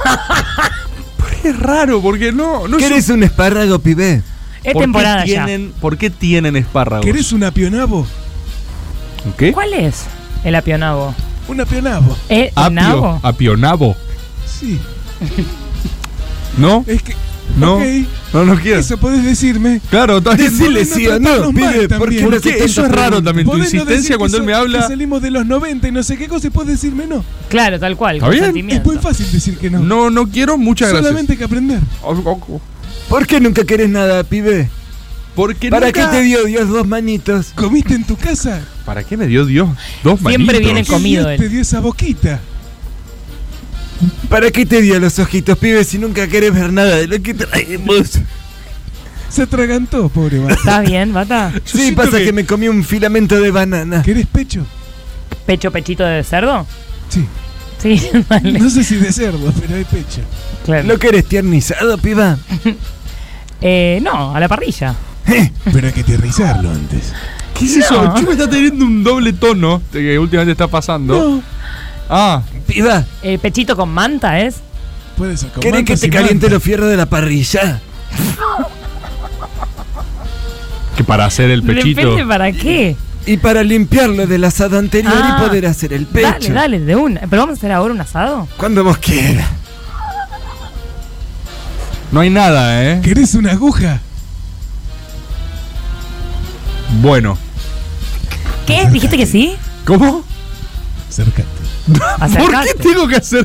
Es raro porque no. no
¿Querés un espárrago, pibe?
Es temporada
qué
ya.
tienen, ¿Por qué tienen espárragos?
¿Querés un apionabo?
¿Qué?
¿Cuál es el apionabo?
Un apionabo.
¿Eh,
Apio,
nabo?
apionabo.
Sí.
¿No?
Es que.
No.
ok.
No lo quiero.
Eso podés decirme.
Claro, está bien.
Decirle sí o no, pibe, porque, eso es raro también. Tu insistencia cuando él me habla. salimos de los 90 y no sé qué cosa y podés decirme no.
Claro, tal cual.
¿Está
con
bien?
sentimiento.
fácil decir que no.
No, no quiero, muchas gracias. Oh,
Solamente hay que aprender.
¿Por qué nunca querés nada, pibe?
Porque
¿Para
nunca-
qué te dio Dios dos manitos?
¿Comiste en tu casa?
¿Para qué me dio Dios dos manitos?
Dios te dio esa boquita.
¿Para qué te dio los ojitos, pibe, si nunca querés ver nada de lo que traemos?
Se atragantó, pobre bata.
¿Estás bien, Bata?
Sí, pasa que... me comí un filamento de banana.
¿Querés pecho?
¿Pecho, pechito de cerdo?
Sí.
Sí, <laughs> vale.
No sé si de cerdo, pero hay pecho.
Claro.
¿No querés tiernizado, piba?
Eh, no, a la parrilla.
Pero hay que aterrizarlo antes.
¿Qué es eso?
No.
El chico está teniendo un doble tono de que últimamente está pasando. Ah,
Piba,
Eh, pechito con manta, ¿es?
Puede ser
¿querés que te caliente los fierros de la parrilla?
que para hacer el pechito.
Depende para qué.
Y para limpiarlo del asado anterior
Ah.
y poder hacer el pecho.
Dale, dale, de una. ¿Pero vamos a hacer ahora un asado?
Cuando vos quieras.
No hay nada, ¿eh?
¿Querés una aguja?
Bueno.
¿Qué? ¿Dijiste que sí?
¿Cómo?
Cerca.
¿Por qué tengo que hacer?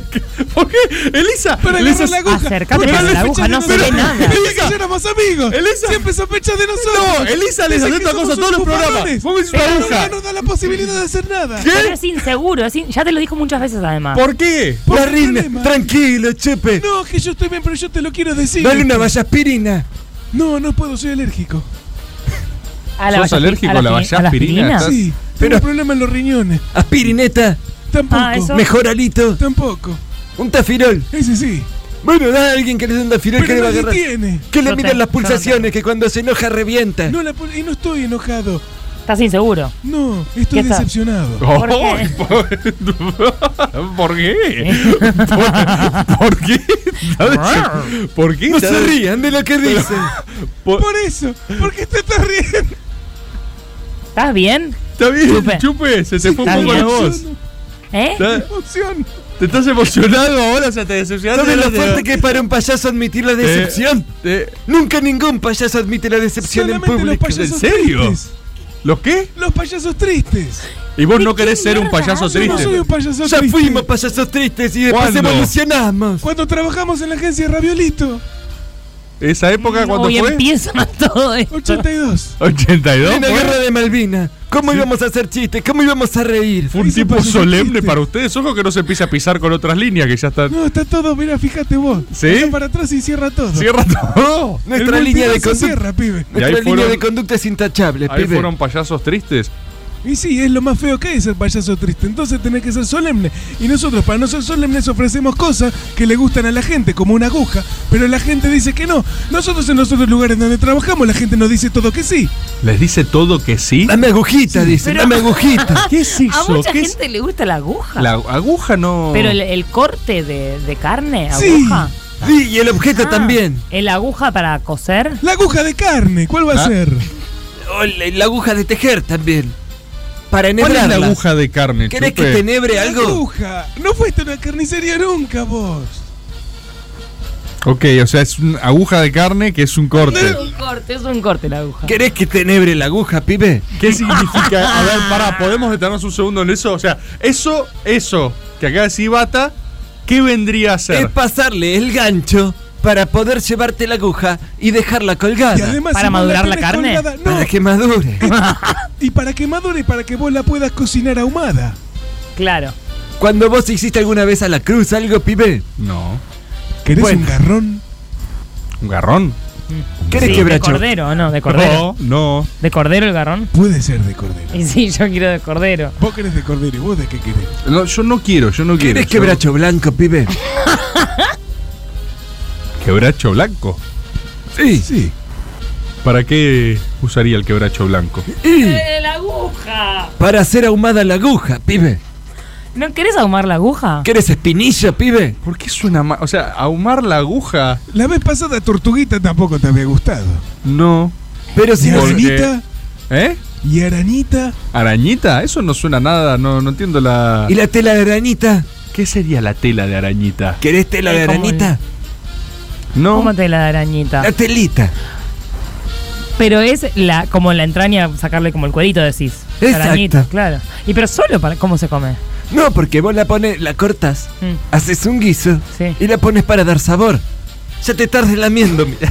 ¿Por qué? Elisa,
Para
Elisa,
agarrar la aguja.
Acercate
Porque
para
no
la aguja,
sospechas
no
de
se ve
nosotros.
nada.
Elisa, ya éramos amigos.
Elisa.
Siempre sospechas de nosotros.
No, Elisa les
Dice
hace
que
esta cosa a
somos
todos los
unos
programas.
paparones.
Vos me haces una
Pero
aguja.
No nos da la posibilidad de hacer nada.
Pero es inseguro, es in- ya te lo dijo muchas veces además.
¿Por qué?
Por
La
el
rina,
problema.
tranquilo, chepe.
No, que yo estoy bien, pero yo te lo quiero decir.
Dale una vallaspirina.
No, no puedo, soy alérgico.
Ah, A
¿Sos
vallaspi-
alérgico a la
pi- las
vallaspirina?
pirinas?
¿Estás-
Sí, pero
Pero-
tengo problema en los riñones.
Aspirineta.
Tampoco.
Ah, eso-
Mejor alito.
Tampoco.
Un tafirol.
Ese sí.
Bueno, da a alguien que le dé un tafirol que le
Pero
va a
nadie
agarrar.
tiene.
Que le
Yo
miren
te-
las
yo no
pulsaciones, que cuando se enoja revienta.
No, la pol- y no estoy enojado.
Estás inseguro.
No, estoy
¿Qué está?
decepcionado.
¿Por qué?
Ay, ¿Por ¿Por qué? ¿Por, <laughs> por qué? <laughs> ¿Sabes? ¿Por qué?
No se
¿Sabes?
rían de lo que dicen.
Ah, Por-
Por eso, ¿por qué te estás riendo?
¿Estás bien?
Está bien,
Chupe.
chupe, se te fue
está
un poco
bien.
la voz.
¿Eh?
Está-
Opción.
Te estás emocionado ahora, o sea, te decepcionaste.
¿Sabes lo
Te- Eh,
fuerte que es para un payaso admitir la
te-
decepción?
te-
Nunca ningún payaso admite la decepción en
Solamente los
público.
payasos
¿en serio?
tristes.
¿Los qué?
Los payasos tristes.
Y vos no querés ser un payaso
Yo no soy
triste.
un payaso
Ya
triste.
fuimos payasos tristes y después
¿Cuándo?
evolucionamos.
Cuando trabajamos en la agencia de Raviolito.
¿Esa época cuando
Hoy
fue?
empieza todo esto.
82.
82.
En la
fue.
guerra de Malvinas. ¿Cómo íbamos a hacer chistes? ¿Cómo íbamos a reír?
Fue un
Ahí se
tipo
pasó el
solemne
chiste.
para ustedes. Ojo que no se empiece a pisar con otras líneas que ya están.
No, está todo, mira, fíjate vos.
¿Sí?
Mira para atrás y cierra todo.
Cierra todo.
El
Nuestra línea
multiverso
de conducta.
cierra, pibe.
Y ahí
Nuestra línea
fueron-
de conducta es intachable,
Ahí
pibe.
fueron payasos tristes.
Y sí, es lo más feo que hay ser payaso triste. Entonces tenés que ser solemne. Y nosotros, para no ser solemnes, ofrecemos cosas que le gustan a la gente, como una aguja. Pero la gente dice que no. Nosotros en los otros lugares donde trabajamos, la gente nos dice todo que sí.
¿Les dice todo que sí?
Dame agujita, dice.
Pero-
Dame agujita.
<laughs>
¿Qué es
<laughs> A
eso?
mucha
¿Qué es-
gente le gusta la aguja.
La Oh. aguja no.
Pero el, el corte de, de carne,
Sí.
aguja.
Sí, y el objeto
Ah,
también.
¿El aguja para coser?
La aguja de carne, ¿cuál va a
Ah.
ser?
O Oh, la, la aguja de tejer también. Para
¿Cuál es
enhebrarla.
la aguja de carne?
¿Querés que
Chupe?
te enhebre
La
algo?
aguja. No fuiste a una carnicería nunca, vos.
Ok, o sea, es una aguja de carne que es un corte.
Es un corte, es un corte la aguja.
¿Querés que te enhebre la aguja, pibe?
¿Qué significa? A ver, pará, ¿podemos detenernos un segundo en eso? O sea, eso, eso, que acá decís bata, ¿qué vendría a
Es
ser?
pasarle el gancho para poder llevarte la aguja y dejarla colgada.
Y además, si vos tenés colgada- no,
Para que madure.
<laughs> Y para que madure, para que vos la puedas cocinar ahumada.
Claro.
Cuando vos hiciste alguna vez a la cruz algo, pibe.
No.
¿Querés un garrón?
¿Un garrón?
Sí, de cordero, ¿no? De cordero.
Mm. No, no.
¿De cordero el garrón?
Puede ser de cordero.
Y <laughs> sí, yo quiero de cordero.
Vos querés de cordero y vos de qué querés.
No, yo no quiero, yo no quiero.
¿Quieres
yo-
quebracho blanco, pibe?
¿Quebracho blanco?
Sí.
Sí.
¿Para qué usaría el quebracho blanco?
¡Eh, la aguja!
Para hacer ahumada la aguja, pibe.
¿No querés ahumar la aguja?
¿Quieres espinilla, pibe?
Ah. ¿Por qué suena mal? O sea, ahumar la aguja.
La vez pasada tortuguita tampoco te había gustado.
No.
Pero
si
Porque-
aranita
¿Eh?
y aranita.
¿Arañita? Eso no suena a nada, no, no entiendo la.
¿Y la tela de arañita?
¿Qué sería la tela de arañita?
¿Querés tela de
Eh, ¿cómo
arañita?
No.
¿Cómo te la de arañita?
La telita.
Pero es la como la entraña, sacarle como el cuerito, decís.
Exacto.
Arañita, claro. Y pero solo para cómo se come.
No, porque vos la pones, la cortas,
Mm.
haces un guiso y la pones para dar sabor. Ya te estás relamiendo, mirá.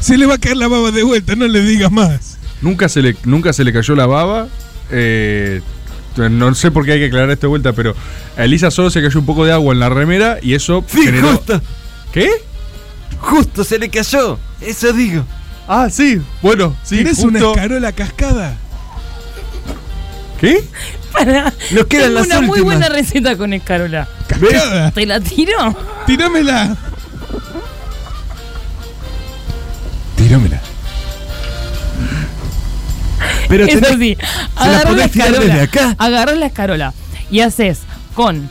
Se le va a caer la baba de vuelta, no le digas más.
Nunca se le, nunca se le cayó la baba. eh, no sé por qué hay que aclarar esto de vuelta, pero a Elisa solo se cayó un poco de agua en la remera y eso generó- ¿Qué?
Justo se le cayó. Eso digo.
Ah, sí. Bueno, sí.
¿Querés una
justo-
escarola cascada?
¿Qué?
Para.
Nos quedan
Tengo
las
una muy
últimas.
buena receta con escarola.
¿Cascada?
¿Te la tiro?
Tirámela. Tirámela.
Pero
Eso
tenés-
sí,
se la
agarrás la
podés tirar
escarola.
desde acá.
agarrás la escarola y haces con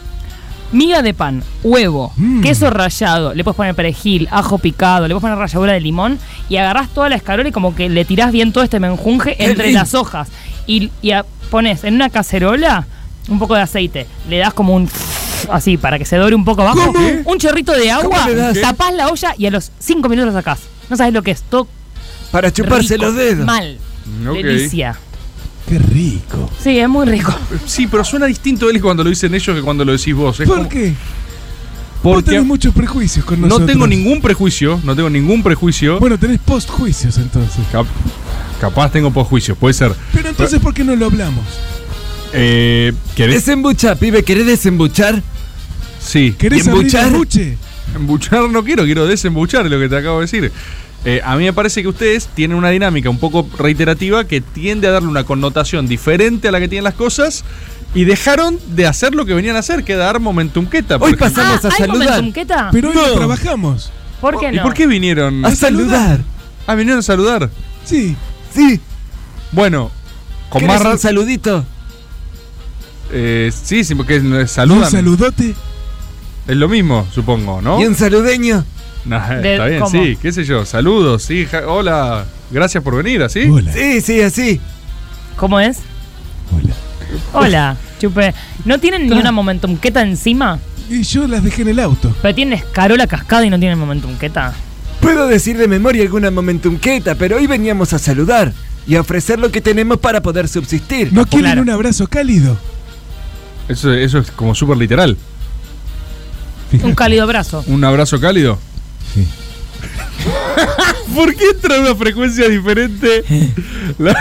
miga de pan, huevo,
Mm.
queso rallado, le puedes poner perejil, ajo picado, le puedes poner ralladura de limón y agarrás toda la escarola y como que le tirás bien todo este menjunje entre
lindo.
las hojas. Y, y a- pones en una cacerola un poco de aceite, le das como un así para que se dore un poco abajo,
¿Cómo?
un chorrito de agua,
¿Cómo le das?
tapás la olla y a los 5 minutos la sacás. No sabes lo que es, todo
Para chuparse
rico,
los dedos.
Mal.
Ok.
Delicia.
Qué rico.
Sí, es muy rico.
Sí, pero suena distinto él cuando lo dicen ellos que cuando lo decís vos. Es
¿Por
como-
qué? Vos
Porque
tenés muchos prejuicios con
no
nosotros.
tengo ningún prejuicio, no tengo ningún prejuicio.
Bueno, tenés postjuicios entonces.
Cap- capaz tengo prejuicios, puede ser.
Pero entonces, ¿por qué no lo hablamos?
Eh, ¿Querés
Desembuchar, pibe, ¿querés desembuchar?
Sí.
¿Querés abrir
¿Embuchar?
el buche?
Embuchar no quiero, quiero desembuchar, es lo que te acabo de decir. Eh, a mí me parece que ustedes tienen una dinámica un poco reiterativa que tiende a darle una connotación diferente a la que tienen las cosas y dejaron de hacer lo que venían a hacer, que dar momentum queta. por
Hoy
ejemplo.
pasamos a
Ah, ¿Hay
saludar.
momentum queta?
Pero hoy
No.
no trabajamos.
¿Por qué
¿Y
no?
por qué vinieron?
A saludar.
Ah, vinieron a saludar.
Sí.
Sí.
Bueno, con
¿Querés
más ra-
un saludito?
eh, Sí, sí, porque eh,
¿Y Un
saludan.
saludote.
es lo mismo, supongo, ¿no?
¿Y
<laughs>
un saludeño?
No, eh,
De-
está bien,
¿cómo?
sí, qué sé yo. Saludos, sí. ja- hola, gracias por venir, ¿así?
Hola.
Sí, sí, así.
¿Cómo es?
Hola.
Hola, chupé. ¿No tienen ni una momentum queta encima?
Y yo las dejé en el auto.
Pero tienen escarola cascada y no tienen momentum queta.
Puedo decir de memoria alguna momentumqueta, pero hoy veníamos a saludar y a ofrecer lo que tenemos para poder subsistir.
¿No quieren
Claro.
un abrazo cálido?
Eso, eso es como súper literal.
Un cálido abrazo.
¿Un abrazo cálido?
Sí.
<laughs> ¿Por qué entra una frecuencia diferente? La-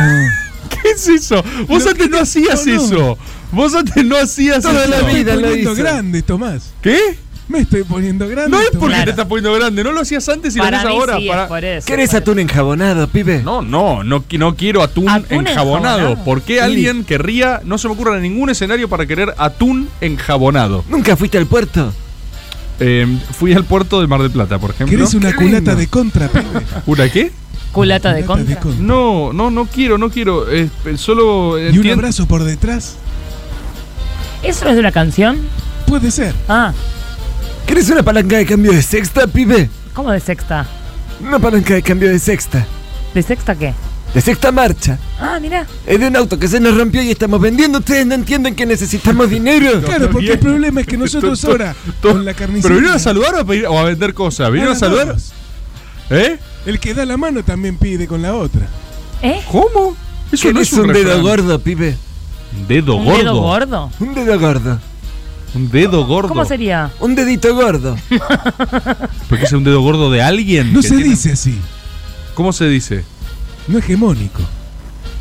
<laughs> ¿Qué es eso? Vos
Lo
antes
que
no
te-
hacías
no, no.
eso. Vos antes no hacías
Toda
eso.
la
Me estoy
vida lo
poniendo
hizo.
grande, Tomás.
¿Qué?
Me estoy poniendo grande.
No es porque
Tomás.
Claro.
te estás poniendo grande, no lo hacías antes y lo
para
haces
mí
ahora.
sí,
para-
es por eso.
¿Querés
por
atún enjabonado, pibe?
No, no, no, qui- no quiero atún,
¿Atún
enjabonado.
enjabonado?
¿Por qué alguien querría? No se me ocurre ningún escenario para querer atún enjabonado.
¿Nunca fuiste al puerto?
Eh, fui al puerto de Mar del Plata, por ejemplo.
¿Querés una
Qué
culata
lindo.
de contra, pibe?
<laughs> ¿Una qué?
eso. Culata de
Culata
contra.
No, no, no quiero, no quiero. eh, solo
¿Y un
entien-
abrazo por detrás?
¿Eso es de una canción?
Puede ser.
Ah,
¿Querés una palanca de cambio de sexta, pibe?
¿cómo de sexta?
Una palanca de cambio de sexta.
¿De sexta qué?
De sexta marcha.
Ah, mira.
Es de un auto que se nos rompió y estamos vendiendo. ¿Ustedes no entienden que necesitamos dinero?
<laughs> Claro, porque
bien.
el problema es que nosotros
<laughs>
To- to-
ahora,
to-
con la carnicería...
¿Pero vinieron a saludar o a, pedir- o a vender cosas? ¿Vinieron a
Ah,
saludar?
vamos.
¿Eh?
El que da la mano también pide con la otra.
¿Eh?
¿Cómo? Eso no
¿Querés
es un,
un dedo
refrán.
gordo, pibe?
¿Dedo
¿Un
gordo?
dedo gordo?
Un dedo gordo.
Un dedo gordo.
¿Cómo sería?
Un dedito gordo.
¿Pero qué es un dedo gordo de alguien?
No
que
se
tiene-
dice así.
¿Cómo se dice?
No hegemónico.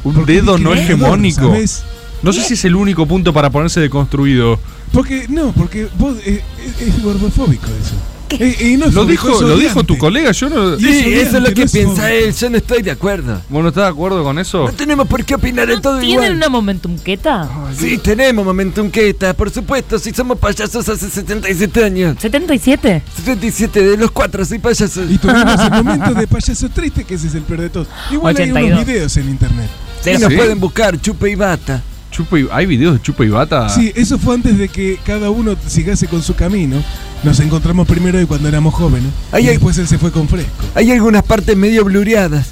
Un dedo no
discriminador,
hegemónico.
¿sabes?
No sé si es el único punto para ponerse deconstruido.
Porque, no, porque vos eh, es, es gordofóbico eso. Eh, eh, no es
Lo dijo,
fóbico, es
lo
odiante.
dijo tu colega, yo no.
Y es Sí, eso es lo odiante, que no es piensa
fóbico. él, yo no estoy de acuerdo.
¿Vos no estás de acuerdo con eso?
No tenemos por qué opinar en todo
¿Tienen
Ah, igual.
una momentumqueta?
Sí, tenemos Momentum Keta, por supuesto, si somos payasos hace 77 años.
¿77?
77, de los cuatro soy payaso.
Y tuvimos el momento de payaso triste, que ese es el peor de todos. Igual hay
82.
unos videos en internet.
Sí, nos pueden buscar, chupe y bata.
Chupa y- ¿Hay videos de chupa y bata?
Sí, eso fue antes de que cada uno sigase con su camino. Nos encontramos primero de cuando éramos jóvenes.
Ahí
y
hay-
después él se fue con fresco.
Hay algunas partes medio blureadas.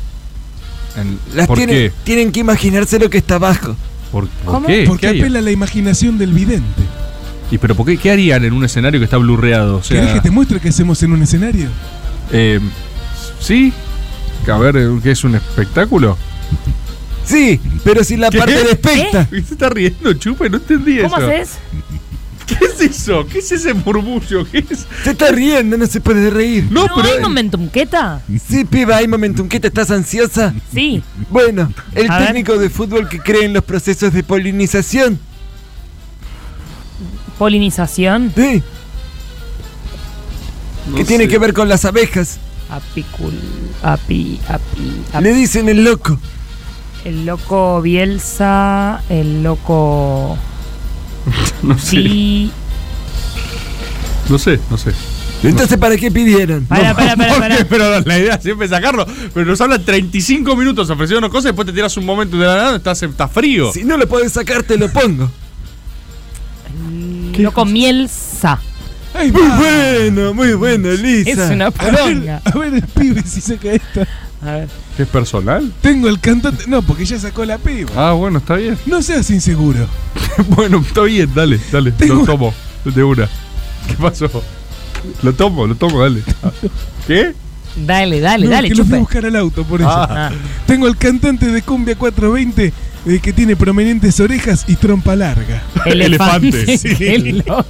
En-
Las
¿Por
tienen,
qué?
tienen que imaginarse lo que está abajo.
¿Por, por qué?
Porque
¿Qué hay?
apela a la imaginación del vidente.
¿Y pero por qué? ¿Qué harían en un escenario que está blurreado? O
¿Querés que
sea,
te muestre qué hacemos en un escenario?
eh, sí. A ver, ¿qué es un espectáculo?
Sí, pero si la parte de especta.
¿Qué <laughs> se está riendo, Chupa? No entendí eso.
¿Cómo haces?
<laughs> ¿Qué es eso? ¿Qué es ese murmullo? ¿Qué es?
Se está riendo, no se puede reír.
No,
¿No hay momentumqueta?
Sí, piba, hay momentum Keta, ¿estás ansiosa?
Sí.
Bueno, el
A ver.
técnico de fútbol que cree en los procesos de polinización.
¿Polinización?
Sí.
No
que tiene
sé.
que ver con las abejas.
Apicul. Api, api, api.
Le dicen el loco.
El loco Bielsa, el loco.
No sé.
Sí.
No sé, no sé.
Entonces, ¿para qué pidieron?
Para,
<laughs>
para, para,
¿Por
para.
qué? Pero la idea siempre es sacarlo. Pero nos hablan 35 minutos ofreciéndonos cosas y después te tiras un momento de la nada estás, estás frío.
Si no lo puedes sacar, te lo pongo.
Loco Mielsa.
muy bueno, muy bueno, Lisa.
Es una poronga.
A ver el pibe si saca esta.
A ver.
¿Qué es personal?
Tengo el cantante. No, porque ya sacó la piba.
Ah, bueno, está bien.
No seas inseguro.
bueno, está bien, dale, dale. Lo
Tengo-
tomo de una. ¿Qué pasó? Lo tomo, lo tomo, dale. Ah, ¿Qué?
Dale, dale,
No,
dale,
que lo fui a
chupe.
buscar al auto, por eso.
Ah.
Tengo al cantante de Cumbia 420 eh, que tiene prominentes orejas y trompa larga.
<laughs> Elefante. Qué loco.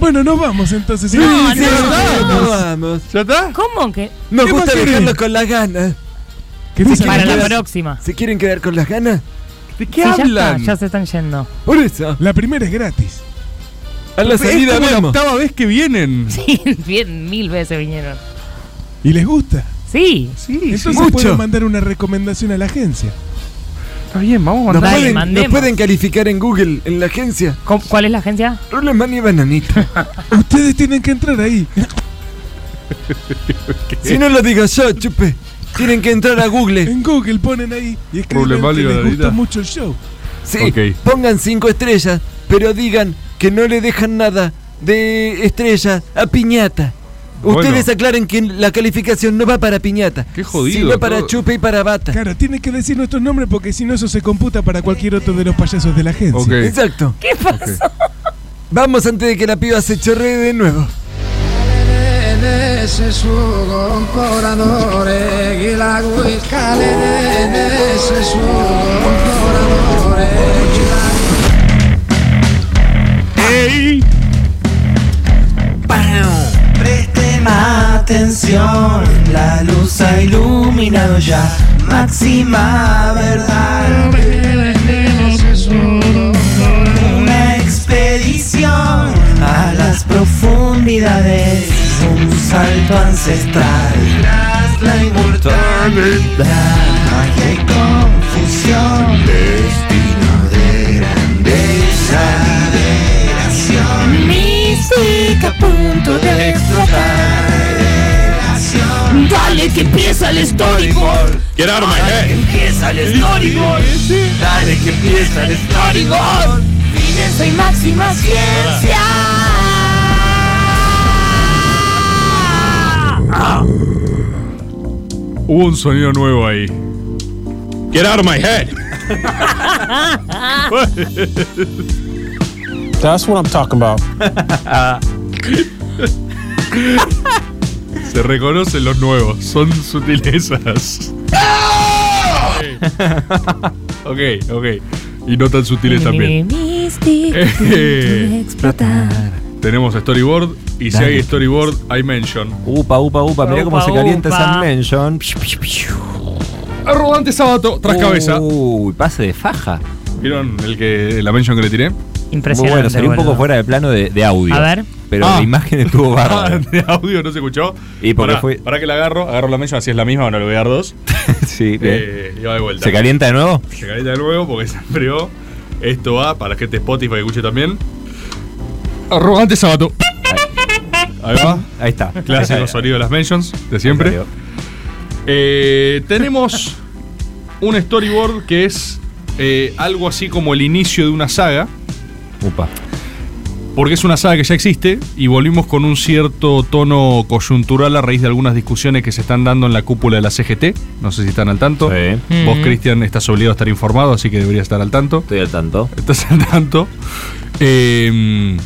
Bueno, nos vamos entonces.
No,
Sí,
no,
sí,
no.
nos vamos.
Vamos.
¿Ya está?
¿Cómo que?
Nos
¿Qué
gusta
más querés?
dejarlo con las ganas.
¿Qué
Si
más
Para
quieren-
la próxima.
¿Se quieren quedar con las ganas?
¿De
Sí,
qué
ya está,
hablan?
ya se están yendo.
Por eso.
La primera es gratis.
A la
Es
salida
como la
vemos.
octava vez que vienen.
Sí, <laughs> bien, mil veces vinieron.
¿Y les gusta?
Sí.
Sí,
Entonces
mucho.
pueden mandar una recomendación a la agencia.
Está bien, vamos a
Nos,
Dale,
pueden, nos
mandemos.
pueden calificar en Google, en la agencia.
¿Cu- ¿Cuál es la agencia?
Roleman y Bananita.
<laughs> Ustedes tienen que entrar ahí.
<laughs> si no lo digo yo, chupe. Tienen que entrar a Google.
En Google ponen ahí y escriben
Problemático,
que les
Dalila.
gustó mucho el show.
Sí,
Ok.
pongan cinco estrellas, pero digan que no le dejan nada de estrella a piñata.
Bueno.
Ustedes aclaren que la calificación no va para piñata.
Qué jodido
Sino para
todo.
chupe y para bata.
Claro, tienen que decir nuestros nombres porque si no eso se computa para cualquier otro de los payasos de la agencia.
Ok.
Exacto.
¿Qué pasa?
Vamos antes de que la piba se chorree de nuevo.
¡Ey!
Presten atención, la luz ha iluminado ya máxima verdad. Una expedición a las profundidades, un salto ancestral tras la inmortalidad. Magia y confusión, destino de grandeza, liberación, mística a punto de explotar. Dale que empieza el storyboard.
Get out of my
Dale que empieza el storyboard. Dale que empieza el storyboard. Fineza y máxima ciencia.
<laughs> Hubo un sonido nuevo ahí. Get out of my head. Pues.
That's what I'm talking about.
Se reconocen los nuevos, son sutilezas. ok, ok. y no tan sutiles también. <laughs> Tenemos storyboard y si
Dale.
hay storyboard hay mention.
Upa, upa, upa. Mirá cómo
Upa,
se calienta
upa.
San Mention.
Rodante Sabato,
Uh.
tras cabeza.
Uy, pase de faja.
¿Vieron el que, la mention que le tiré?
Muy bueno, salió un poco fuera de plano de, de audio.
A ver.
Pero
Ah.
la imagen
<laughs>
estuvo bárbaro.
de audio no se escuchó.
Y porque
pará,
fue-
pará que la agarro, agarro la mention, así es la misma, no le voy a dar dos.
<laughs> sí,
Eh, y va de vuelta.
¿Se calienta de nuevo?
Se calienta de nuevo porque se enfrió. Esto va para la gente de Spotify que escuche también. Arrogante Sabato. Ahí va.
Ahí está.
Clásico
<laughs> Ahí-
sonido de las mentions, de siempre. Eh, tenemos un storyboard que es eh, algo así como el inicio de una saga.
Upa.
Porque es una saga que ya existe y volvimos con un cierto tono coyuntural a raíz de algunas discusiones que se están dando en la cúpula de la CGT. No sé si están al tanto. Vos,
Mm.
Cristian, estás obligado a estar informado, así que deberías estar al tanto.
Estoy al tanto.
Estás al tanto. Eh,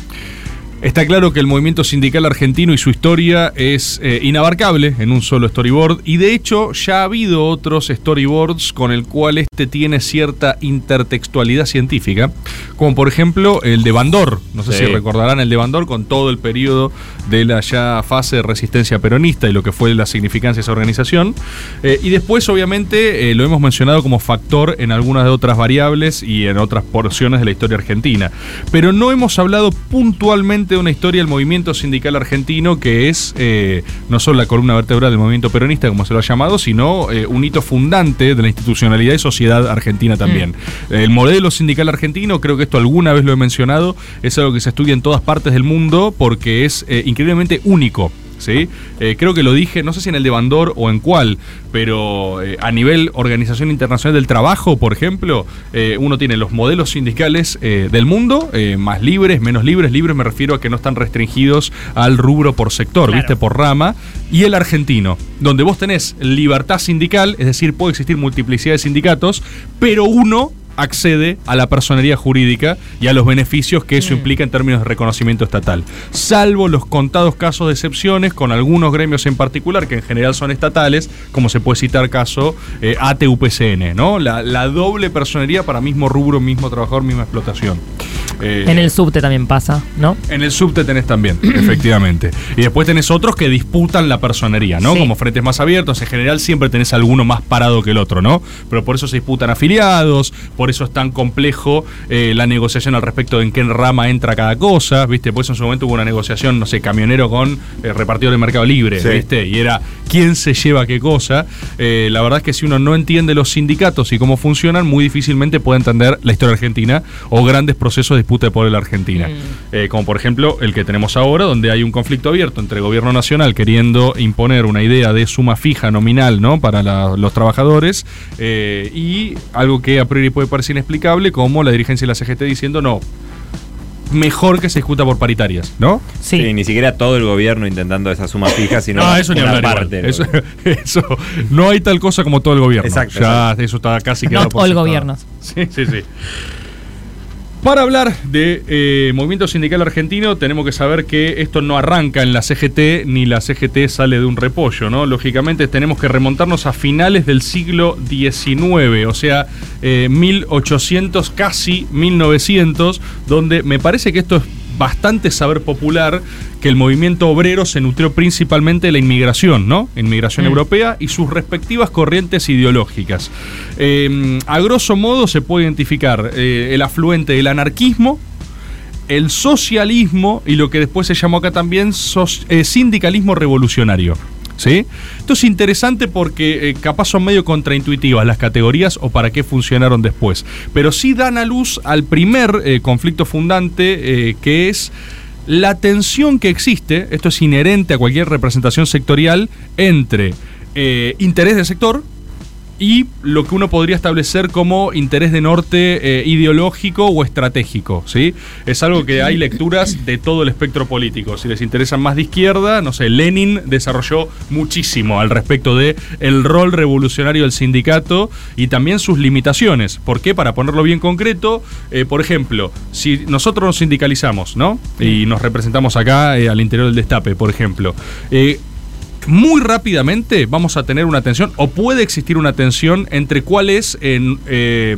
está claro que el movimiento sindical argentino y su historia es eh, inabarcable en un solo storyboard. Y de hecho, ya ha habido otros storyboards con el cual este tiene cierta intertextualidad científica. Como por ejemplo el de Bandor. No sé
Sí.
si recordarán el de Bandor con todo el periodo de la ya fase de resistencia peronista y lo que fue la significancia de esa organización. Eh, y después, obviamente, eh, lo hemos mencionado como factor en algunas de otras variables y en otras porciones de la historia argentina. Pero no hemos hablado puntualmente de una historia del movimiento sindical argentino que es eh, no solo la columna vertebral del movimiento peronista, como se lo ha llamado, sino eh, un hito fundante de la institucionalidad y sociedad argentina también. El modelo sindical argentino, creo que esto alguna vez lo he mencionado, es algo que se estudia en todas partes del mundo porque es eh, increíblemente único. ¿sí? Eh, creo que lo dije, no sé si en el de Bandor o en cuál, pero eh, a nivel Organización Internacional del Trabajo, por ejemplo, eh, uno tiene los modelos sindicales eh, del mundo, eh, más libres, menos libres. Libres me refiero a que no están restringidos al rubro por sector, ¿viste? Por rama. Y el argentino, donde vos tenés libertad sindical, es decir, puede existir multiplicidad de sindicatos, pero uno accede a la personería jurídica y a los beneficios que eso implica en términos de reconocimiento estatal. Salvo los contados casos de excepciones con algunos gremios en particular que en general son estatales, como se puede citar caso eh, ATUPCN, ¿no? La, la doble personería para mismo rubro, mismo trabajador, misma explotación. Eh,
En el subte también pasa, ¿no?
en el subte tenés
<clears throat>
también, efectivamente. Y después tenés otros que disputan la personería, ¿no?
Sí.
Como frentes más abiertos. En general siempre tenés alguno más parado que el otro, ¿no? Pero por eso se disputan afiliados, por eso es tan complejo eh, la negociación al respecto de en qué rama entra cada cosa, ¿viste? Por eso en su momento hubo una negociación, no sé, camionero con eh, repartidor de Mercado Libre,
Sí.
¿viste? Y era quién se lleva qué cosa. Eh, la verdad es que si uno no entiende los sindicatos y cómo funcionan, muy difícilmente puede entender la historia argentina o grandes procesos de disputa de poder en la Argentina.
Mm.
Eh, como por ejemplo el que tenemos ahora, donde hay un conflicto abierto entre el gobierno nacional queriendo imponer una idea de suma fija nominal ¿no? para la- los trabajadores eh, y algo que a priori puede parecer inexplicable, como la dirigencia de la CGT diciendo no. Mejor que se discuta por paritarias, ¿no?
Sí.
ni siquiera todo el gobierno intentando esa suma fija, sino
Ah, eso ni
una
hablar igual.
parte.
Eso, <laughs> eso- no hay tal cosa como todo el gobierno.
Exacto,
Ya eso está casi quedado
Not
por
all
sentado.
gobiernos.
Sí, sí, sí. Para hablar de eh, movimiento sindical argentino, tenemos que saber que esto no arranca en la CGT, ni la CGT sale de un repollo, ¿no? Lógicamente tenemos que remontarnos a finales del siglo XIX, o sea, eh, 1800, casi 1900, donde me parece que esto es bastante saber popular que el movimiento obrero se nutrió principalmente de la inmigración, ¿no? Inmigración europea y sus respectivas corrientes ideológicas. Eh, a grosso modo se puede identificar eh, el afluente del anarquismo, el socialismo y lo que después se llamó acá también sos- eh, sindicalismo revolucionario. ¿Sí? Esto es interesante porque eh, capaz son medio contraintuitivas las categorías o para qué funcionaron después. Pero sí dan a luz al primer eh, conflicto fundante eh, que es la tensión que existe, esto es inherente a cualquier representación sectorial, entre eh, interés del sector, y lo que uno podría establecer como interés de norte eh, ideológico o estratégico, ¿sí? Es algo que hay lecturas de todo el espectro político. Si les interesan más de izquierda, no sé, Lenin desarrolló muchísimo al respecto de el rol revolucionario del sindicato y también sus limitaciones. ¿Por qué? Para ponerlo bien concreto, eh, por ejemplo, si nosotros nos sindicalizamos, ¿no? Y nos representamos acá eh, al interior del destape, por ejemplo. eh, muy rápidamente vamos a tener una tensión o puede existir una tensión entre cuál es en, eh,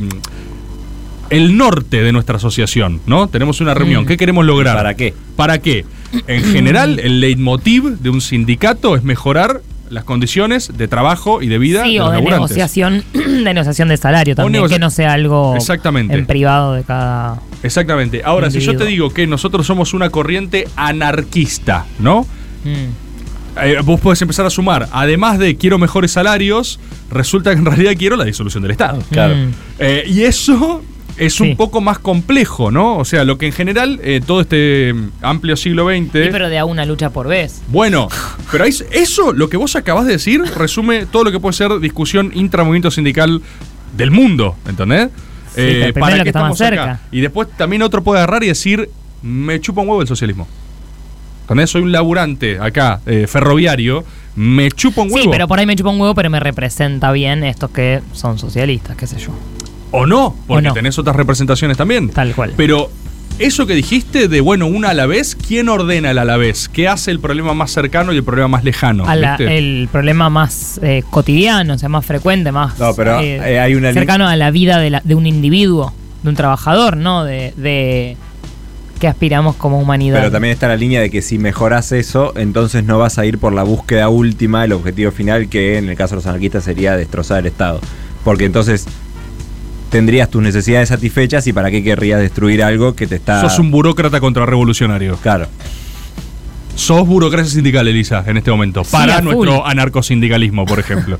el norte de nuestra asociación, ¿no? Tenemos una reunión.
Mm.
¿Qué queremos lograr? ¿Para qué? ¿Para qué? En general, el leitmotiv de un sindicato es mejorar las condiciones de trabajo y de vida
Sí,
de
o
los
de
laburantes.
negociación, <clears throat> de negociación de salario también,
negocia-
que no sea algo
Exactamente.
en privado de cada.
Exactamente. Ahora, si yo
Individuo.
te digo que nosotros somos una corriente anarquista, ¿no?
Mm.
Eh, vos podés empezar a sumar. Además de quiero mejores salarios, resulta que en realidad quiero la disolución del Estado.
Claro.
Eh, y eso es un poco más complejo, ¿no? O sea, lo que en general eh, todo este mm, amplio siglo XX.
Sí, pero de a una lucha por vez.
Bueno, pero ahí- eso, lo que vos acabás de decir, resume todo lo que puede ser discusión intramovimiento sindical del mundo, ¿entendés? Eh,
Sí, pero primero lo que está más cerca.
Y después también otro puede agarrar y decir, me chupa un huevo el socialismo. ¿Entendés? Soy un laburante acá, eh, ferroviario, me chupa un huevo.
Sí, pero por ahí me chupa un huevo, pero me representa bien estos que son socialistas, qué sé yo.
O no, porque
no.
tenés otras representaciones también.
Tal cual.
Pero eso que dijiste de, bueno, una a la vez, ¿quién ordena el a la vez? ¿Qué hace el problema más cercano y el problema más lejano?
A la-
¿Viste?
el problema más eh, cotidiano, o sea, más frecuente, más
No, pero, eh, hay una li-
cercano a la vida de, la- de un individuo, de un trabajador, ¿no? De, de que aspiramos como humanidad.
Pero también está la línea de que si mejoras eso, entonces no vas a ir por la búsqueda última, el objetivo final, que en el caso de los anarquistas sería destrozar el Estado. Porque entonces tendrías tus necesidades satisfechas y para qué querrías destruir algo que te está...
Sos un burócrata contrarrevolucionario.
Claro.
Sos burocracia sindical, Elisa, en este momento.
a
para
full.
nuestro anarcosindicalismo, por
<laughs>
ejemplo.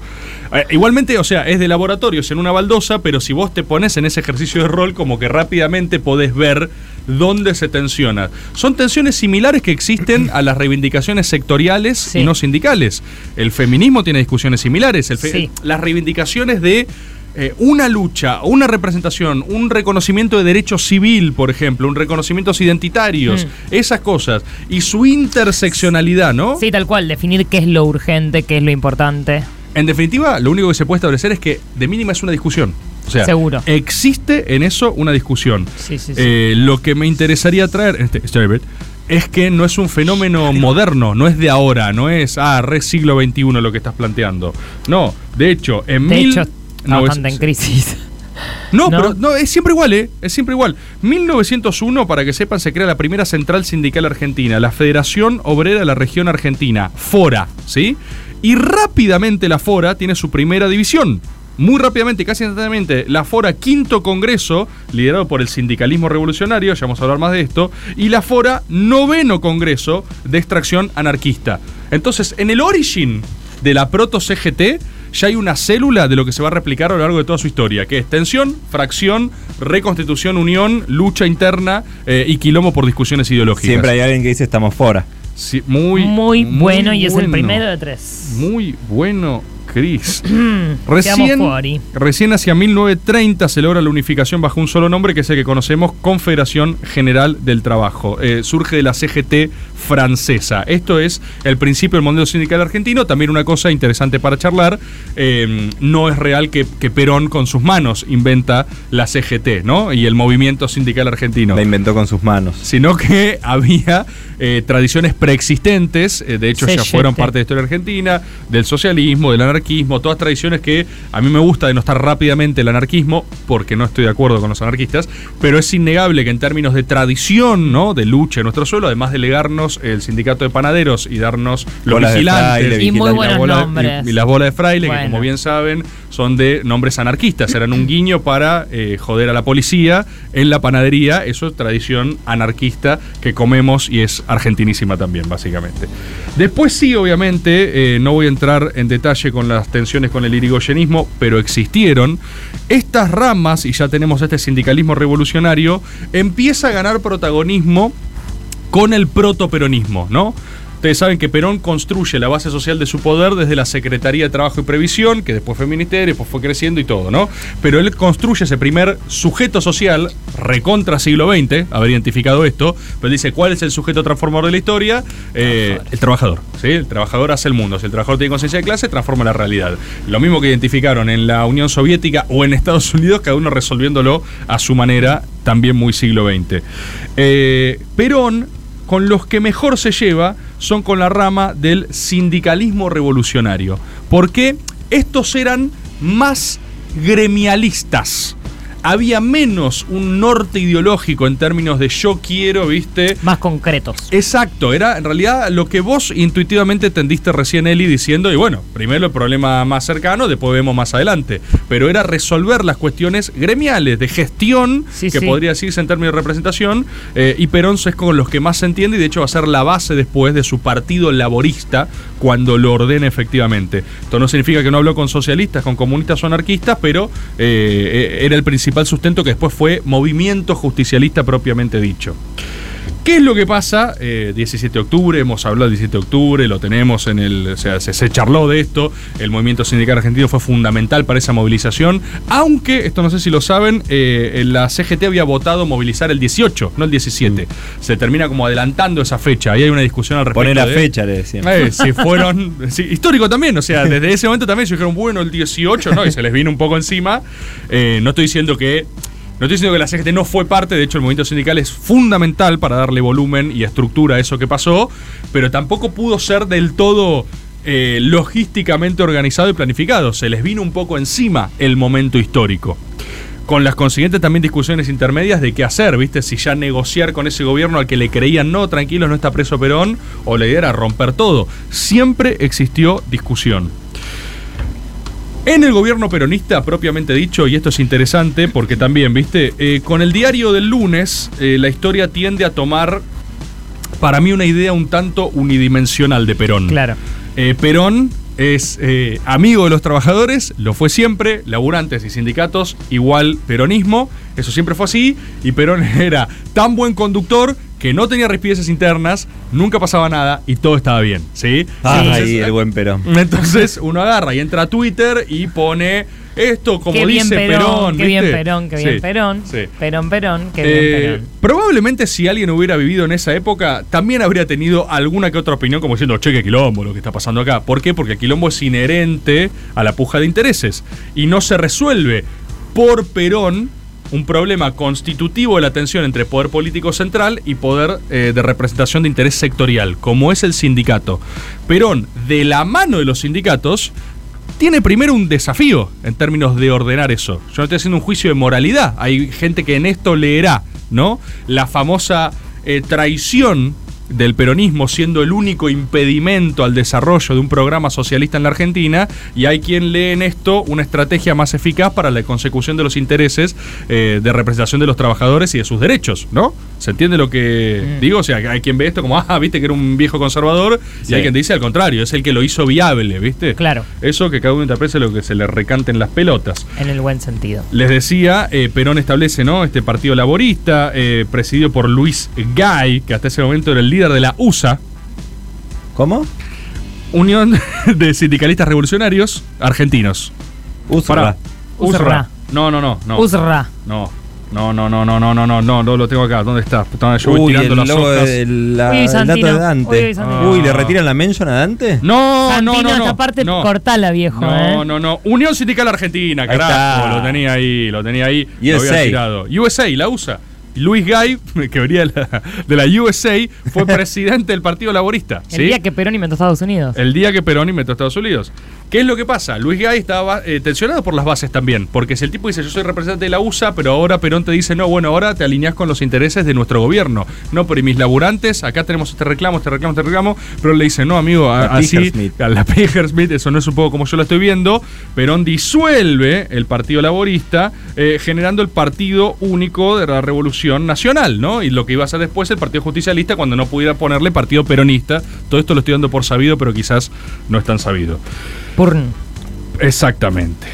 Eh, igualmente, o sea, es de laboratorios en una baldosa, pero si vos te pones en ese ejercicio de rol, como que rápidamente podés ver dónde se tensiona. Son tensiones similares que existen a las reivindicaciones sectoriales y no sindicales. El feminismo tiene discusiones similares. El fe-
Sí.
Las reivindicaciones de eh, una lucha, una representación, un reconocimiento de derecho civil, por ejemplo, un reconocimiento identitarios, esas cosas, y su interseccionalidad, ¿no?
Hmm. Sí, tal cual, definir qué es lo urgente, qué es lo importante.
En definitiva, lo único que se puede establecer es que de mínima es una discusión. O sea,
Seguro.
existe en eso una discusión.
Sí, sí, sí.
Eh, lo que me interesaría traer en este Starbird, es que no es un fenómeno moderno, no es de ahora, no es, ah, re siglo XXI lo que estás planteando. No, de hecho, en
de
mil
hecho, está
nove-
bastante en crisis.
no, pero no, es siempre igual, ¿eh? Es siempre igual. 1901, para que sepan, se crea la primera central sindical argentina, la Federación Obrera de la Región Argentina, FORA, ¿sí? Y rápidamente la FORA tiene su primera división. Muy rápidamente, casi instantáneamente, la FORA Quinto Congreso, liderado por el sindicalismo revolucionario, ya vamos a hablar más de esto, y la FORA Noveno Congreso de Extracción Anarquista. Entonces, en el origen de la proto-CGT, ya hay una célula de lo que se va a replicar a lo largo de toda su historia, que es tensión, fracción, reconstitución, unión, lucha interna eh, y quilombo por discusiones ideológicas.
Siempre hay alguien que dice estamos fora.
Sí, muy,
Muy, bueno y es el
bueno.
primero de tres.
Muy bueno, Cris.
Seamos
Recién,
fori.
recién hacia 1930 se logra la unificación bajo un solo nombre, que es el que conocemos, Confederación General del Trabajo. Eh, surge de la CGT francesa. Esto es el principio del modelo sindical argentino. También una cosa interesante para charlar, eh, no es real que, que Perón con sus manos inventa la CGT, ¿no? Y el movimiento sindical argentino. La
inventó con sus manos.
Sino que <laughs> había eh, tradiciones preexistentes, eh, de hecho ya
CGT.
fueron parte de la historia argentina, del socialismo, del anarquismo, todas tradiciones que a mí me gusta denostar rápidamente el anarquismo, porque no estoy de acuerdo con los anarquistas, pero es innegable que en términos de tradición, ¿no? De lucha en nuestro suelo, además de legarnos el sindicato de panaderos y darnos los
Bolas de
vigilantes
fraile, Y muy vigilantes. buenos
la bola-
nombres.
y- y las bolas de fraile, que
Bueno.
como bien saben, son de nombres anarquistas, eran un guiño para eh, joder a la policía en la panadería, eso es tradición anarquista que comemos y es argentinísima también, básicamente. Después sí, obviamente, eh, no voy a entrar en detalle con las tensiones con el irigoyenismo, pero existieron. Estas ramas, y ya tenemos este sindicalismo revolucionario, empieza a ganar protagonismo con el protoperonismo, ¿no? Ustedes saben que Perón construye la base social de su poder desde la Secretaría de Trabajo y Previsión, que después fue ministerio, después fue creciendo y todo, ¿no? Pero él construye ese primer sujeto social, recontra siglo XX, haber identificado esto, pero dice, ¿cuál es el sujeto transformador de la historia? Eh, el trabajador, ¿sí? El trabajador hace el mundo. Si el trabajador tiene conciencia de clase, transforma la realidad. Lo mismo que identificaron en la Unión Soviética o en Estados <laughs> Unidos, cada uno resolviéndolo a su manera, también muy siglo XX. Eh, Perón con los que mejor se lleva son con la rama del sindicalismo revolucionario. Porque estos eran más gremialistas. había menos un norte ideológico en términos de yo quiero, ¿viste?
Más concretos.
Exacto, era en realidad lo que vos intuitivamente tendiste recién, Eli, diciendo, y bueno, primero el problema más cercano, después vemos más adelante. Pero era resolver las cuestiones gremiales, de gestión, que
sí.
podría decirse en términos de representación, eh, y Perón es con los que más se entiende y de hecho va a ser la base después de su partido laborista cuando lo ordene efectivamente. Esto no significa que no habló con socialistas, con comunistas o anarquistas, pero eh, eh, era el principal sustento que después fue movimiento justicialista propiamente dicho. ¿Qué es lo que pasa? Eh, 17 de octubre, hemos hablado del 17 de octubre, lo tenemos en el. O sea, se, se charló de esto. El movimiento sindical argentino fue fundamental para esa movilización. Aunque, esto no sé si lo saben, eh, la CGT había votado movilizar el 18, no el 17. Se termina como adelantando esa fecha. Ahí hay una discusión al respecto.
Poner Mm. la
de-
fecha, le decían.
eh, se fueron. sí, histórico también, o sea, desde ese momento también se dijeron, bueno, el 18, ¿no? Y se les vino un poco encima. Eh, no estoy diciendo que. No estoy diciendo que la CGT no fue parte, de hecho el movimiento sindical es fundamental para darle volumen y estructura a eso que pasó, pero tampoco pudo ser del todo eh, logísticamente organizado y planificado. Se les vino un poco encima el momento histórico con las consiguientes también discusiones intermedias de qué hacer, ¿viste? Si ya negociar con ese gobierno al que le creían, no, tranquilos, no está preso Perón, o la idea era romper todo. Siempre existió discusión. En el gobierno peronista, propiamente dicho, y esto es interesante porque también, ¿viste? Eh, con el diario del lunes, eh, la historia tiende a tomar, para mí, una idea un tanto unidimensional de Perón.
Claro.
Eh, Perón es eh, amigo de los trabajadores, lo fue siempre, laburantes y sindicatos, igual peronismo, eso siempre fue así, y Perón <laughs> era tan buen conductor que no tenía rispideces internas, nunca pasaba nada y todo estaba bien, ¿sí?
Ay,
Entonces,
Ah,
eh,
el buen Perón.
entonces uno agarra y entra a Twitter y pone esto como
qué bien
dice
Perón,
Perón.
qué bien
¿viste?
Perón, qué
Sí,
bien Perón.
sí.
Perón, Perón, qué
Eh,
bien Perón.
probablemente si alguien hubiera vivido en esa época, también habría tenido alguna que otra opinión como diciendo, che, qué quilombo lo que está pasando acá. ¿Por qué? Porque el quilombo es inherente a la puja de intereses y no se resuelve por Perón un problema constitutivo de la tensión entre poder político central y poder eh, de representación de interés sectorial, como es el sindicato. Perón, de la mano de los sindicatos, tiene primero un desafío en términos de ordenar eso. Yo no estoy haciendo un juicio de moralidad. Hay gente que en esto leerá, ¿no? La famosa eh, traición del peronismo siendo el único impedimento al desarrollo de un programa socialista en la Argentina y hay quien lee en esto una estrategia más eficaz para la consecución de los intereses eh, de representación de los trabajadores y de sus derechos, ¿no? ¿Se entiende lo que digo? O sea, hay quien ve esto como, ah, viste que era un viejo conservador y
Sí.
hay quien dice al contrario, es el que lo hizo viable, ¿viste?
Claro.
Eso que cada uno interprete lo que se le recanten las pelotas.
En el buen sentido.
Les decía, eh, Perón establece ¿no? este partido laborista, eh, presidido por Luis Gay, que hasta ese momento era el líder de la USA.
¿Cómo?
Unión de Sindicalistas Revolucionarios Argentinos.
USRA.
Pará.
USRA.
No, no, no, no.
Usra.
No. No, no, no, no, no, no, no, no, no lo tengo acá. ¿Dónde está? Puta, Yo voy
Uy,
tirando
el
las
logo
hojas. Ah.
de la-
Uy,
el dato
Santino.
de Dante.
Uy,
Uy,
uy, Santino.
¿le retiran la mention a Dante?
No, no,
Santino,
no,
esta parte
no.
cortala, viejo.
No,
¿eh?
no, no. Unión Sindical Argentina, carajo.
está.
Lo tenía ahí, lo tenía ahí. Lo
USA.
había tirado. USA, la USA. Luis Gay, <laughs> que venía de la- de la USA,
<laughs>
fue presidente del Partido Laborista.
El
¿sí?
día que Perón inventó Estados Unidos.
El día que Perón inventó Estados Unidos. ¿Qué es lo que pasa? Luis Gay estaba eh, tensionado por las bases también, porque si el tipo dice yo soy representante de la USA, pero ahora Perón te dice no, bueno, ahora te alineás con los intereses de nuestro gobierno. No, pero y mis laburantes, acá tenemos este reclamo, este reclamo, este reclamo, pero le dice no, amigo, a-
La
así,
Pijersmith.
a la Pijersmith, eso no es un poco como yo lo estoy viendo. Perón disuelve el Partido Laborista, eh, generando el Partido Único de la Revolución Nacional, ¿no? Y lo que iba a ser después el Partido Justicialista cuando no pudiera ponerle Partido Peronista. Todo esto lo estoy dando por sabido, pero quizás no es tan sabido.
Purn.
Exactamente.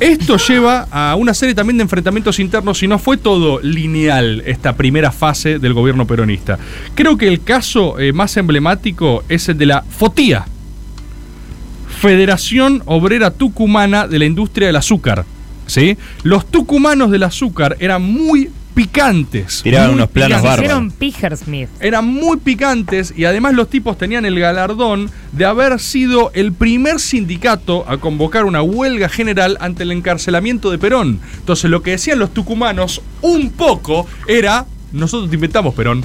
Esto lleva a una serie también de enfrentamientos internos y no fue todo lineal esta primera fase del gobierno peronista. Creo que el caso eh, más emblemático es el de la FOTIA, Federación Obrera Tucumana de la Industria del Azúcar. ¿sí? Los tucumanos del azúcar eran muy picantes.
Tiraban
muy
unos planos
picantes.
bárbaros.
Hicieron Pijersmith.
Eran muy picantes y además los tipos tenían el galardón de haber sido el primer sindicato a convocar una huelga general ante el encarcelamiento de Perón. Entonces lo que decían los tucumanos un poco era, nosotros te inventamos Perón.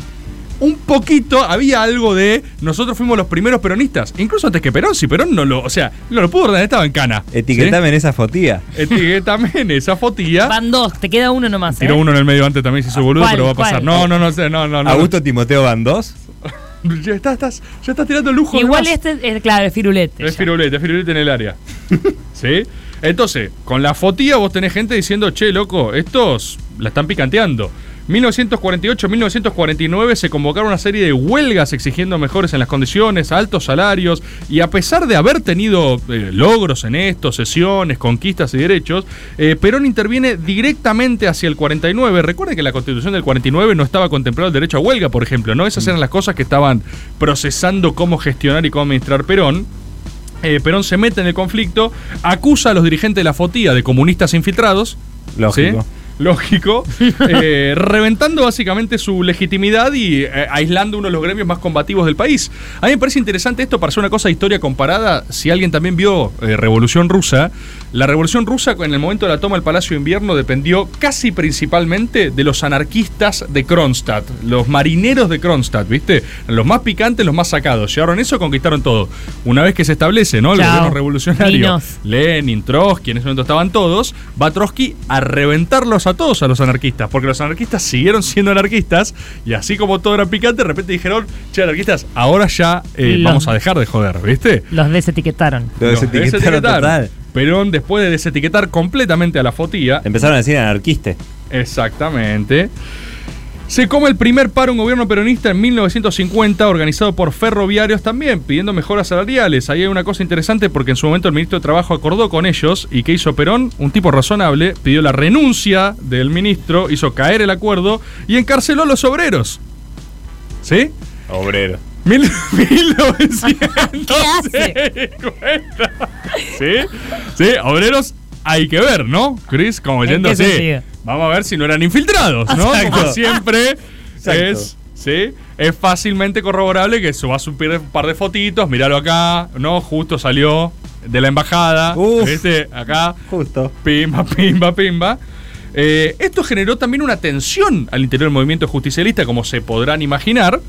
un poquito había algo de nosotros fuimos los primeros peronistas, incluso antes que Perón, si Perón no lo, o sea, no lo pudo ordenar, estaba en cana.
Etiquetame en esa fotía.
Etiquetame en esa fotía.
Van dos, te queda uno nomás.
Tiró
¿eh?
uno en el medio antes también, se hizo boludo,
¿Cuál?
pero va a pasar.
¿Cuál?
No, no, no, sé, no, no, no.
¿Augusto Timoteo van dos?
Ya estás, estás, ya estás tirando lujo.
Igual
nomás.
este, es, claro, es firulete.
Es firulete, es firulete en el área. ¿Sí? Entonces, con la fotía vos tenés gente diciendo, che, loco, estos la están picanteando. 1948-1949 se convocaron una serie de huelgas exigiendo mejores en las condiciones, altos salarios, y a pesar de haber tenido eh, logros en esto, sesiones, conquistas y derechos, eh, Perón interviene directamente hacia el 49. Recuerden que la constitución del 49 no estaba contemplado el derecho a huelga, por ejemplo, ¿no? Esas eran las cosas que estaban procesando cómo gestionar y cómo administrar Perón. Eh, Perón se mete en el conflicto, acusa a los dirigentes de la FOTIA de comunistas infiltrados.
Lógico.
¿sí? Lógico. eh, reventando básicamente su legitimidad y eh, aislando uno de los gremios más combativos del país. A mí me parece interesante esto para hacer una cosa de historia comparada. Si alguien también vio eh, Revolución Rusa, la Revolución Rusa en el momento de la toma del Palacio de Invierno dependió casi principalmente de los anarquistas de Kronstadt, los marineros de Kronstadt, ¿viste? Los más picantes, los más sacados. Llegaron eso, conquistaron todo. Una vez que se establece, ¿no? El
Chao.
gobierno revolucionario.
Niños.
Lenin, Trotsky, en ese momento estaban todos, va Trotsky a reventarlos a todos a los anarquistas, porque los anarquistas siguieron siendo anarquistas, y así como todo era picante, de repente dijeron, che, anarquistas, ahora ya eh,
Los-
vamos a dejar de joder, ¿viste?
Los desetiquetaron.
Lo desetiquetaron total.
Perón, después de desetiquetar completamente a la fotía,
Empezaron a decir anarquiste.
Exactamente. Se come el primer paro un gobierno peronista en 1950, organizado por ferroviarios también, pidiendo mejoras salariales. Ahí hay una cosa interesante porque en su momento el ministro de Trabajo acordó con ellos y que hizo Perón, un tipo razonable, pidió la renuncia del ministro, hizo caer el acuerdo y encarceló a los obreros. ¿Sí?
Obrero.
Mil- <laughs> 1950.
¿Qué
¿Sí? Sí, obreros hay que ver, ¿no? Chris, como
¿En
yendo
qué
así.
sentido?
Vamos a ver si no eran infiltrados, ¿no?
Exacto.
Como siempre
Exacto.
es. ¿Sí? Es fácilmente corroborable que subas un pier- un par de fotitos, míralo acá, ¿no? Justo salió de la embajada, ¿viste? Acá.
Justo.
Pimba, pimba, pimba. Eh, esto generó también una tensión al interior del movimiento justicialista, como se podrán imaginar,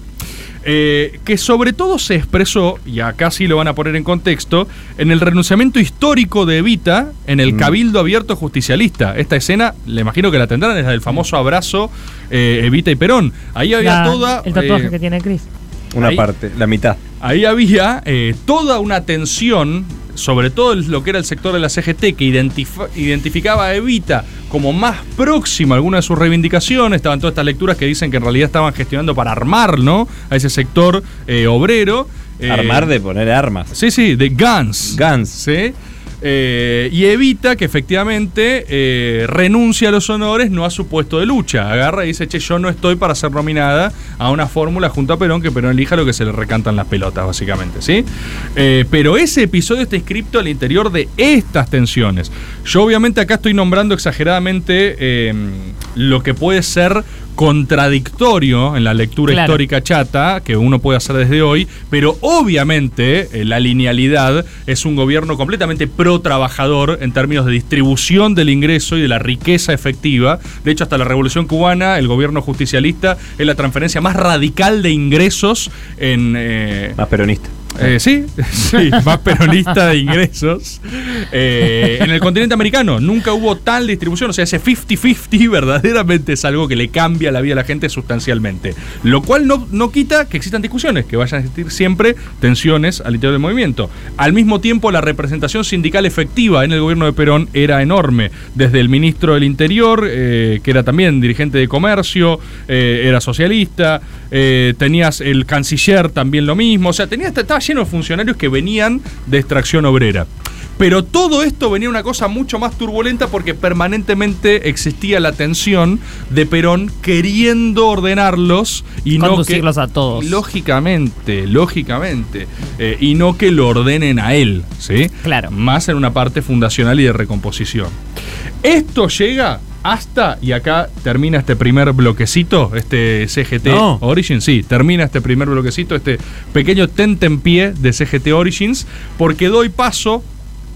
eh, que sobre todo se expresó, y acá sí lo van a poner en contexto, en el renunciamiento histórico de Evita en el Cabildo Abierto Justicialista. Esta escena, le imagino que la tendrán, es la del famoso abrazo eh, Evita y Perón. Ahí había
La-
toda.
el tatuaje
eh,
que tiene Chris.
Una
Ahí-
parte, la mitad.
Ahí había eh, toda una tensión, sobre todo el- lo que era el sector de la CGT, que identif- identificaba a Evita como más próxima a alguna de sus reivindicaciones. Estaban todas estas lecturas que dicen que en realidad estaban gestionando para armar, ¿no? A ese sector eh, obrero. Eh,
Armar de poner armas.
Sí, sí, de Guns. Guns. Sí. Eh, y evita que efectivamente eh, renuncie a los honores, no a su puesto de lucha. Agarra y dice, che, yo no estoy para ser nominada a una fórmula junto a Perón, que Perón elija lo que se le recantan las pelotas, básicamente, ¿sí? Eh, pero ese episodio está inscripto al interior de estas tensiones. Yo obviamente acá estoy nombrando exageradamente eh, lo que puede ser contradictorio en la lectura
Claro.
histórica histórica chata que uno puede hacer desde hoy, pero obviamente eh, la linealidad es un gobierno completamente pro trabajador en términos de distribución del ingreso y de la riqueza efectiva. De hecho, hasta la Revolución Cubana, el gobierno justicialista es la transferencia más radical de ingresos en... eh,
Más peronista.
eh, sí, <laughs> sí, más peronista de ingresos. Eh, en el continente americano nunca hubo tal distribución, o sea, ese 50-50 <laughs> verdaderamente es algo que le cambia la vida a la gente sustancialmente. Lo cual no, no quita que existan discusiones, que vayan a existir siempre tensiones al interior del movimiento. Al mismo tiempo, la representación sindical efectiva en el gobierno de Perón era enorme. Desde el ministro del Interior, eh, que era también dirigente de comercio, eh, era socialista, eh, tenías el canciller también lo mismo, o sea, tenías, estaba lleno de funcionarios que venían de extracción obrera. Pero todo esto venía una cosa mucho más turbulenta porque permanentemente existía la tensión de Perón queriendo ordenarlos y
Conducirlos
no que,
a todos.
Lógicamente, lógicamente. eh, y no que lo ordenen a él, ¿sí? Claro. Más en una parte fundacional y de recomposición. Esto llega hasta, y acá termina este primer bloquecito, este CGT
No.
Origins, sí, termina este primer bloquecito, este pequeño tentempié de CGT Origins, porque doy paso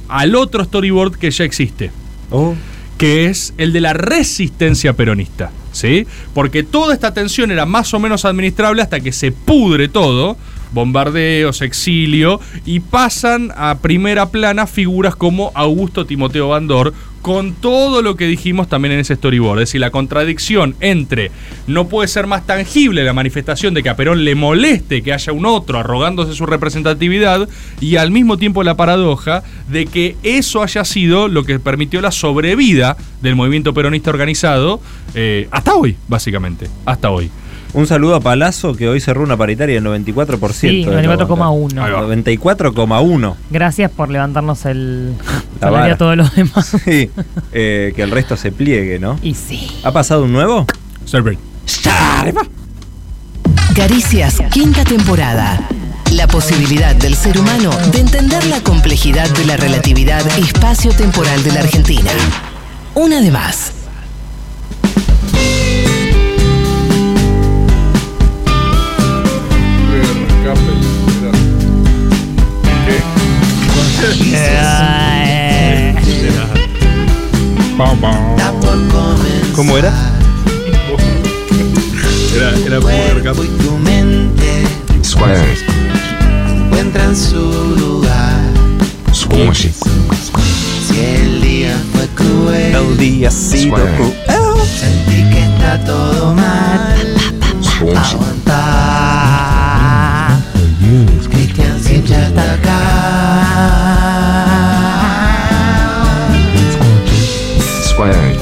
al otro storyboard que ya existe, que es el de la resistencia peronista. ¿sí? Porque toda esta tensión era más o menos administrable hasta que se pudre todo, bombardeos, exilio, y pasan a primera plana figuras como Augusto Timoteo Bandor, con todo lo que dijimos también en ese storyboard, es decir, la contradicción entre no puede ser más tangible la manifestación de que a Perón le moleste que haya un otro arrogándose su representatividad y al mismo tiempo la paradoja de que eso haya sido lo que permitió la sobrevida del movimiento peronista organizado eh, hasta hoy, básicamente, hasta hoy.
Un saludo a Palazzo que hoy cerró una paritaria del 94%.
Sí,
de este la
94,1.
banca. 94,1.
Gracias por levantarnos el
La
salario
vara.
a todos los demás.
<laughs> Sí, eh, que el resto se pliegue, ¿no?
Y sí.
¿Ha pasado un nuevo?
Survey.
Caricias, quinta temporada. La posibilidad del ser humano de entender la complejidad de la relatividad espacio-temporal de la Argentina. Una de más.
¿Cómo era?
Era, era
Squares.
Encuentran su lugar.
Squishy.
Si el día fue cruel.
El día ha sido
Square.
cruel. Sentí que está todo mal. Aguantar. Cristian Sincha está acá.
Squares.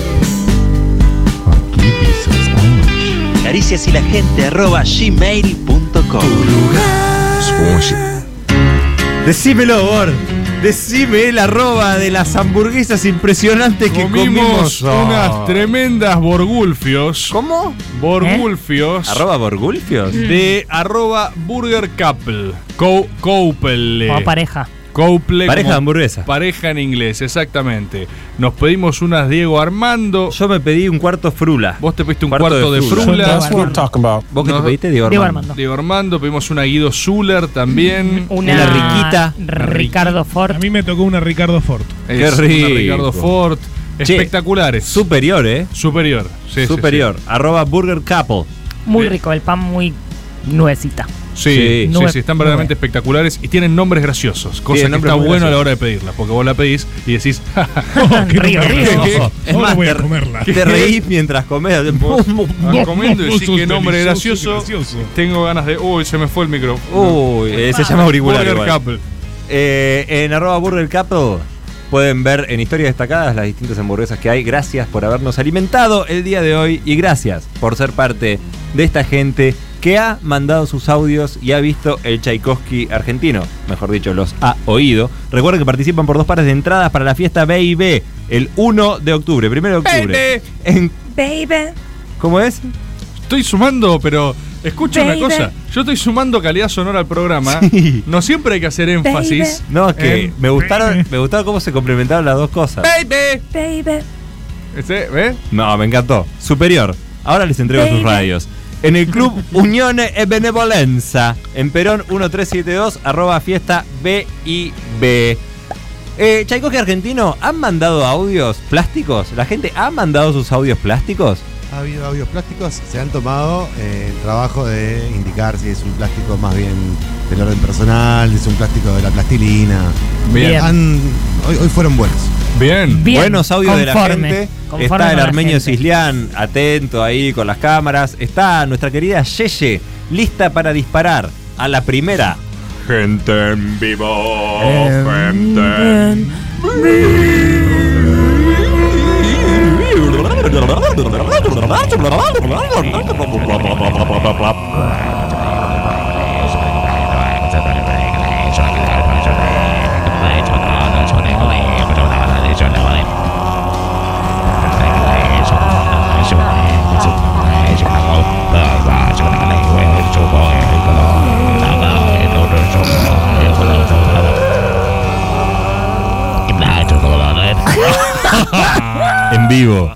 Aquí dice Squash.
Caricias y la gente arroba gmail.com.
Squash.
Decímelo, Bor. Decime el arroba de las hamburguesas impresionantes que comimos.
Comimos unas tremendas borgulfios.
¿Cómo?
¿Eh?
Borgulfios.
¿Eh? ¿Arroba Borgulfios?
Mm.
Mm.
De arroba burger couple. Co couple.
Como pareja.
Couple.
Pareja
como
de hamburguesa.
Pareja en inglés, exactamente. Nos pedimos unas Diego Armando.
Yo me pedí un cuarto frula.
Vos te pediste un cuarto, de frula.
¿Vos qué te
Nos-
pediste, Diego
Diego
Armando?
Diego Armando, pedimos una Guido Zuller también.
Mm, Una Ah, Ricardo Ford.
A mí me tocó una Ricardo Ford.
Es
Qué
una
rico.
Ricardo Ford.
Che,
Espectaculares.
Superior, ¿eh?
Superior. Sí, sí,
Superior. Arroba Burger Couple.
Muy rico, el pan muy nuevecita.
Sí, sí,
Nube-
sí, están verdaderamente espectaculares y tienen nombres graciosos, cosa
Tienen
que
nombres
está
muy
bueno a la
graciosos.
hora de pedirla, porque vos la pedís y decís, <laughs> "Ah, "Ja, ja, ja,
río, río.
Es más, te, te reís mientras comes.
Estás comiendo y
<laughs>
decís que nombre gracioso, Tengo ganas de. Uy, se me fue el micrófono.
Uy, eh, se llama auricular.
Burger
igual.
Couple.
Eh, en arroba Burger Couple pueden ver en historias destacadas las distintas hamburguesas que hay. Gracias por habernos alimentado el día de hoy y gracias por ser parte de esta gente que ha mandado sus audios y ha visto el Tchaikovsky argentino. Mejor dicho, los ha oído. Recuerden que participan por dos pares de entradas para la fiesta B&B el 1 de octubre, 1 de octubre. En-
Baby.
¿Cómo es?
Estoy sumando, pero. Escucha una
Baby.
cosa, yo estoy sumando calidad sonora al programa. No siempre hay que hacer énfasis.
No, es que
en-
me gustaron, me gustaron cómo se complementaron las dos cosas.
Em, Baby.
Baby.
Este, ¿ves?
No, me encantó. Superior. Ahora les entrego sus radios. En el club Unione e Benevolenza. En Perón 1372, arroba fiesta BIB. Eh, Chaikovsky argentino, ¿han mandado audios plásticos? ¿La gente ha mandado sus audios plásticos?
Ha habido audios plásticos, se han tomado eh, el trabajo de indicar si es un plástico más bien del orden personal, si es un plástico de la plastilina.
Bien.
Han- hoy, hoy fueron buenos.
Bien.
Bien,
Buenos audios
conforme,
de la gente.
conforme
Está
con
el
la
armenio
gente.
Cislián, atento ahí con las cámaras. Está nuestra querida Yeye, lista para disparar a la primera. Gente en vivo, gente.
Ah.
En vivo.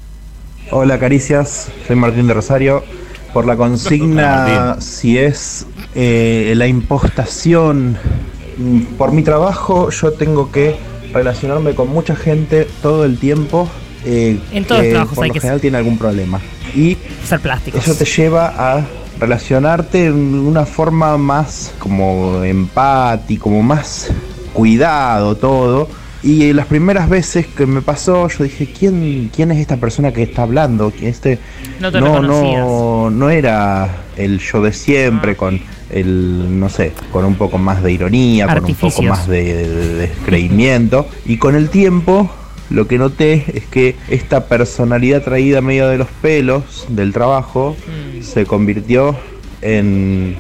Hola Caricias, soy Martín de Rosario. Por la
Hola,
consigna, si es eh, la impostación, mm, por mi trabajo yo tengo que relacionarme con mucha gente todo el tiempo. eh,
En todos los
que
eh,
trabajos
por
hay
lo
que
general tiene algún problema.
y
Ser plásticos.
eso te lleva a relacionarte en una forma más como empática, como más cuidado todo. Y eh, las primeras veces que me pasó, yo dije, ¿quién, quién es esta persona que está hablando? Que Este,
No te
no,
reconocías.
no, no era el yo de siempre con el, no sé, con un poco más de ironía, con un poco
Artificios.
más de, de- de descreimiento. Y con el tiempo, lo que noté es que esta personalidad traída medio de los pelos del trabajo
Mm.
se convirtió en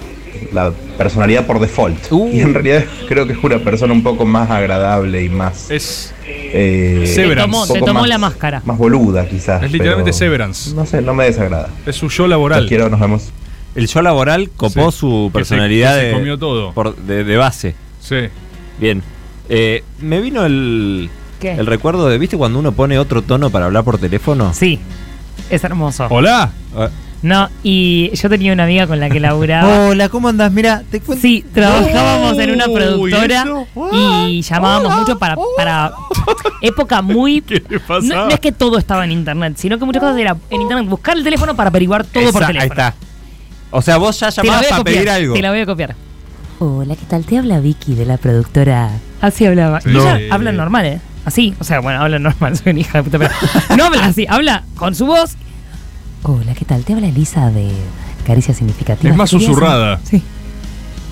la personalidad por default.
Uh.
Y en realidad creo que es una persona un poco más agradable y más...
Es...
eh,
Se tomó,
un poco
se tomó
más-
la máscara.
Más boluda quizás.
Es literalmente
pero
Severance.
No sé, no me desagrada.
Es su yo laboral.
Los quiero, nos vemos.
El yo laboral copó
que
su
se-
personalidad
que se
de,
comió todo.
por- de, de base.
Sí.
Bien. Eh, me vino el,
¿Qué?
el recuerdo de, ¿viste cuando uno pone otro tono para hablar por teléfono? Ah,
Sí. Es hermoso.
Hola.
No, y yo tenía una amiga con la que
<laughs>
laburaba.
Hola, ¿cómo andas? Mira, te
cuento. Sí, trabajábamos en una
Uy,
productora
¿eso?
Ah,
y llamábamos mucho para, para
<laughs>
época muy. No, no es que todo estaba en internet, sino que muchas cosas era en internet. Buscar el teléfono para averiguar todo por
Esa-
teléfono.
Ahí está. O sea, vos ya
Te la
llamabas
voy a
para
copiar,
pedir algo.
Te la voy a copiar.
Hola, ¿qué tal? Te habla Vicky de la productora.
Así hablaba. Y
No.
ella habla normal, ¿eh? Así. O sea, bueno, habla normal, <laughs> soy una hija de puta, pero no habla así, habla con su voz.
Hola, ¿qué tal? Te habla Elisa de Caricias Significativas.
Es más
Quería saber-
susurrada.
Sí.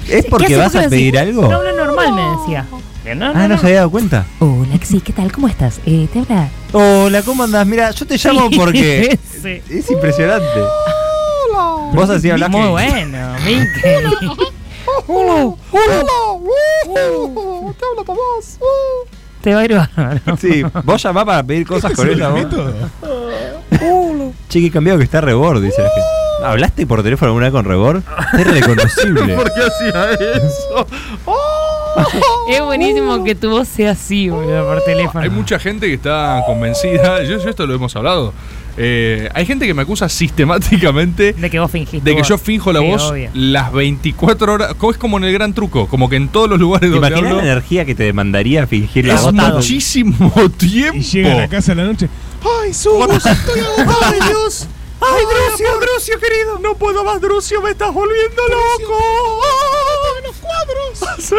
¿Es
¿Qué hace? ¿Por qué habla así? No habla normal, me decía. Que
Ah,
Ah, No, no, <laughs> no.
dado cuenta.
Hola, sí, ¿qué tal? ¿Cómo estás? Eh, te habla.
Hola, ¿cómo andás? Mira, yo te llamo
<laughs>
porque
<laughs> Sí.
es impresionante. Vos así hablás.
Muy bueno, Mickey. <laughs>
Hola, hola, uh, te habla Tomás. uh.
Te va a ir bárbaro.
Sí, <laughs> vos llamás para pedir cosas con esa voz.
Hola.
Che, qué cambiado que está Rebord, dice la gente. ¿Hablaste por teléfono alguna vez con Rebord?
<laughs>
Es reconocible.
qué hacía eso?
Es buenísimo que tu voz sea así, boludo, por teléfono.
Hay mucha gente que está convencida, yo, yo esto lo hemos hablado. eh, hay gente que me acusa sistemáticamente
de que vos fingís.
De
tu
que
voz.
yo finjo la
Sí,
voz
obvio.
las 24 horas. co- Es como en el gran truco, como que en todos los lugares donde
Imaginá la
hablo.
energía que te demandaría fingir la
Es
<laughs>
voz.
muchísimo <laughs> tiempo.
Llegan a casa a la noche. ¡Ay, subo! ¡Estoy agotado!
<laughs>
¡Ay, Dios!
Ay, Drucio, Drucio, querido. No puedo más, Drucio, me estás volviendo loco. Ah, los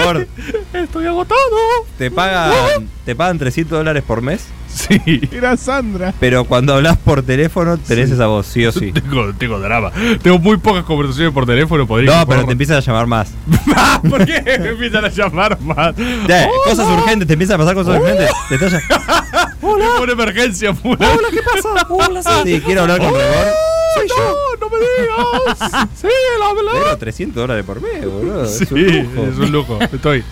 <laughs> cuadros.
Bor,
Estoy agotado.
¿te pagan, ¿Te pagan 300 dólares por mes?
Sí.
Era Sandra.
Pero cuando hablas por teléfono tenés esa voz, sí o
<laughs>
sí.
Tengo, tengo drama. Tengo muy pocas conversaciones por teléfono. Podría
No, pero te empiezan a llamar más.
¿Por qué me empiezan a llamar <laughs> más?
Ya, cosas urgentes, te empiezan a pasar
<laughs>
cosas urgentes. Te estás llam-
Hola. Una emergencia, <laughs> fulano.
Hola, ¿qué pasa? Hola,
Sí, quiero hablar con Rebord.
<laughs> Soy yo. No, no me <laughs> digas. Sí, él habla.
Pero 300 dólares por mes, boludo.
Sí,
es un lujo.
es un lujo.
<laughs>
Estoy.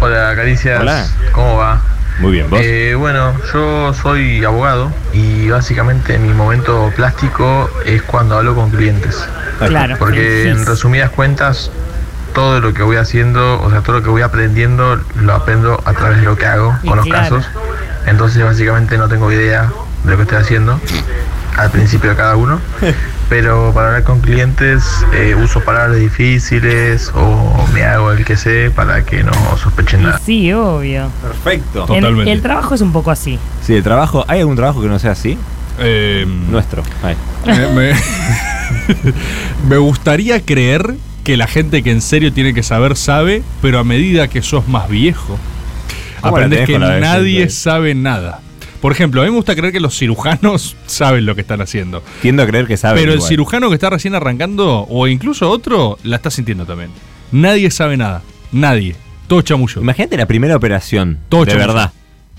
Hola, Caricias.
Hola.
¿Cómo va?
Muy bien, ¿vos?
Eh, bueno, yo soy abogado y básicamente mi momento plástico es cuando hablo con clientes.
Claro,
Porque en
fingís.
resumidas cuentas, todo lo que voy haciendo, o sea, todo lo que voy aprendiendo, lo aprendo a través de lo que hago
Y
con los
claro.
casos. Entonces, básicamente no tengo idea de lo que estoy haciendo al principio de
<laughs>
cada uno. Pero para hablar con clientes eh, uso palabras difíciles o me hago el que sé para que no sospechen nada.
Y Sí, obvio.
Perfecto.
En- el trabajo es un poco así.
Sí, el trabajo. ¿Hay algún trabajo que no sea así? Nuestro. Ahí.
Eh,
<laughs>
<laughs> me, <laughs> me gustaría creer que la gente que en serio tiene que saber sabe, pero a medida que sos más viejo,
¿Cómo la
aprendes
tenés
que
con la de
nadie
siempre?
sabe nada. Por ejemplo, a mí me gusta creer que los cirujanos <laughs> saben lo que están haciendo.
Tiendo a creer que saben.
pero el
igual.
cirujano que está recién arrancando, o incluso otro, la está sintiendo también. Nadie sabe nada. Nadie. Todo chamullo.
Imagínate la primera operación.
Todo
de
chamuyo.
verdad.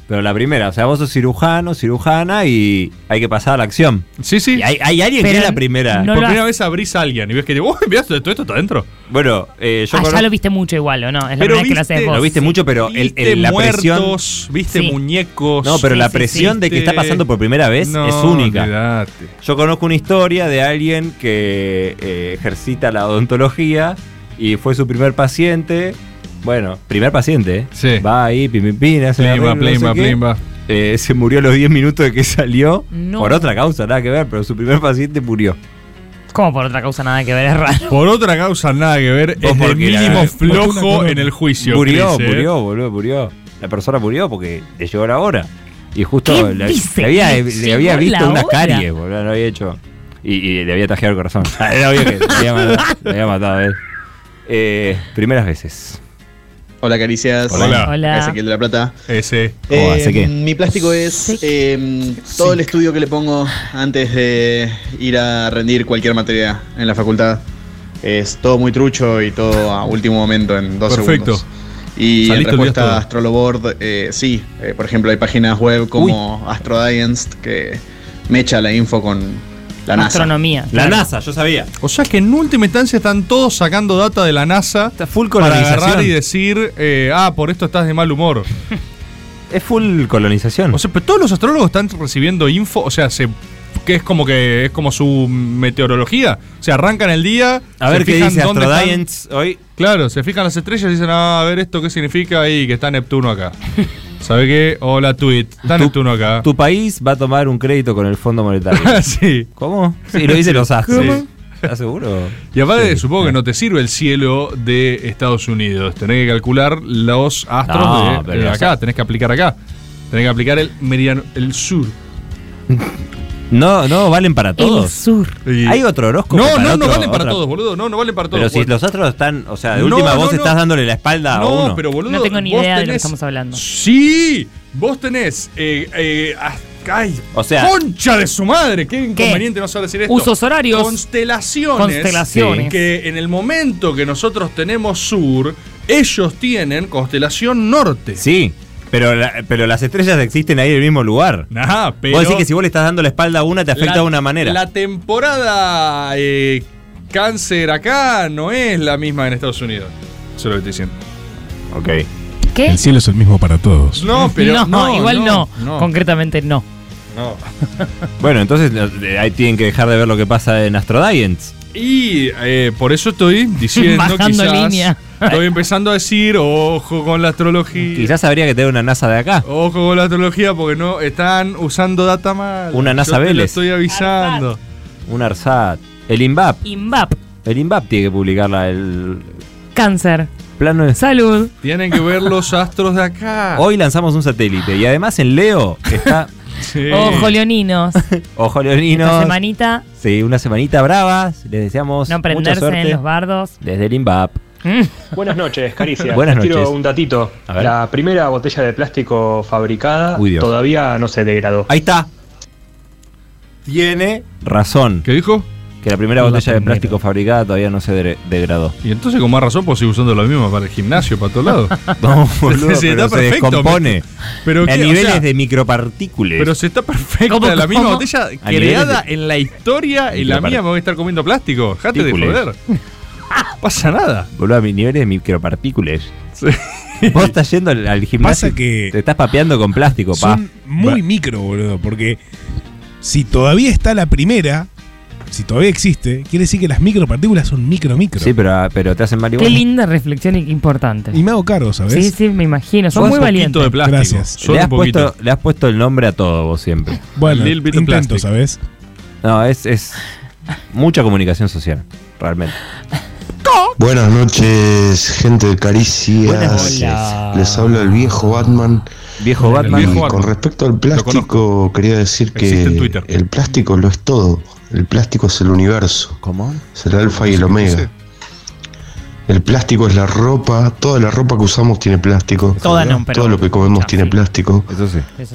Pero la primera, o sea, vos sos cirujano, cirujana y hay que pasar a la acción.
Sí, sí.
hay, hay alguien que
Pero
es la primera.
Por primera vez abrís a alguien y ves que, uy, mirá, todo esto está adentro.
Bueno, eh, yo
Allá
conozco-
Ah, lo viste mucho igual, ¿o no? Es la
Pero
primera vez que lo haces vos.
Lo viste mucho, pero el,
Viste
el- la presión.
muertos, viste
Sí.
muñecos.
No, pero la presión de que está pasando por primera vez es única. Yo conozco una historia de alguien que eh, ejercita la odontología y fue su primer paciente. Bueno, primer paciente, ¿eh? Va ahí, pim, pim, pim, hace el
Plimba,
arreglo, no sé
plimba,
qué.
plimba.
Eh, se murió a los 10 minutos de que salió.
No.
Por otra causa, nada que ver, pero su primer paciente murió.
¿Cómo por otra causa nada que ver? Es raro.
Por otra causa, nada que ver.
O
Es el
porque la-
mínimo
por
flojo
una-
en el juicio.
Murió,
Chris, ¿eh?
murió, boludo, murió. La persona murió porque le llegó la hora. Y justo
¿Qué
le,
dice?
le había,
Le
le
llegó
había
la
visto unas
hora.
caries, boludo, lo había hecho. Y, y le había tajeado el corazón. <laughs> Ah, Era obvio que le había matado, le había matado a él. Eh, primeras veces.
Hola, caricias.
Hola. Hola.
Ezequiel de la Plata.
Ese.
Eh,
Oh, hace qué?
Mi plástico es eh, todo el estudio que le pongo antes de ir a rendir cualquier materia en la facultad. Es todo muy trucho y todo a último momento en dos
Perfecto.
segundos. Y
Saliste,
en respuesta
olvidás
a
todo.
Astroloboard, eh, sí. Eh, por ejemplo, hay páginas web como AstroDience que me echa la info con la NASA.
Astronomía,
La claro.
NASA, yo sabía.
O sea que en última instancia están todos sacando data de la NASA para
colonización.
agarrar y decir, eh, ah, por esto estás de mal humor.
Es full colonización.
O sea, pero todos los astrólogos están recibiendo info, o sea, se, que es como que es como su meteorología. O sea, arrancan el día,
A
se
ver qué
fijan
dice
dónde están-
Astrodience hoy.
Claro, se fijan las estrellas y dicen, ah, a ver esto qué significa y que está Neptuno acá. ¿Sabe qué? Hola, tweet. Está Neptuno acá.
Tu país va a tomar un crédito con el Fondo Monetario.
sí.
¿Cómo? <laughs> Sí, lo dicen los astros.
¿Cómo?
¿Estás seguro?
Y aparte, supongo que no te sirve el cielo de Estados Unidos. Tenés que calcular los astros
No,
de,
pero
de
no
acá. Tenés que aplicar acá. Tenés que aplicar el meridiano, el sur.
No, no valen para todos.
sur. Y-
Hay otro horóscopo.
No,
para
no, no
otro-
valen para
otra-
todos, boludo. No, no valen para todos.
Pero si
Bueno.
los astros están, o sea, de
No,
última
no,
vos
no.
estás dándole la espalda a
No,
uno.
pero boludo.
No tengo ni
vos
idea de lo que
tenés-
estamos hablando.
Sí, vos tenés. Eh, eh, ah, ay,
O sea-
concha de su madre. Qué inconveniente no saber decir esto.
Usos horarios.
Constelaciones.
Constelaciones.
Que en el momento que nosotros tenemos sur, ellos tienen constelación norte.
Sí, pero, la- pero las estrellas existen ahí en el mismo lugar.
Ajá, pero-
Vos decís que si vos le estás dando la espalda a una, te afecta
La-
de una manera.
La temporada eh, cáncer acá no es la misma en Estados Unidos. Eso es lo que estoy diciendo.
Ok.
¿Qué?
El cielo es el mismo para todos.
<laughs>
No, pero.
no, igual no,
no.
Concretamente no.
No.
Bueno, entonces eh, ahí tienen que dejar de ver lo que pasa en Astrodience.
Y eh, por eso estoy diciendo
<laughs> Bajando
quizás,
línea.
Estoy empezando a decir, ojo con la astrología.
Quizás habría que tener una NASA de acá.
Ojo con la astrología porque no están usando data mal.
Una NASA
Yo te lo
Vélez.
estoy avisando.
Un ARSAT. El INVAP.
INVAP,
El INVAP tiene que publicarla. El
cáncer,
plano de
salud.
Tienen que ver los astros de acá.
Hoy lanzamos un satélite y además en Leo
<laughs>
está.
ojo leoninos.
Ojo
Esta
Leonino.
semanita
Sí, una semanita brava. Les deseamos
no
mucha
prenderse
suerte
en los bardos.
desde el INVAP.
Mm. Buenas noches, Caricia.
Buenas
Les tiro
noches.
un datito.
A ver.
La primera botella de plástico fabricada
Uy, Dios.
todavía no se degradó.
Ahí está. Tiene razón.
¿Qué dijo?
Que la primera
La
botella de
primera.
plástico fabricada todavía no se degre- degradó.
Y entonces con más razón puedo seguir pues usando lo mismo para el gimnasio, para todos <laughs> lados.
<laughs> No, boludo,
Se- se
pero
está
se
perfecto,
descompone.
me- Pero
a
qué, o
niveles
sea,
de micropartículas.
Pero se está perfecta
¿Cómo,
la misma
cómo?
botella
A niveles
creada
de-
en la historia y la
Micropart-
mía me voy a estar comiendo plástico. Jate de
Partículas.
joder. Pasa nada.
Boludo, a mi niveles de micropartículas. Vos estás yendo al, al gimnasio.
Pasa que-
Te estás papeando con plástico, pa.
Son muy micro, boludo, porque si todavía está la primera, si todavía existe, quiere decir que las micropartículas son micro, micro.
Sí, pero, ah, pero te hacen mal
Qué
igual.
linda reflexión y qué importante.
Y me hago cargo, ¿sabes?
Sí, sí, me imagino. Son muy valientes.
Gracias. Le has, puesto, le has puesto el nombre a todo vos siempre.
Bueno, Little bit of intento, plastic. ¿sabes?
No, es, es mucha comunicación social, realmente.
Buenas noches, gente de Caricias.
Hola.
Les habla el viejo Batman.
Viejo Batman.
Y
Viejo
con
Batman.
respecto al plástico, quería decir que
Existe en Twitter.
el plástico lo es todo. El plástico es el universo.
¿Cómo?
Es el alfa y el
¿Qué
omega.
dice?
El plástico es la ropa. Toda la ropa que usamos tiene plástico.
Toda no, pero-
Todo lo que comemos tiene plástico.
Eso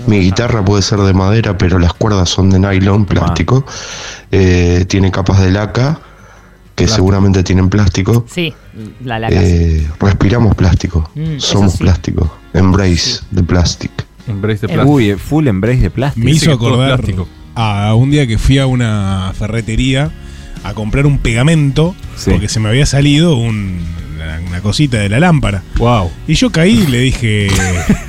Mi guitarra puede ser de madera, pero las cuerdas son de nylon, plástico. Eh, tiene capas de laca, que seguramente tienen plástico.
Sí, la laca.
Eh, respiramos plástico,
Mm, eso
somos
sí.
plástico, embrace de plastic.
Embrace
de plástico.
Uy, eh, full embrace de plástico.
Me
hizo acordar a un día que fui a una ferretería a comprar un pegamento
Sí.
porque se me había salido un- una, una cosita de la lámpara.
Wow.
Y yo caí y le dije,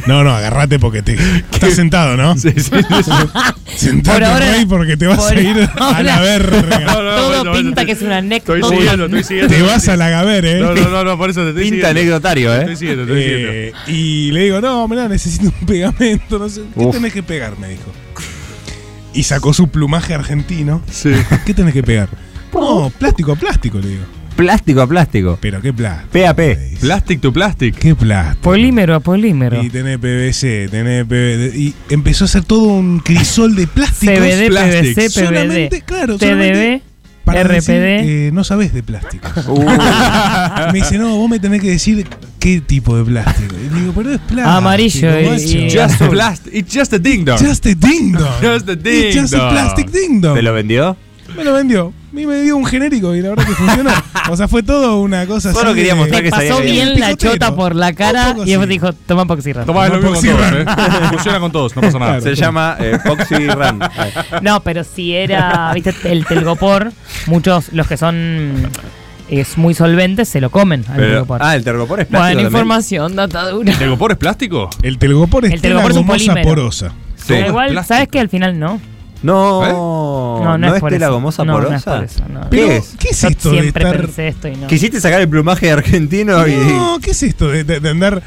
no, no, agarrate porque te estás sentado, ¿no? Sí, sí, <laughs> Sentate,
Por ahora-
rey, porque te vas
por
a ir a
ahora- <laughs>
la verga.
Todo pinta que es una anécdota.
estoy siguiendo, estoy siguiendo. Te vas a la gaber, eh.
No, no, no, no, por eso te estoy
Pinta
siguiendo.
anecdotario, eh.
Te estoy siguiendo, te estoy siguiendo.
Eh, y le digo, no, mirá, necesito un pegamento, no sé, ¿qué
Uf.
tenés que pegar? Me dijo. Y sacó su plumaje argentino. ¿Qué tenés que pegar? No, plástico a plástico, le digo.
Plástico a plástico.
Pero qué plástico.
PAP.
Plastic to plastic.
Qué plástico.
Polímero a polímero.
Y tenés PVC, tenés PVC. Y empezó a hacer todo un crisol de plásticos.
CBD,
Plastics.
PVC, PVD.
Solamente, claro,
TDB,
solamente para
RPD.
decir, eh, no sabés de
<laughs>
plásticos. me
Uh.
dice, no, vos me tenés que decir qué tipo de plástico. Y digo, pero es plástico.
Amarillo eh. y-
macho.
y-
Just a plast- it's just a ding dong.
Just a ding dong.
Just a ding
It's just a
dong.
plastic ding dong.
¿Te lo vendió?
Me lo vendió. Y me dio un genérico y la verdad que funcionó. O sea, fue todo una cosa
Solo
así
quería
de-
mostrar que sabía
Pasó bien la
Picotero.
chota por la cara y después dijo, toma poxirra.
Tomá, es lo mismo con todos, ¿eh? Funciona con todos, no pasa nada.
Se llama eh,
<laughs>
Foxy Run.
No, pero si era, viste, el telgopor, muchos, los que son es muy solventes, se lo comen al
Pero-
telgopor.
ah, el telgopor es
Buena
plástico también.
información, datadura. <laughs>
¿El telgopor es plástico?
El telgopor es
El telgopor es
tela
un
gomosa
polímero.
porosa.
Pero igual, ¿sabes que al final no?
No,
¿Eh?
no,
no es
es
por
tela
eso.
gomosa
No, no es
porosa.
por eso, no. Pero,
¿Qué es?
¿Qué es
Yo
esto de
siempre
estar-
pensé esto y no.
Quisiste sacar el plumaje argentino y.
No, ¿qué es esto de, de- de andar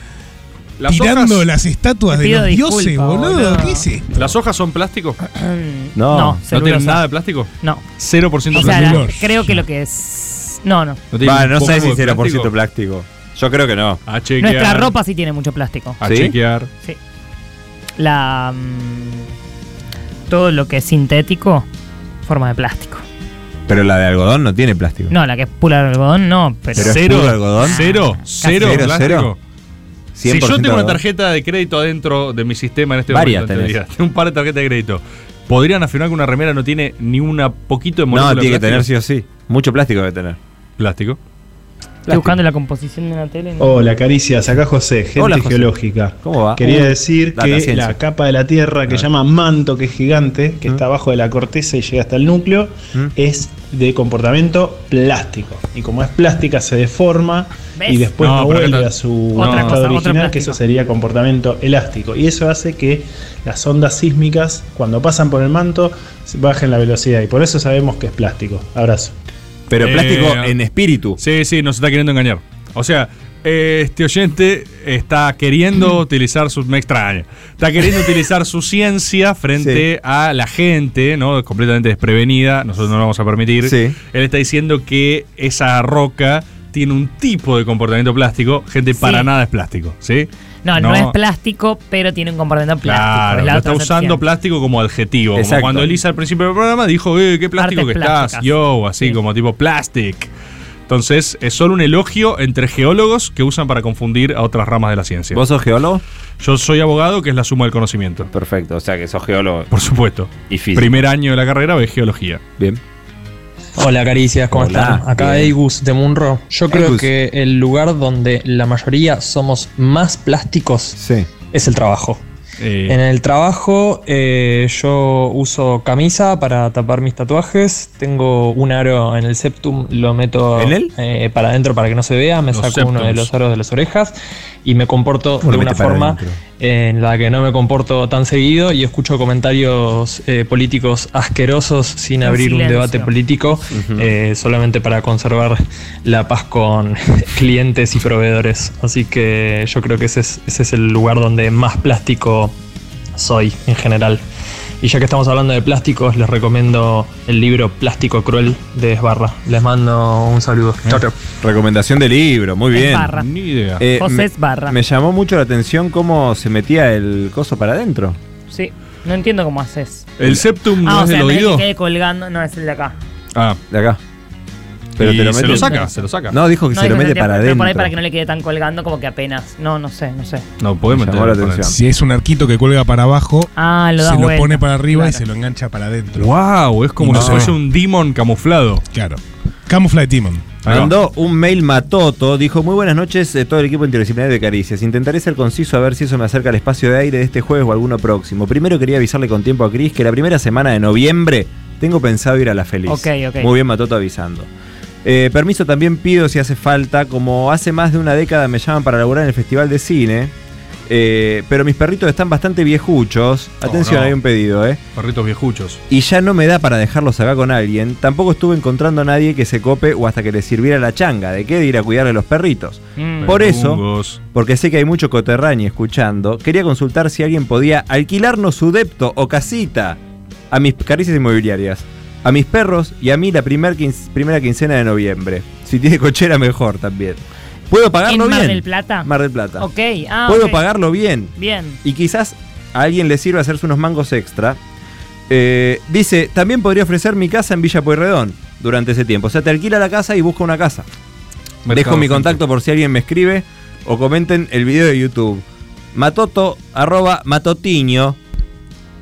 Las
tirando
hojas-
las estatuas de
Te pido
los
disculpa,
dioses, boludo?
boludo.
¿Qué es esto?
¿Las hojas son plástico?
No. No,
¿No tienen
celulosa.
nada de plástico?
No.
0% plástico.
O sea, la- creo que lo que es... No, no.
No tiene
Va,
un
no
poco
sé si
de
será por
plástico.
ciento plástico. Yo creo que no.
A
Nuestra ropa sí tiene mucho plástico.
A chequear.
Sí. La. mm, todo lo que es sintético, forma de plástico.
Pero la de algodón no tiene plástico.
No, la que es pura de algodón, no, pero. Ah,
Pero es
¿Cero?
puro algodón.
¿Cero? ¿Cero
Cero,
plástico?
cero.
Si
100%
yo tengo una
algodón.
tarjeta de crédito adentro de mi sistema en este
Varias
momento, en
tenés.
teoría, tengo <laughs> un par de tarjetas de crédito. ¿Podrían afirmar que una remera no tiene ni una poquito de molécula
No, tiene que
de
tener sí
plástico?
o sí. Mucho plástico debe tener.
¿Plástico?
Estoy buscando la composición de una tele. no.
Hola Caricias, acá José, gente
Hola, José.
geológica.
¿Cómo va?
Quería
Uh,
decir
data
que
ciencia.
la capa de la Tierra que llama manto, que es gigante, que está abajo de la corteza y llega hasta el núcleo,
¿Mm?
es de comportamiento plástico. Y como es plástica se deforma y
¿Ves?
después
No,
no,
pero
vuelve
acá-
a su
Otra cosa,
estado
otro
original, que
plástico.
eso sería comportamiento elástico. Y eso hace que las ondas sísmicas, cuando pasan por el manto, bajen la velocidad. Y por eso sabemos que es plástico. Abrazo.
Pero plástico en
espíritu. Eh, Sí, sí, nos está queriendo engañar. O sea, eh, este oyente está
<clears throat>
queriendo utilizar su. Me extraña. Está queriendo utilizar su ciencia frente a la gente, ¿no? Completamente desprevenida. Nosotros no lo vamos a permitir.
Sí.
Él está diciendo que esa roca tiene un tipo de comportamiento plástico. Gente, para nada es plástico, ¿sí?
No, no, es plástico, pero tiene un comportamiento plástico.
Claro,
es la
lo está
otra
usando
acepción.
plástico como adjetivo. Como
Exacto.
cuando Elisa al principio del programa dijo, eh, qué plástico
Artes
que estás,
plásticas.
yo, así como tipo plastic. Entonces, es solo un elogio entre geólogos que usan para confundir a otras ramas de la ciencia.
¿Vos sos geólogo?
Yo soy abogado, que es la suma del conocimiento.
Perfecto, o sea que sos geólogo.
Por supuesto. ¿Eh?
Y físico.
Primer año de la carrera ves geología.
Bien.
Hola Caricias, ¿cómo
Hola,
están? Acá
bien.
Eigus de Munro. Yo creo
Eigus.
que el lugar donde la mayoría somos más plásticos es el trabajo.
Eh.
En el trabajo eh, yo uso camisa para tapar mis tatuajes, tengo un aro en el septum, lo meto eh, para adentro para que no se vea, me
Los
saco uno de
septums.
los aros de las orejas y me comporto
¿Cómo
de
lo
una
metes para
forma
adentro?
en la que no me comporto tan seguido y escucho comentarios eh, políticos asquerosos sin
En
abrir un
silencio.
debate político, eh, solamente para conservar la paz con <laughs> clientes y proveedores. Así que yo creo que ese es, ese es el lugar donde más plástico soy en general. Y ya que estamos hablando de plásticos, les recomiendo el libro Plástico Cruel de Esbarra. Les mando un saludo. Chao, chao.
Recomendación de libro, muy bien.
Esbarra.
Ni idea.
Eh,
José
me-
Esbarra.
Me llamó mucho la atención cómo se metía el coso para adentro.
Sí, no entiendo cómo haces.
¿El septum no
ah, o
es
sea,
del
en vez de
oído?
que quede colgando, no es el de acá.
Ah.
De acá.
Y se lo
mete-
saca, se lo saca.
No, dijo que
No,
se lo
digo,
mete
pero
para
por ahí
adentro.
para que no le quede tan colgando como que apenas. No, no sé, no sé.
No, podemos
Me llamó
meterlo
la
para
atención.
Si es un arquito que cuelga para abajo,
Ah, lo das
se lo
vuelta,
pone para arriba y
claro.
se lo engancha para adentro.
Wow, es como
No.
si fuese un demon camuflado.
Claro. Camuflaje Demon.
Mandó un mail matoto, dijo muy buenas noches eh, todo el equipo interdisciplinario de Caricias. Intentaré ser conciso a ver si eso me acerca al espacio de aire de este jueves o alguno próximo. Primero quería avisarle con tiempo a Cris que la primera semana de noviembre tengo pensado ir a la feliz.
Ok, ok.
Muy bien matoto avisando. Eh, permiso también pido si hace falta, como hace más de una década me llaman para laburar en el Festival de Cine, eh, pero mis perritos están bastante viejuchos. Atención,
no.
hay un pedido, ¿eh?
Perritos viejuchos.
Y ya no me da para dejarlos acá con alguien. Tampoco estuve encontrando a nadie que se cope o hasta que le sirviera la changa. ¿De qué? De ir a cuidarle a los perritos.
Mm.
Por eso,
Perungos.
porque sé que hay mucho coterraño escuchando, quería consultar si alguien podía alquilarnos su depto o casita a mis caricias inmobiliarias, a mis perros y a mí la primer quince- primera quincena de noviembre. Si tiene cochera, mejor también. Puedo pagarlo
¿En Mar
bien.
del Plata?
Mar del Plata.
Ok, ah,
Puedo
ok.
pagarlo bien.
Bien.
Y quizás a alguien le sirva hacerse unos mangos extra. Eh, dice, también podría ofrecer mi casa en Villa Pueyrredón durante ese tiempo. O sea, te alquila la casa y busca una casa.
Mercado
Dejo mi
Gente.
contacto por si alguien me escribe o comenten el video de YouTube. Matoto, arroba matotiño.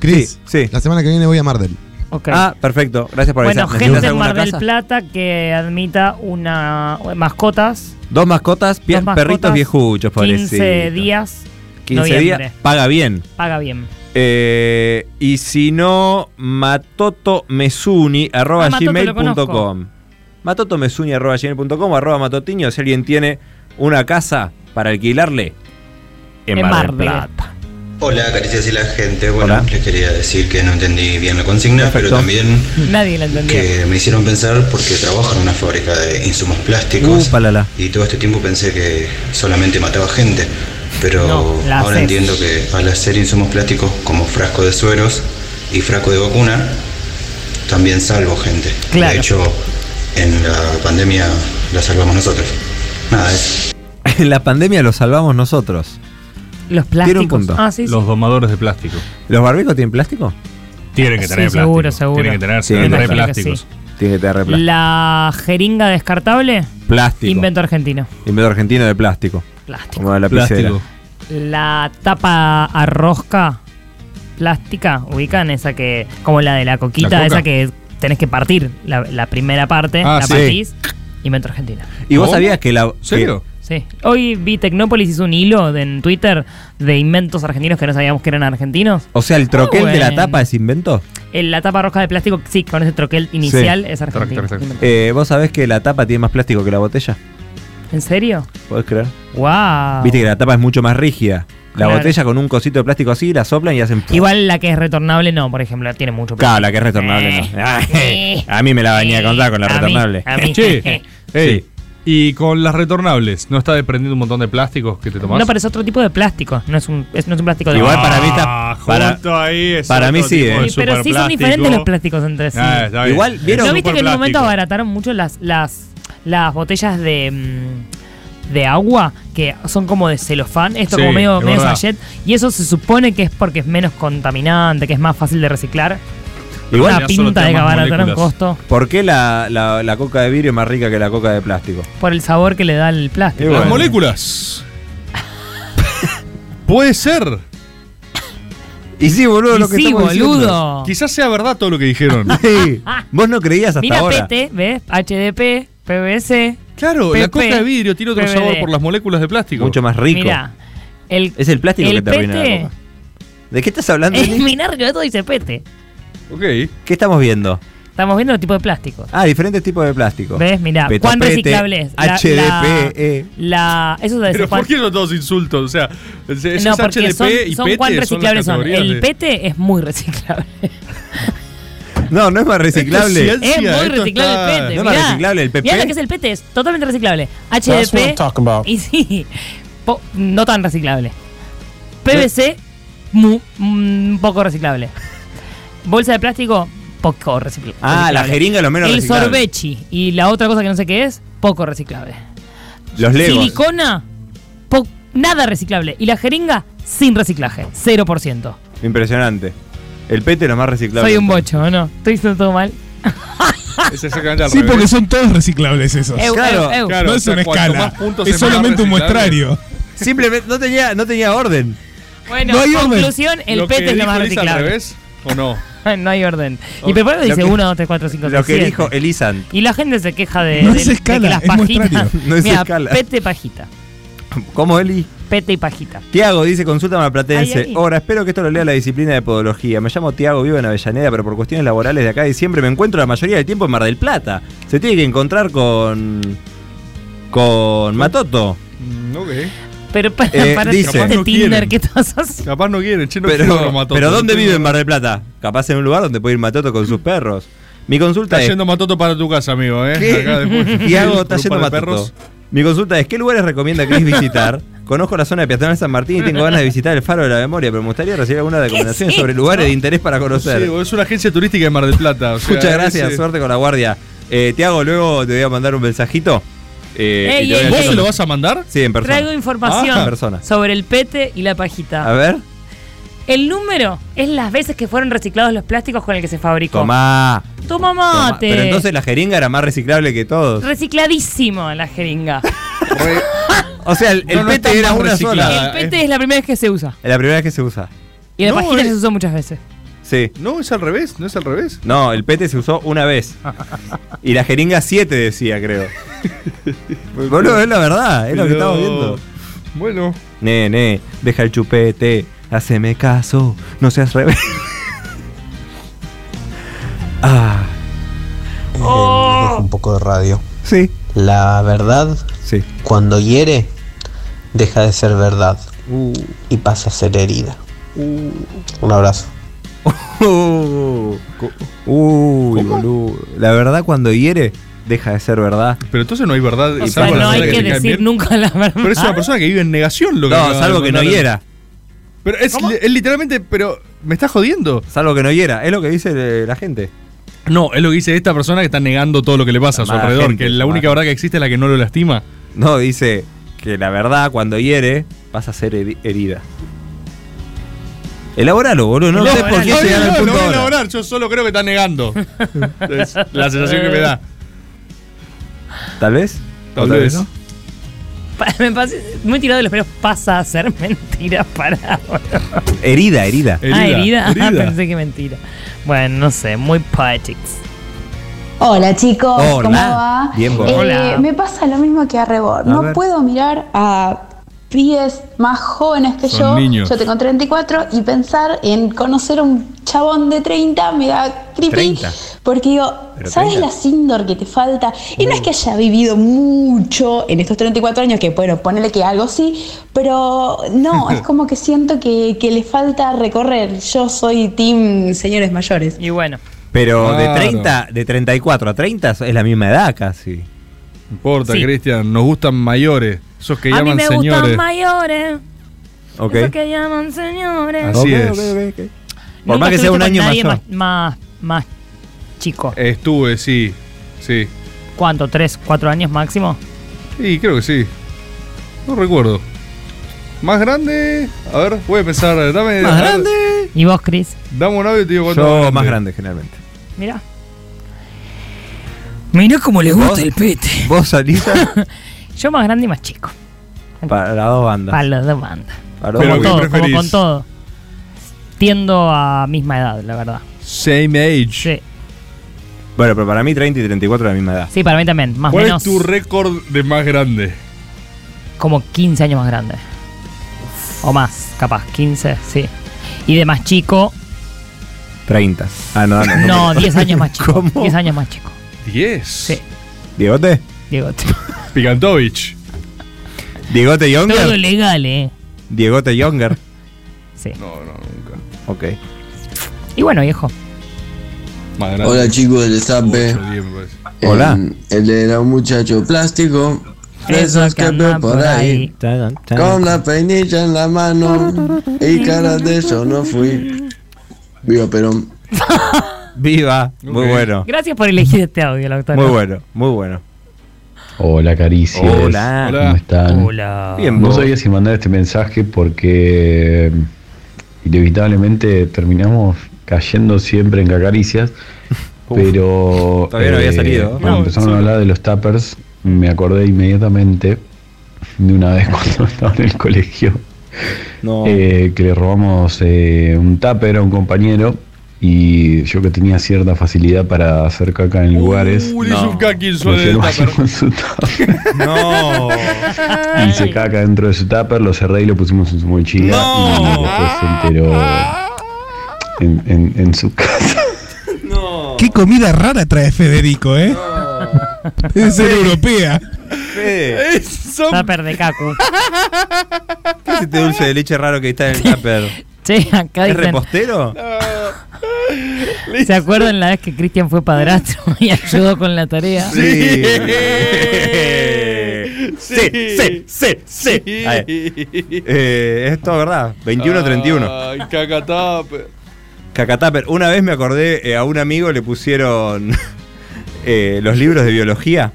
Chris,
sí,
la semana que viene voy a Mardel.
Ok.
Ah, perfecto. Gracias por
Bueno,
avisar.
gente
¿Necesitas
en
alguna
Mar del
casa?
Plata que admita una mascotas.
Dos mascotas, pie-
dos mascotas,
perritos viejuchos,
15
pobrecito.
días.
15
noviembre.
días, paga bien.
Paga bien.
Eh, y si no, matotomesuni arroba
Ah, Matoto, lo
gmail.com.
conozco.
Matotomesuni arroba gmail.com arroba matotiño. Si alguien tiene una casa para alquilarle <laughs> en, Mar, del Plata.
Hola, caricias y la gente. Bueno, les quería decir que no entendí bien la consigna, pero también
Nadie la entendía.
que me hicieron pensar porque trabajo en una fábrica de insumos plásticos y todo este tiempo pensé que solamente mataba gente, pero
No, la
ahora
haces.
entiendo que al hacer insumos plásticos como frasco de sueros y frasco de vacuna, también salvo gente.
Claro.
De hecho, en la pandemia la salvamos nosotros. Nada, eso.
En la pandemia lo salvamos nosotros.
Los
Tiene un
plásticos.
punto.
Ah, sí, sí.
domadores de plástico. ¿Los barbijos tienen plástico?
Tienen que Sí, tener seguro, plástico. seguro. Tienen que tener- tienen que tener
Imagino que
plásticos. Tienen que tener plástico.
La jeringa descartable.
Plástico.
Invento argentino.
Invento argentino de plástico.
Plástico.
Como la lapicera.
Plástico.
La tapa a rosca plástica, ubican esa que, como la de la coquita,
¿La coca?
esa que tenés que partir, la, la primera parte,
Ah,
la
sí.
partís, invento argentino.
¿Y vos sabías que la.
¿Serio? Sí. Hoy vi Tecnópolis hizo un hilo de- en Twitter de inventos argentinos que no sabíamos que eran argentinos.
que- o sea, el troquel de la
Ah, bueno.
tapa es invento.
El- la tapa rosca de plástico, sí, con ese troquel inicial
Sí.
es argentino.
Eh, ¿Vos sabés que la tapa tiene más plástico que la botella?
¿En serio?
¿Podés creer?
¡Wow!
Viste que la tapa es mucho más rígida. La
Ah. Claro.
botella con un cosito de plástico así, la soplan y hacen.
Igual la que es retornable, no, por ejemplo, tiene mucho
Claro, la que es retornable.
Eh.
no. Ay, A mí me la bañé a contar con la
A mí,
retornable.
a mí.
Che,
<laughs>
ey,
Sí.
y con las retornables, ¿no está dependiendo un montón de plásticos que te tomás?
No, pero es otro tipo de plástico. No es un, es- no es un plástico de
Igual para mí está- Ah, para- junto ahí es para mí otro sí, tipo eh. de
Sí, Pero sí son
superplástico.
diferentes los plásticos entre sí.
Ah, está bien. Igual, ¿vieron?
¿No viste que en un momento
Superplástico.
abarataron mucho las, las, las botellas de. mm, de agua que son como de celofán, esto
Sí,
como medio,
es
medio
verdad.
sachet, y eso se supone que es porque es menos contaminante, que es más fácil de reciclar. una pinta de que abarataron costo
¿Por qué la, la- la coca de vidrio es más rica que la coca de plástico?
por el sabor que le da el plástico.
Las moléculas. Puede ser.
Y sí, boludo,
Y lo que sí, estamos diciendo. boludo.
Quizás sea verdad todo lo que
<laughs>
dijeron.
Vos no creías hasta
Mira
ahora.
PT, ¿ves? HDP, PVC.
Claro, la coca de vidrio tiene otro
PVD.
sabor por las moléculas de plástico. Mucho
más
Mirá, el,
Es el plástico
el
que te arruina la
PT,
coca. ¿De qué estás hablando?
<laughs> Es
Nick?
mi narco, todo dice pete.
¿Qué estamos viendo?
Estamos viendo el tipo de plástico.
Ah, diferentes tipos de plástico.
¿Ves? Mirá,
Petopete,
cuán reciclable es. La-
HDP, eh.
La, eso debe
Pero
ser cuán-
¿por qué son todos insultos? O sea, es, es
No, porque
HDP
son,
y
son
PT
cuán
las
reciclables son.
categorías
El
de-
pete es muy <laughs> reciclable.
No, no es más reciclable.
es muy reciclable el pete.
No es
mirá.
más reciclable el PP.
Mirá lo que es el pete, es totalmente reciclable.
That's what I'm talking
HDP.
about.
<laughs> Y sí, po- no tan reciclable. PVC, mu- mm, poco reciclable. Bolsa de plástico, poco recicl- reciclable.
Ah, la jeringa es lo menos
El
reciclable.
sorbechi y la otra cosa que no sé qué es, poco reciclable.
Los legos.
Silicona, po- nada reciclable. Y la jeringa, sin reciclaje, 0%.
Impresionante. El pete es lo más reciclable.
Soy un bocho, ¿no? Estoy diciendo todo mal.
Es exactamente al
Sí,
revés.
porque son todos reciclables esos.
Eu, Claro, eu, eu.
No
o
es
sea,
una
cuanto
escala.
más puntos
Es
se pongan
solamente un
reciclables-
muestrario.
Simplemente no tenía, no tenía orden.
Bueno,
No hay orden.
conclusión, el
Lo
pete
que
es lo
dijo
más
Elisa al
reciclable. <laughs>
revés, ¿O no?
no hay orden.
Ok.
Y Pepero
Lo
dice
que-
1, 2, 3, 4, 5, 6,
Lo que
7.
dijo Elisan.
Y la gente se queja de,
No
de-
es
de
escala,
que las
es
pajitas.
muestrario. <laughs> No es
Mira,
escala.
pete pajita.
<laughs> ¿Cómo, Eli?
Pete y pajita.
Tiago dice, consulta a Platense.
Ay, ay.
Ahora, espero que esto lo lea la disciplina de podología. Me llamo Tiago, vivo en Avellaneda, pero por cuestiones laborales de acá de diciembre me encuentro la mayoría del tiempo en Mar del Plata. Se tiene que encontrar con... con Matoto.
Mm,
Pero para,
Eh,
para
dice-
este
Capaz no
Tinder,
quieren.
¿qué estás haciendo?
Capaz no quieren, che, <laughs> no quiero
Pero,
otro Matoto.
pero ¿dónde
No
vive
tengo-
en Mar del Plata? Capaz en un lugar donde puede ir Matoto con sus perros. Mi consulta
Está
es...
yendo Matoto para tu casa, amigo, ¿eh?
¿Qué?
Acá
<laughs>
después-
Tiago está
Grupo
yendo
de
Matoto.
perros.
Mi consulta es, ¿qué lugares recomienda
<laughs>
Chris visitar? Conozco la zona de Peatonal San Martín y tengo ganas de visitar el Faro de la Memoria, pero me gustaría recibir
<laughs>
alguna recomendación sobre
esto?
lugares de interés para conocer.
Sí, es una agencia turística de Mar del Plata. o sea,
Muchas gracias,
ese-
suerte con la guardia. Eh, Tiago, luego te voy a mandar un mensajito Eh,
Ey,
y te voy
ey,
a
¿Vos
decir
se lo
los-
vas
a mandar?
Sí, en persona.
Traigo información
Ah, en persona.
sobre el pete y la pajita.
A ver.
El número es las veces que fueron reciclados los plásticos con el que se fabricó.
Tomá.
Toma
Tomá.
mate.
Pero entonces la jeringa era más reciclable que todos.
Recicladísimo la jeringa.
O sea, el, el
No, no
pete
está
era
más
una
El
sola.
eh.
pete es la primera vez que se usa.
Es la primera vez que se usa.
Y la
No,
pajita
es-
se usó muchas veces.
Sí.
No, es al revés, no es al revés.
No, el pete se usó una vez. Y la jeringa 7 decía, creo. Boludo, es la verdad, es lo que
Pues Pero-
estamos viendo.
Bueno.
Nene, deja el chupete, haceme caso, no seas rebelde. ah.
Oh.
Dejo un poco de radio.
Sí.
La verdad, cuando hiere, deja de ser verdad
Uh.
y pasa a ser herida.
Uh,
Un abrazo.
<laughs> Uh, uy, boludo. La verdad cuando hiere, deja de ser verdad.
Pero entonces no hay verdad.
O sea, no hay que decir nunca la verdad.
Pero es una persona que vive en negación, lo que
No,
acaba de
salvo que no
contar.
hiera.
Pero es, li- es literalmente, pero me estás jodiendo.
Salvo que no hiera, es lo que dice eh, la gente.
No, es lo que dice esta persona que está negando todo lo que le pasa a su
Mala
alrededor,
gente,
que la única
mala.
verdad que existe es la que no lo lastima.
No, dice que la verdad cuando hiere, pasa a ser heri- herida. Elaboralo, boludo. No, sé por qué
No,
llegar
no,
al
no, lo voy
punto
a
ahora.
elaborar, yo solo creo que está
<laughs>
negando. Es la sensación que me da.
Tal vez.
Tal
¿O
vez.
no?
<laughs> Pa- me pasé- muy tirado de los pelos pasa a ser <laughs> mentira para ahora.
Herida, herida.
ah,
<laughs>
herida. <laughs> Pensé que mentira. Bueno, no sé, muy poetics.
Hola chicos,
Hola.
¿cómo va?
Bien, vos.
Eh,
Hola.
Me pasa lo mismo que a Rebor.
A
no
ver.
puedo mirar a pies más jóvenes que
Son
yo.
niños.
Yo tengo 34 y pensar en conocer a un chabón de 30 me da creepy.
30.
Porque digo,
Pero
¿sabes
30?
la Sindor que te falta? Y no es
Uh.
que haya vivido mucho en estos 34 años, que bueno, ponele que algo sí, pero
<laughs>
no, es como que siento que, que le falta recorrer. Yo soy team señores mayores.
Y bueno.
Pero de
Claro.
30, de 34 a 30 es la misma edad casi.
No importa,
Sí.
Cristian, nos gustan mayores, esos que
a mí
llaman
me
señores.
gustan mayores.
Ok.
Eso que llaman señores.
Así
Ok,
es.
ok, ok, ok.
Por
Nunca
más que sea
estuviste
un
con
año
nadie
mayor.
Más, más, más chico.
Estuve, sí. Sí.
¿Cuánto? ¿Tres, cuatro años máximo?
Sí, creo que sí. No recuerdo. Más grande. A ver, voy a pensar. Dame.
Más
grande.
¿Y vos, Chris?
Dame un audio y te digo cuánto.
Yo Oh, más grande generalmente.
Mirá. Mirá cómo le gusta el pete.
Vos salís
<laughs> Yo más grande y más chico.
para las dos bandas.
Para las dos bandas.
Para
como,
dos
todo,
bandas.
como con todo. Tiendo a misma edad, la verdad.
Same age.
Sí,
Bueno, pero para mí 30 y 34 es la misma edad.
sí para mí también. Más o
¿Cuál
menos
es tu récord de más grande?
como 15 años más grande. O más, capaz, 15, sí. Y de más chico,
30. Ah, no, no.
no, 10
<laughs>
años más chico. 10 años más chico.
10. Sí.
¿Diegote?
Diegote.
Picantovich.
¿Diegote
Todo
Younger?
legal, eh.
¿Diegote Younger?
Sí.
No, no, nunca.
Ok.
Y bueno, viejo.
Hola chicos del Zape.
Hola.
Él era un muchacho plástico. Fresas que veo por ahí. Con la peinilla en la mano. Y cara de eso no fui. Viva Perón.
<laughs> Viva. Muy bueno.
Gracias por elegir este audio, la
Muy bueno, muy bueno.
Hola Caricias,
Hola.
¿cómo están?
Hola.
Bien, no sabía si mandar este mensaje porque eh, inevitablemente terminamos cayendo siempre
<laughs>
en cacaricias, pero eh,
todavía no había salido.
Cuando
No,
empezaron a hablar de los tappers, me acordé inmediatamente de una vez <laughs> cuando estaba en el colegio, eh, que le robamos eh, un tupper a un compañero y yo que tenía cierta facilidad para hacer caca en lugares.
Uy, hizo un kaki en su
me fui al
aleta,
baño con su tupper.
No.
Hice caca dentro de su tupper, lo cerré y lo pusimos en su mochila. Y después se enteró en, en- en su casa.
Qué comida rara trae Federico,
<laughs>
¿eh?
<laughs>
Debe ser
Sí.
europea.
Tupper de Cacu.
¿Qué es este dulce de leche raro que está en el
<laughs>
tupper?
Sí, acá
¿Es
dicen-
repostero?
¿Se acuerdan la vez que Cristian fue padrastro <laughs> y ayudó con la tarea?
Sí.
Sí, sí, sí, sí.
Ahí. Eh, es todo verdad. 21-31.
Ay, cacatape.
Cacataper. Una vez me <laughs> acordé, eh, a un amigo le pusieron eh, los libros de biología.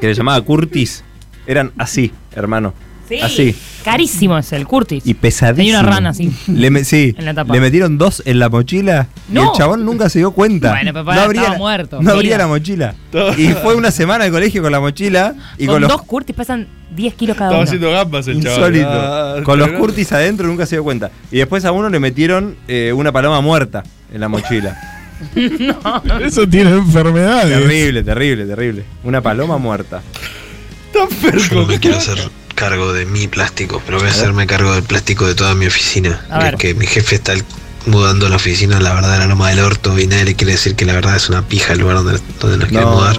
que le llamaba Curtis eran así, hermano.
Sí.
Así.
Carísimo es el Curtis.
Y pesadísimo.
Tenía una rana así.
Le me- sí,
<laughs> En la tapa.
le metieron dos en la mochila y el
No.
chabón nunca se dio cuenta.
Bueno, papá,
no abría,
estaba muerto.
No abría
Mira.
la mochila. Y fue una semana al colegio con la mochila y
con
con, los
dos Curtis pesan 10 kilos cada
Estaba
uno.
haciendo gambas el chaval.
Insólito.
Ah,
Con los
pero-
Curtis adentro nunca se dio cuenta. Y después a uno le metieron eh, una paloma muerta en la mochila.
Eso tiene
<laughs>
enfermedades.
terrible, terrible, terrible. Una paloma muerta.
Yo no me quiero hacer cargo de mi plástico, pero voy a
A ver.
hacerme cargo del plástico de toda mi oficina.
A
Que-
ver.
Que mi jefe está al-
Eh,
mudando la oficina, la verdad, la loma del orto, y nadie le quiere decir que la verdad es una pija el lugar donde, donde nos quiere
No.
mudar,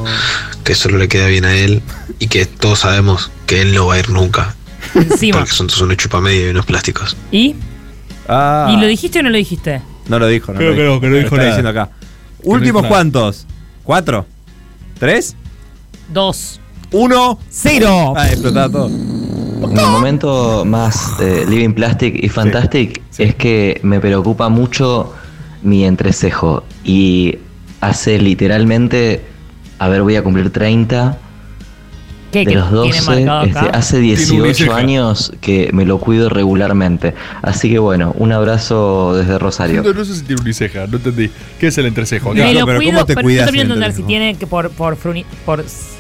que solo le queda bien a él, y que todos sabemos que él no va a ir nunca.
<laughs> Encima.
Porque son todos unos chupamedio y unos plásticos.
¿Y?
Ah,
¿Y lo dijiste o no lo dijiste?
no lo dijo, no
Creo
lo
que
dijo.
no, que no
Lo
dijo
está
nada.
diciendo acá.
Que no dijo
Últimos
nada.
cuantos. ¿Cuatro? ¿Tres?
Dos.
Uno.
Cero.
Ah, explotaba todo.
Mi momento más eh, Living Plastic y Fantastic es que me preocupa mucho mi entrecejo y hace literalmente, a ver, voy a cumplir 30.
¿Qué,
De
qué
los
tiene
12,
marcado
este,
acá?
hace 18 años que me lo cuido regularmente. Así que bueno, un abrazo desde Rosario.
No, no sé si tiene uniceja, no entendí. ¿Qué es el entrecejo?
Me
Acá.
lo cuido, pero no termino de entender si tiene que por, por, fruni- por s-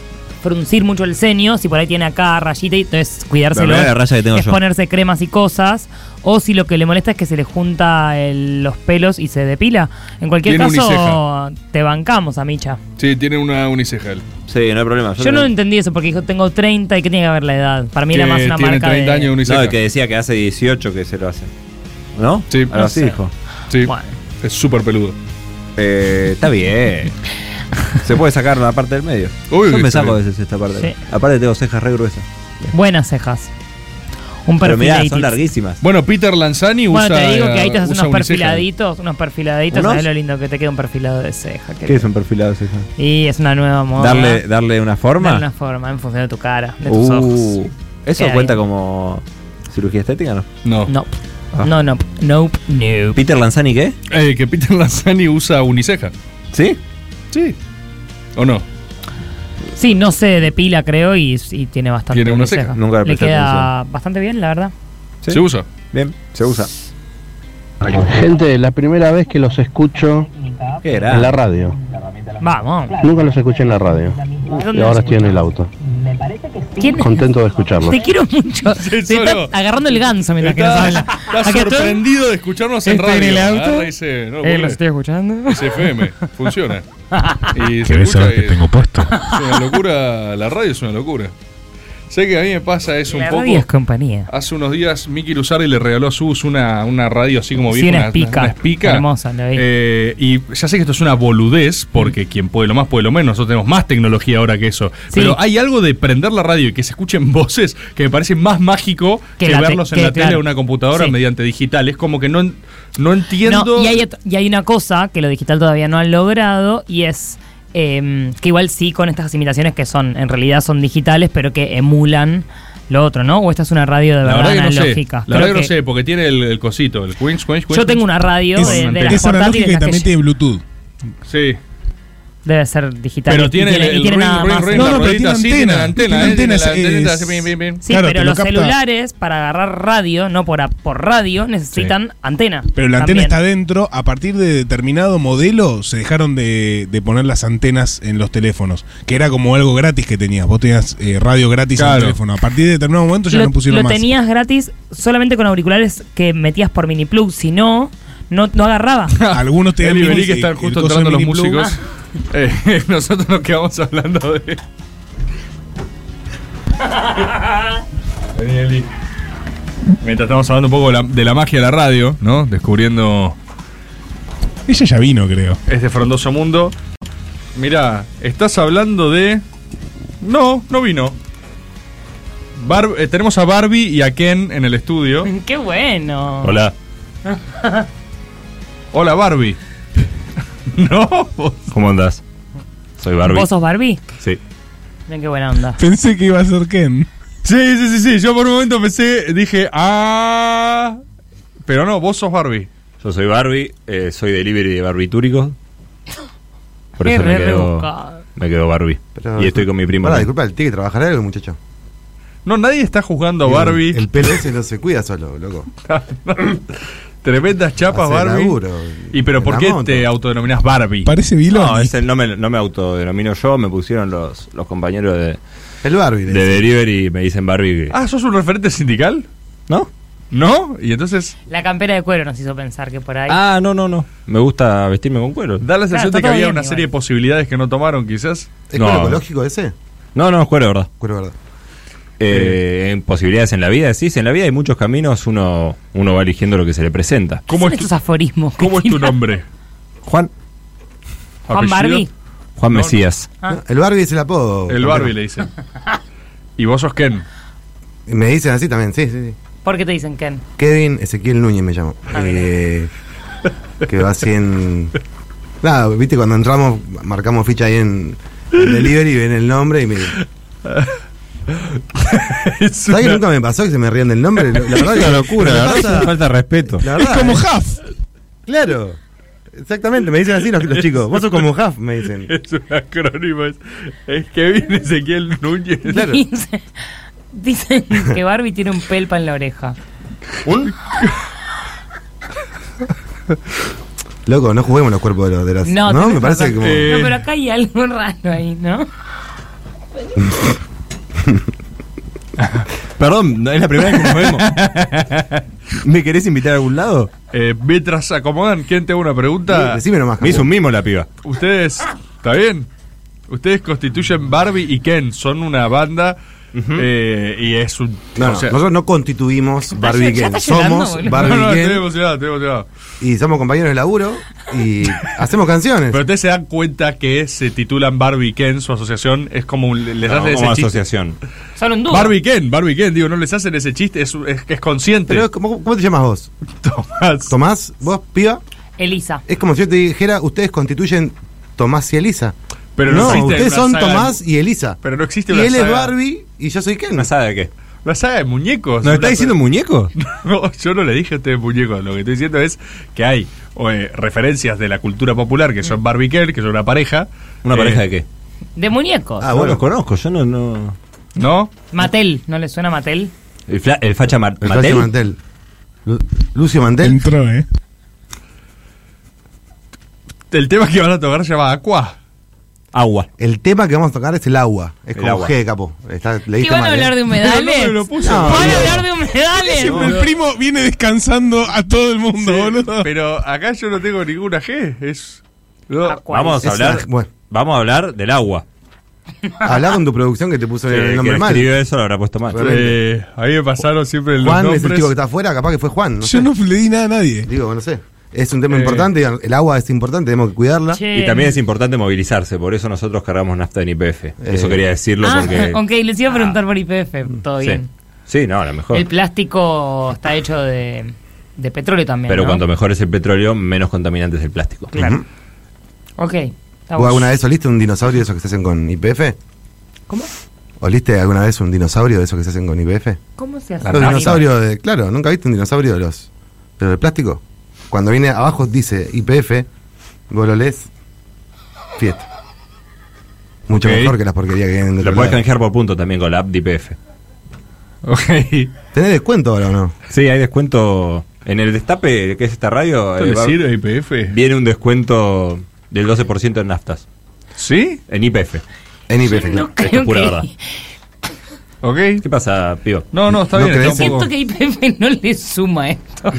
fruncir mucho el ceño, si por ahí tiene acá rayita y entonces cuidárselo
Pero mirá la raya que tengo
es
yo.
ponerse cremas y cosas, o si lo que le molesta es que se le junta el- los pelos y se depila. En cualquier
Tiene
caso, te bancamos, Amicha.
Sí, tiene una uniceja él.
Sí, no hay problema.
Yo no entendí eso porque dijo tengo 30 y que tiene que ver la edad. Para mí era más una marca de...
No, que decía que hace 18 que se lo hace. ¿No?
Sí,
Algo así dijo.
Sí. Es súper peludo.
Eh, está
<laughs>
bien. Se puede sacar la parte del medio.
Obvio
Yo
que
me
está
saco a
bien.
veces esta parte.
Sí.
Aparte tengo cejas re gruesas.
Buenas cejas. Un
Pero mirá, son
perfilatitis.
larguísimas.
Bueno, Peter Lanzani usa.
Bueno, te digo que ahí te haces
usa
unos
uniceja.
perfiladitos, unos perfiladitos,
¿Unos?
¿sabes lo lindo que te queda un perfilado de ceja?
¿Qué es un perfilado de ceja?
Y es una nueva moda.
Darle, darle una forma.
Darle una forma en función de tu cara, de tus
Uh,
ojos.
¿Eso
Queda
cuenta como cirugía estética, no?
No.
No. No, no. Nope, no.
Ah. ¿Peter Lanzani qué?
Eh, que Peter Lanzani usa uniceja.
¿Sí?
Sí. ¿O no?
bien. Sí, no se depila, creo, y, y tiene bastante.
Tiene una
de
ceja. Nunca le
le
presté
queda bastante bien, la verdad.
Se usa.
Bien, se usa.
Gente, la primera vez que los escucho
Qué grande.
en la radio.
Vamos.
Nunca los escuché en la radio. Y ahora estoy en el auto.
¿Quién es?
Contento de escucharlos.
Te quiero
<laughs>
mucho. Te estás
solo.
agarrando el ganso mientras que nos
Está-
habla.
está
Acá estoy.
sorprendido de escucharnos en
Estoy
radio.
en el auto.
Agarra y dice, no,
Eh,
boludo.
lo estoy escuchando.
Es FM,
<laughs>
funciona. Y se
¿Querés
escucha
saber qué
y-
tengo puesto?
Es una locura, la radio es una locura. Sé que a mí me pasa eso un
La
poco.
radio es compañía.
Hace unos días Miki Luzardi le regaló a Sus una, una radio así como
Sí,
bien
una espica.
Una espica.
Hermosa, la vi.
Eh, y ya sé que esto es una boludez,
Mm.
porque quien puede lo más puede lo menos. Nosotros tenemos más tecnología ahora que eso. Pero hay algo de prender la radio y que se escuchen voces que me parece más mágico que,
Que la te-
verlos en
que,
la tele
claro.
o una computadora
Sí.
mediante digital. Es como que no, en- no entiendo.
No, y, hay, ot- y hay una cosa que lo digital todavía no ha logrado y es em, que igual sí con estas imitaciones que son, en realidad son digitales, pero que emulan lo otro, ¿no? O esta es una radio de
la
verdad,
verdad que no sé.
analógica.
La
Creo
verdad que no
que-
sé, porque tiene el, el cosito, el quinch, quinch,
Yo tengo una radio de- de las
Es analógica
portátiles
y también
aquella.
tiene Bluetooth.
Sí.
Debe ser digital.
Pero
y
tiene
y tiene,
el-
y
el
tiene
ruin,
nada
ruin,
más.
ruin, No, la no, pero ruedita, tiene sí, tiene antena. la antena, Tiene ¿eh? Tiene antenas, la antenita, es- así, pim, pim, pim.
Sí,
Claro,
pero
te lo
los
capta.
celulares para agarrar radio, no por, a- por radio, necesitan antena.
Pero la antena
también.
está dentro. A partir de determinado modelo se dejaron de, de poner las antenas en los teléfonos, que era como algo gratis que tenías. Vos tenías eh, radio gratis en
Claro.
el teléfono. A partir de determinado momento Pues ya
lo,
no pusieron
lo
más.
tenías gratis solamente con auriculares que metías por mini plug, si no, no, no agarraba.
<laughs> Algunos tenían
Eli y Beric
mini-
están
el
justo
coso
entrando los
mini plug.
músicos. <laughs> Eh, nosotros nos quedamos hablando
<laughs>
de. Vení, Eli. Mientras estamos hablando un poco de la, de la magia de la radio, ¿no? Descubriendo
Ella ya vino, creo.
este frondoso mundo. Mira, estás hablando de. No, no vino. Bar- eh, tenemos a Barbie y a Ken en el estudio.
Ah, ¡Qué bueno!
Hola. Hola, Barbie. <laughs> no.
¿Cómo andás? Soy Barbie.
<laughs> ¿Vos sos Barbie?
Sí.
Miren qué buena onda.
Pensé que iba a ser Ken.
Sí, sí, sí, sí. Yo por un momento pensé, dije, ah. Pero no, vos sos Barbie.
Yo soy Barbie, eh, soy delivery de barbitúricos. Por
Es
eso me
re
quedó,
rebuscado.
me quedó Barbie.
Pero-
y estoy con mi prima.
Pará, disculpa, el tiene que trabajar algo, muchacho.
No, nadie está juzgando a
El-
Barbie.
El pelo ese no se cuida solo,
<laughs>
loco.
Tremendas chapas,
Hace
Barbie.
laburo.
¿Y pero
En
por
la
qué
moto.
te autodenominas Barbie?
No, ese no me, no me autodenomino yo, me pusieron los, los compañeros de.
El Barbie.
De Delivery y me dicen Barbie.
Ah, ¿sos un referente sindical?
¿No?
¿No? Y entonces.
La campera de cuero nos hizo pensar que por ahí.
Ah, no, no, no. Me gusta vestirme con cuero.
Da la sensación
Claro, está
de que
todo
había
bien
una
igual.
serie de posibilidades que no tomaron, quizás.
¿Es cuero ecológico ese?
No, no, es cuero, de ¿verdad?
Cuero, de ¿verdad?
Eh, en posibilidades en la vida, sí, en la vida hay muchos caminos, uno, uno va eligiendo lo que se le presenta.
¿Cómo es estos aforismos?
¿Cómo es tu nombre?
<laughs>
Juan.
Juan
¿Apellido?
Barbie.
Juan Mesías.
Ah.
El Barbie es el apodo.
El Barbie le dicen. ¿Y vos sos Ken?
Me dicen así también, sí, sí, sí.
¿Por qué te dicen Ken?
<laughs>
Kevin Ezequiel Núñez me llamo.
Ah,
Eh, que va así
<laughs>
en. Nada, viste, cuando entramos, marcamos ficha ahí en, en Delivery, ven el nombre
<laughs>
y me. ¿Sabes que nunca me pasó que se me rían del nombre? La la verdad que
Es una locura, la verdad es una falta de respeto.
es como Huff. Claro. eh. Exactamente, me dicen así los, los chicos. Vos sos como Huff, me dicen.
Es un acrónimo. Es, <laughs> es Kevin Ezequiel Núñez. <laughs>
Dicen, dicen que Barbie tiene un pelpa en la oreja.
¿Un?
Loco, no juguemos los cuerpos de, los, de las.
No,
No,
tenés
me parece
razón.
como.
Eh,
Eh.
No, pero acá hay algo <laughs> raro ahí, ¿no?
Perdón, no, es la primera vez que nos vemos. ¿Me querés invitar a algún lado?
Eh, mientras se acomodan, ¿quién te haga una pregunta?
Me hizo un mimo la piba.
Ustedes, ¿está bien? Ustedes constituyen Barbie y Ken, son una banda eh, y es un...
No,
o
no,
sea-
nosotros no constituimos Barbie
Ya
Gang.
está llorando,
Somos
boludo.
Barbie
No, no,
Gang
estoy emocionado, estoy emocionado.
y somos compañeros de laburo
<laughs>
y hacemos canciones.
Pero ustedes se dan cuenta que se titulan Barbie y Ken, su asociación es como un- les
No,
hacen ese
como
chiste.
asociación.
Son un dúo.
Barbie y Ken, Barbie y Ken, digo, no les hacen ese chiste, es, es, es consciente.
Pero, ¿cómo, cómo te llamas vos?
Tomás.
Tomás, vos, piba.
Elisa.
Es como si yo te dijera, ustedes constituyen Tomás y Elisa.
Pero no existe
ustedes
una
son
saga-
Tomás y Elisa.
Pero no existe
Y
una
él es
saga-
Barbie y yo soy Ken.
¿Una saga de qué?
La saga de muñecos.
¿Nos está diciendo muñecos?
<laughs> No, yo no le dije a ustedes muñecos. Lo que estoy diciendo es que hay o, eh, referencias de la cultura popular que son Barbie y Ken, que son una pareja. Eh,
¿Una pareja de qué?
De muñecos.
Ah,
no los conozco, yo no. no.
¿No?
Mattel, ¿no le suena Mattel?
El, fla- el facha Mar-
El
Matel.
Lucio Mantel. Lu- Lucio Mantel.
Entró, ¿eh?
El tema que van a tocar se llama Aqua.
Agua.
El tema que vamos a tocar es el agua. Es
El
como
agua.
G, capo. Está, leíste
¿Y van a
mal, ¿eh?
hablar de humedales? ¿Van a hablar de humedales?
Siempre el primo viene descansando a todo el mundo, boludo.
Pero acá yo no tengo ninguna G. Es. no.
Vamos a hablar. Vamos a hablar del agua.
Habla con tu producción que te puso
Sí,
el nombre
que
mal.
escribió eso lo habrá puesto mal.
Eh, a mí me pasaron siempre los
Juan es el
nombres.
chico que está afuera, capaz que fue Juan.
Yo no le di nada a nadie.
Digo, no sé. Es un tema
Eh.
importante, el agua es importante, tenemos que cuidarla.
Che.
Y también es importante movilizarse, por eso nosotros cargamos nafta en IPF.
Eh.
Eso quería decirlo
Ah, <laughs>
porque. Ah.
ok, les iba a preguntar por IPF. Todo
sí.
bien.
sí, no, a lo mejor.
El plástico está hecho de, de petróleo también.
Pero
¿no?
cuanto mejor es el petróleo, menos contaminante es el plástico.
Claro. Ok. está
¿Vos
bueno.
alguna vez oliste un dinosaurio de esos que se hacen con IPF?
¿Cómo?
¿Oliste alguna vez un dinosaurio de esos que se hacen con IPF?
¿Cómo se hace?
Los dinosaurios de. Claro, ¿nunca viste un dinosaurio de los. de los de plástico? Cuando viene abajo dice IPF, vos lo lees. Fiesta. Mucho
Ok.
mejor que las porquerías que vienen de
Lo
otro
puedes
lado.
canjear por punto también con la app de IPF.
Ok.
<laughs>
¿Tenés descuento ahora o no?
Sí, hay descuento. En el destape, que es esta radio,
¿Esto
eh,
le
va-
sirve a IPF?
viene un descuento del 12% en naftas.
¿Sí?
En IPF.
En
IPF, Esto es pura verdad.
Ok.
¿Qué pasa, Pío?
No, no, está bien,
Yo
está un
siento
poco-
que IPF no le suma esto.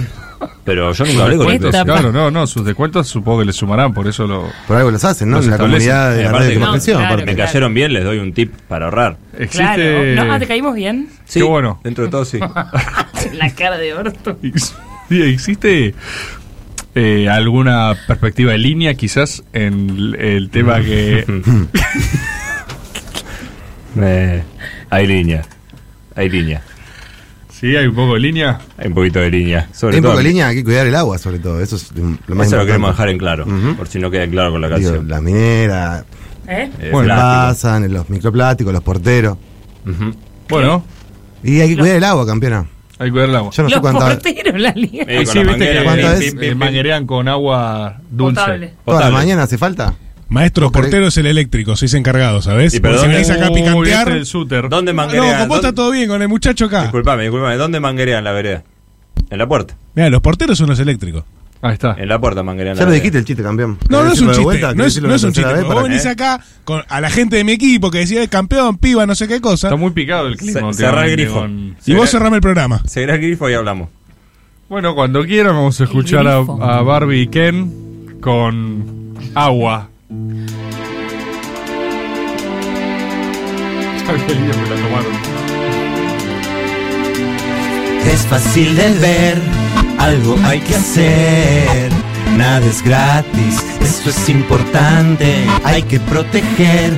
Pero yo nunca hablé con IPF.
Esta-
Claro, no, no, sus descuentos supongo que le sumarán, por eso lo.
Por algo los hacen, ¿no?
Los
En la
establecen.
comunidad de
Eh,
la
aparte
red de
que-
comunicación,
No, claro,
aparte.
Me cayeron bien, les doy un tip para ahorrar.
Eh, Existe.
Claro. ¿No? Ah, ¿te caímos bien? <laughs>
Sí, dentro de
<laughs>
todo sí.
La cara de orto.
Sí, ¿Existe eh, alguna perspectiva de línea quizás en el, el tema
<laughs>
que...
Eh, hay línea. Hay línea.
sí, hay un poco de línea?
Hay un poquito de línea. Sobre
en
todo.
poca línea hay que cuidar el agua, sobre todo. Eso es lo más
Eso lo
importante.
queremos dejar en claro. Por si no queda claro con la
Digo,
canción.
las mineras,
Eh, plástico.
bueno, pasan, los microplásticos, los porteros.
Bueno,
Y hay que cuidar el agua, campeona.
hay que ver el agua.
Yo no sé
Los
cuántas
porteros la lian.
Y Eh, sí, viste que
¿Cuántas
eh,
veces?
eh, manguerean con agua dulce.
Potable.
toda la mañana hace falta.
Maestro, portero es el eléctrico, sois encargado, ¿sabés?
Y
Porque si
perdón,
venís acá a
uh,
picantear. Ah,
este es el súter. ¿Dónde
No,
manguerean?
con vos está
¿Dónde-
todo bien, con el muchacho acá.
Disculpame, disculpame. ¿Dónde manguerean la vereda? En la puerta.
Mira, los porteros son los eléctricos.
Ahí está.
En la puerta manguerean
Ya
la
lo
vereda.
dijiste
el chiste, campeón.
No, no es un chiste. no es, no es un chiste.
tercera vez
porque
para
Vos
que-
¿eh?
venís acá con, a la gente de mi equipo que decía "Eh, campeón, piba, no sé qué cosa.
Está muy picado el clima.
Se- cerrá el
últimamente
grifo.
con-
Y vos cerrame el programa.
Seguirá el grifo y hablamos.
Bueno, cuando quieran vamos a escuchar a, a Barbie y Ken con agua. Sabía el lío que la tomaron.
Es fácil de ver, algo hay que hacer. Nada es gratis, esto es importante. Hay que proteger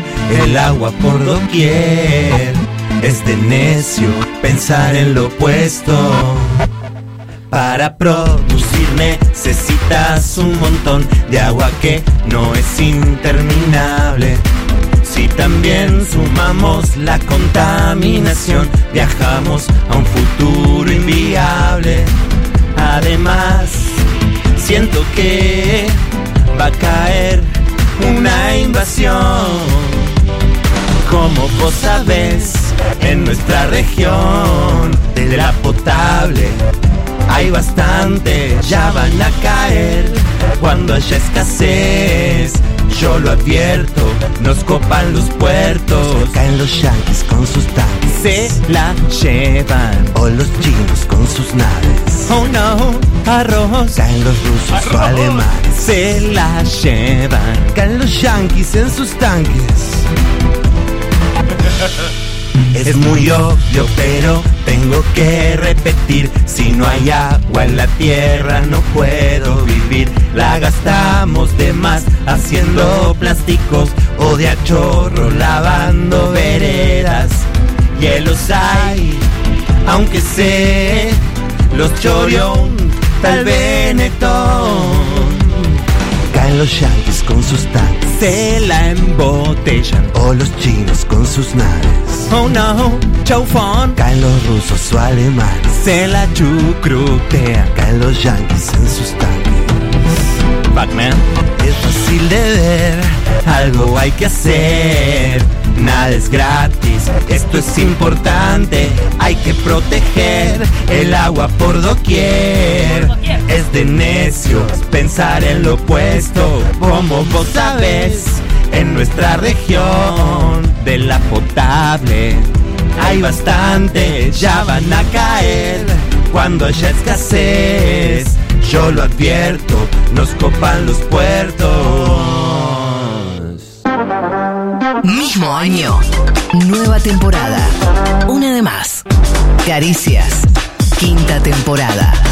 el agua por doquier. Es de necio pensar en lo opuesto. Para producir necesitas un montón de agua que no es interminable. Si también sumamos la contaminación, viajamos a un futuro inviable. Además, siento que va a caer una invasión. Como vos sabés, en nuestra región de la potable hay bastante, ya van a caer cuando haya escasez. Yo lo advierto, nos copan los puertos. Caen los yanquis con sus tanques. Se la llevan. O los chinos con sus naves. Oh no, arroz. Caen los rusos o alemanes. Se la llevan. Caen los yanquis en sus tanques. <laughs> Es muy obvio, pero tengo que repetir, si no hay agua en la tierra no puedo vivir. La gastamos de más haciendo plásticos o de a chorro lavando veredas. Hielos hay, aunque sé, los chorión, tal Benetton. Caen los yanquis con sus tanques. Se la embotellan. O los chinos con sus naves. Oh no, chaufón. Caen los rusos o alemanes. Se la chucrutean. Caen los yanquis en sus tanques. Batman. Es fácil de ver. Algo hay que hacer. Nada es gratis. Esto es importante. Hay que proteger el agua por doquier. Es de necios pensar en lo opuesto, como vos sabes, en nuestra región de la potable. Hay bastante, ya van a caer cuando haya escasez. Yo lo advierto, nos copan los puertos.
Mismo año, nueva temporada, una de más. Caricias, quinta temporada.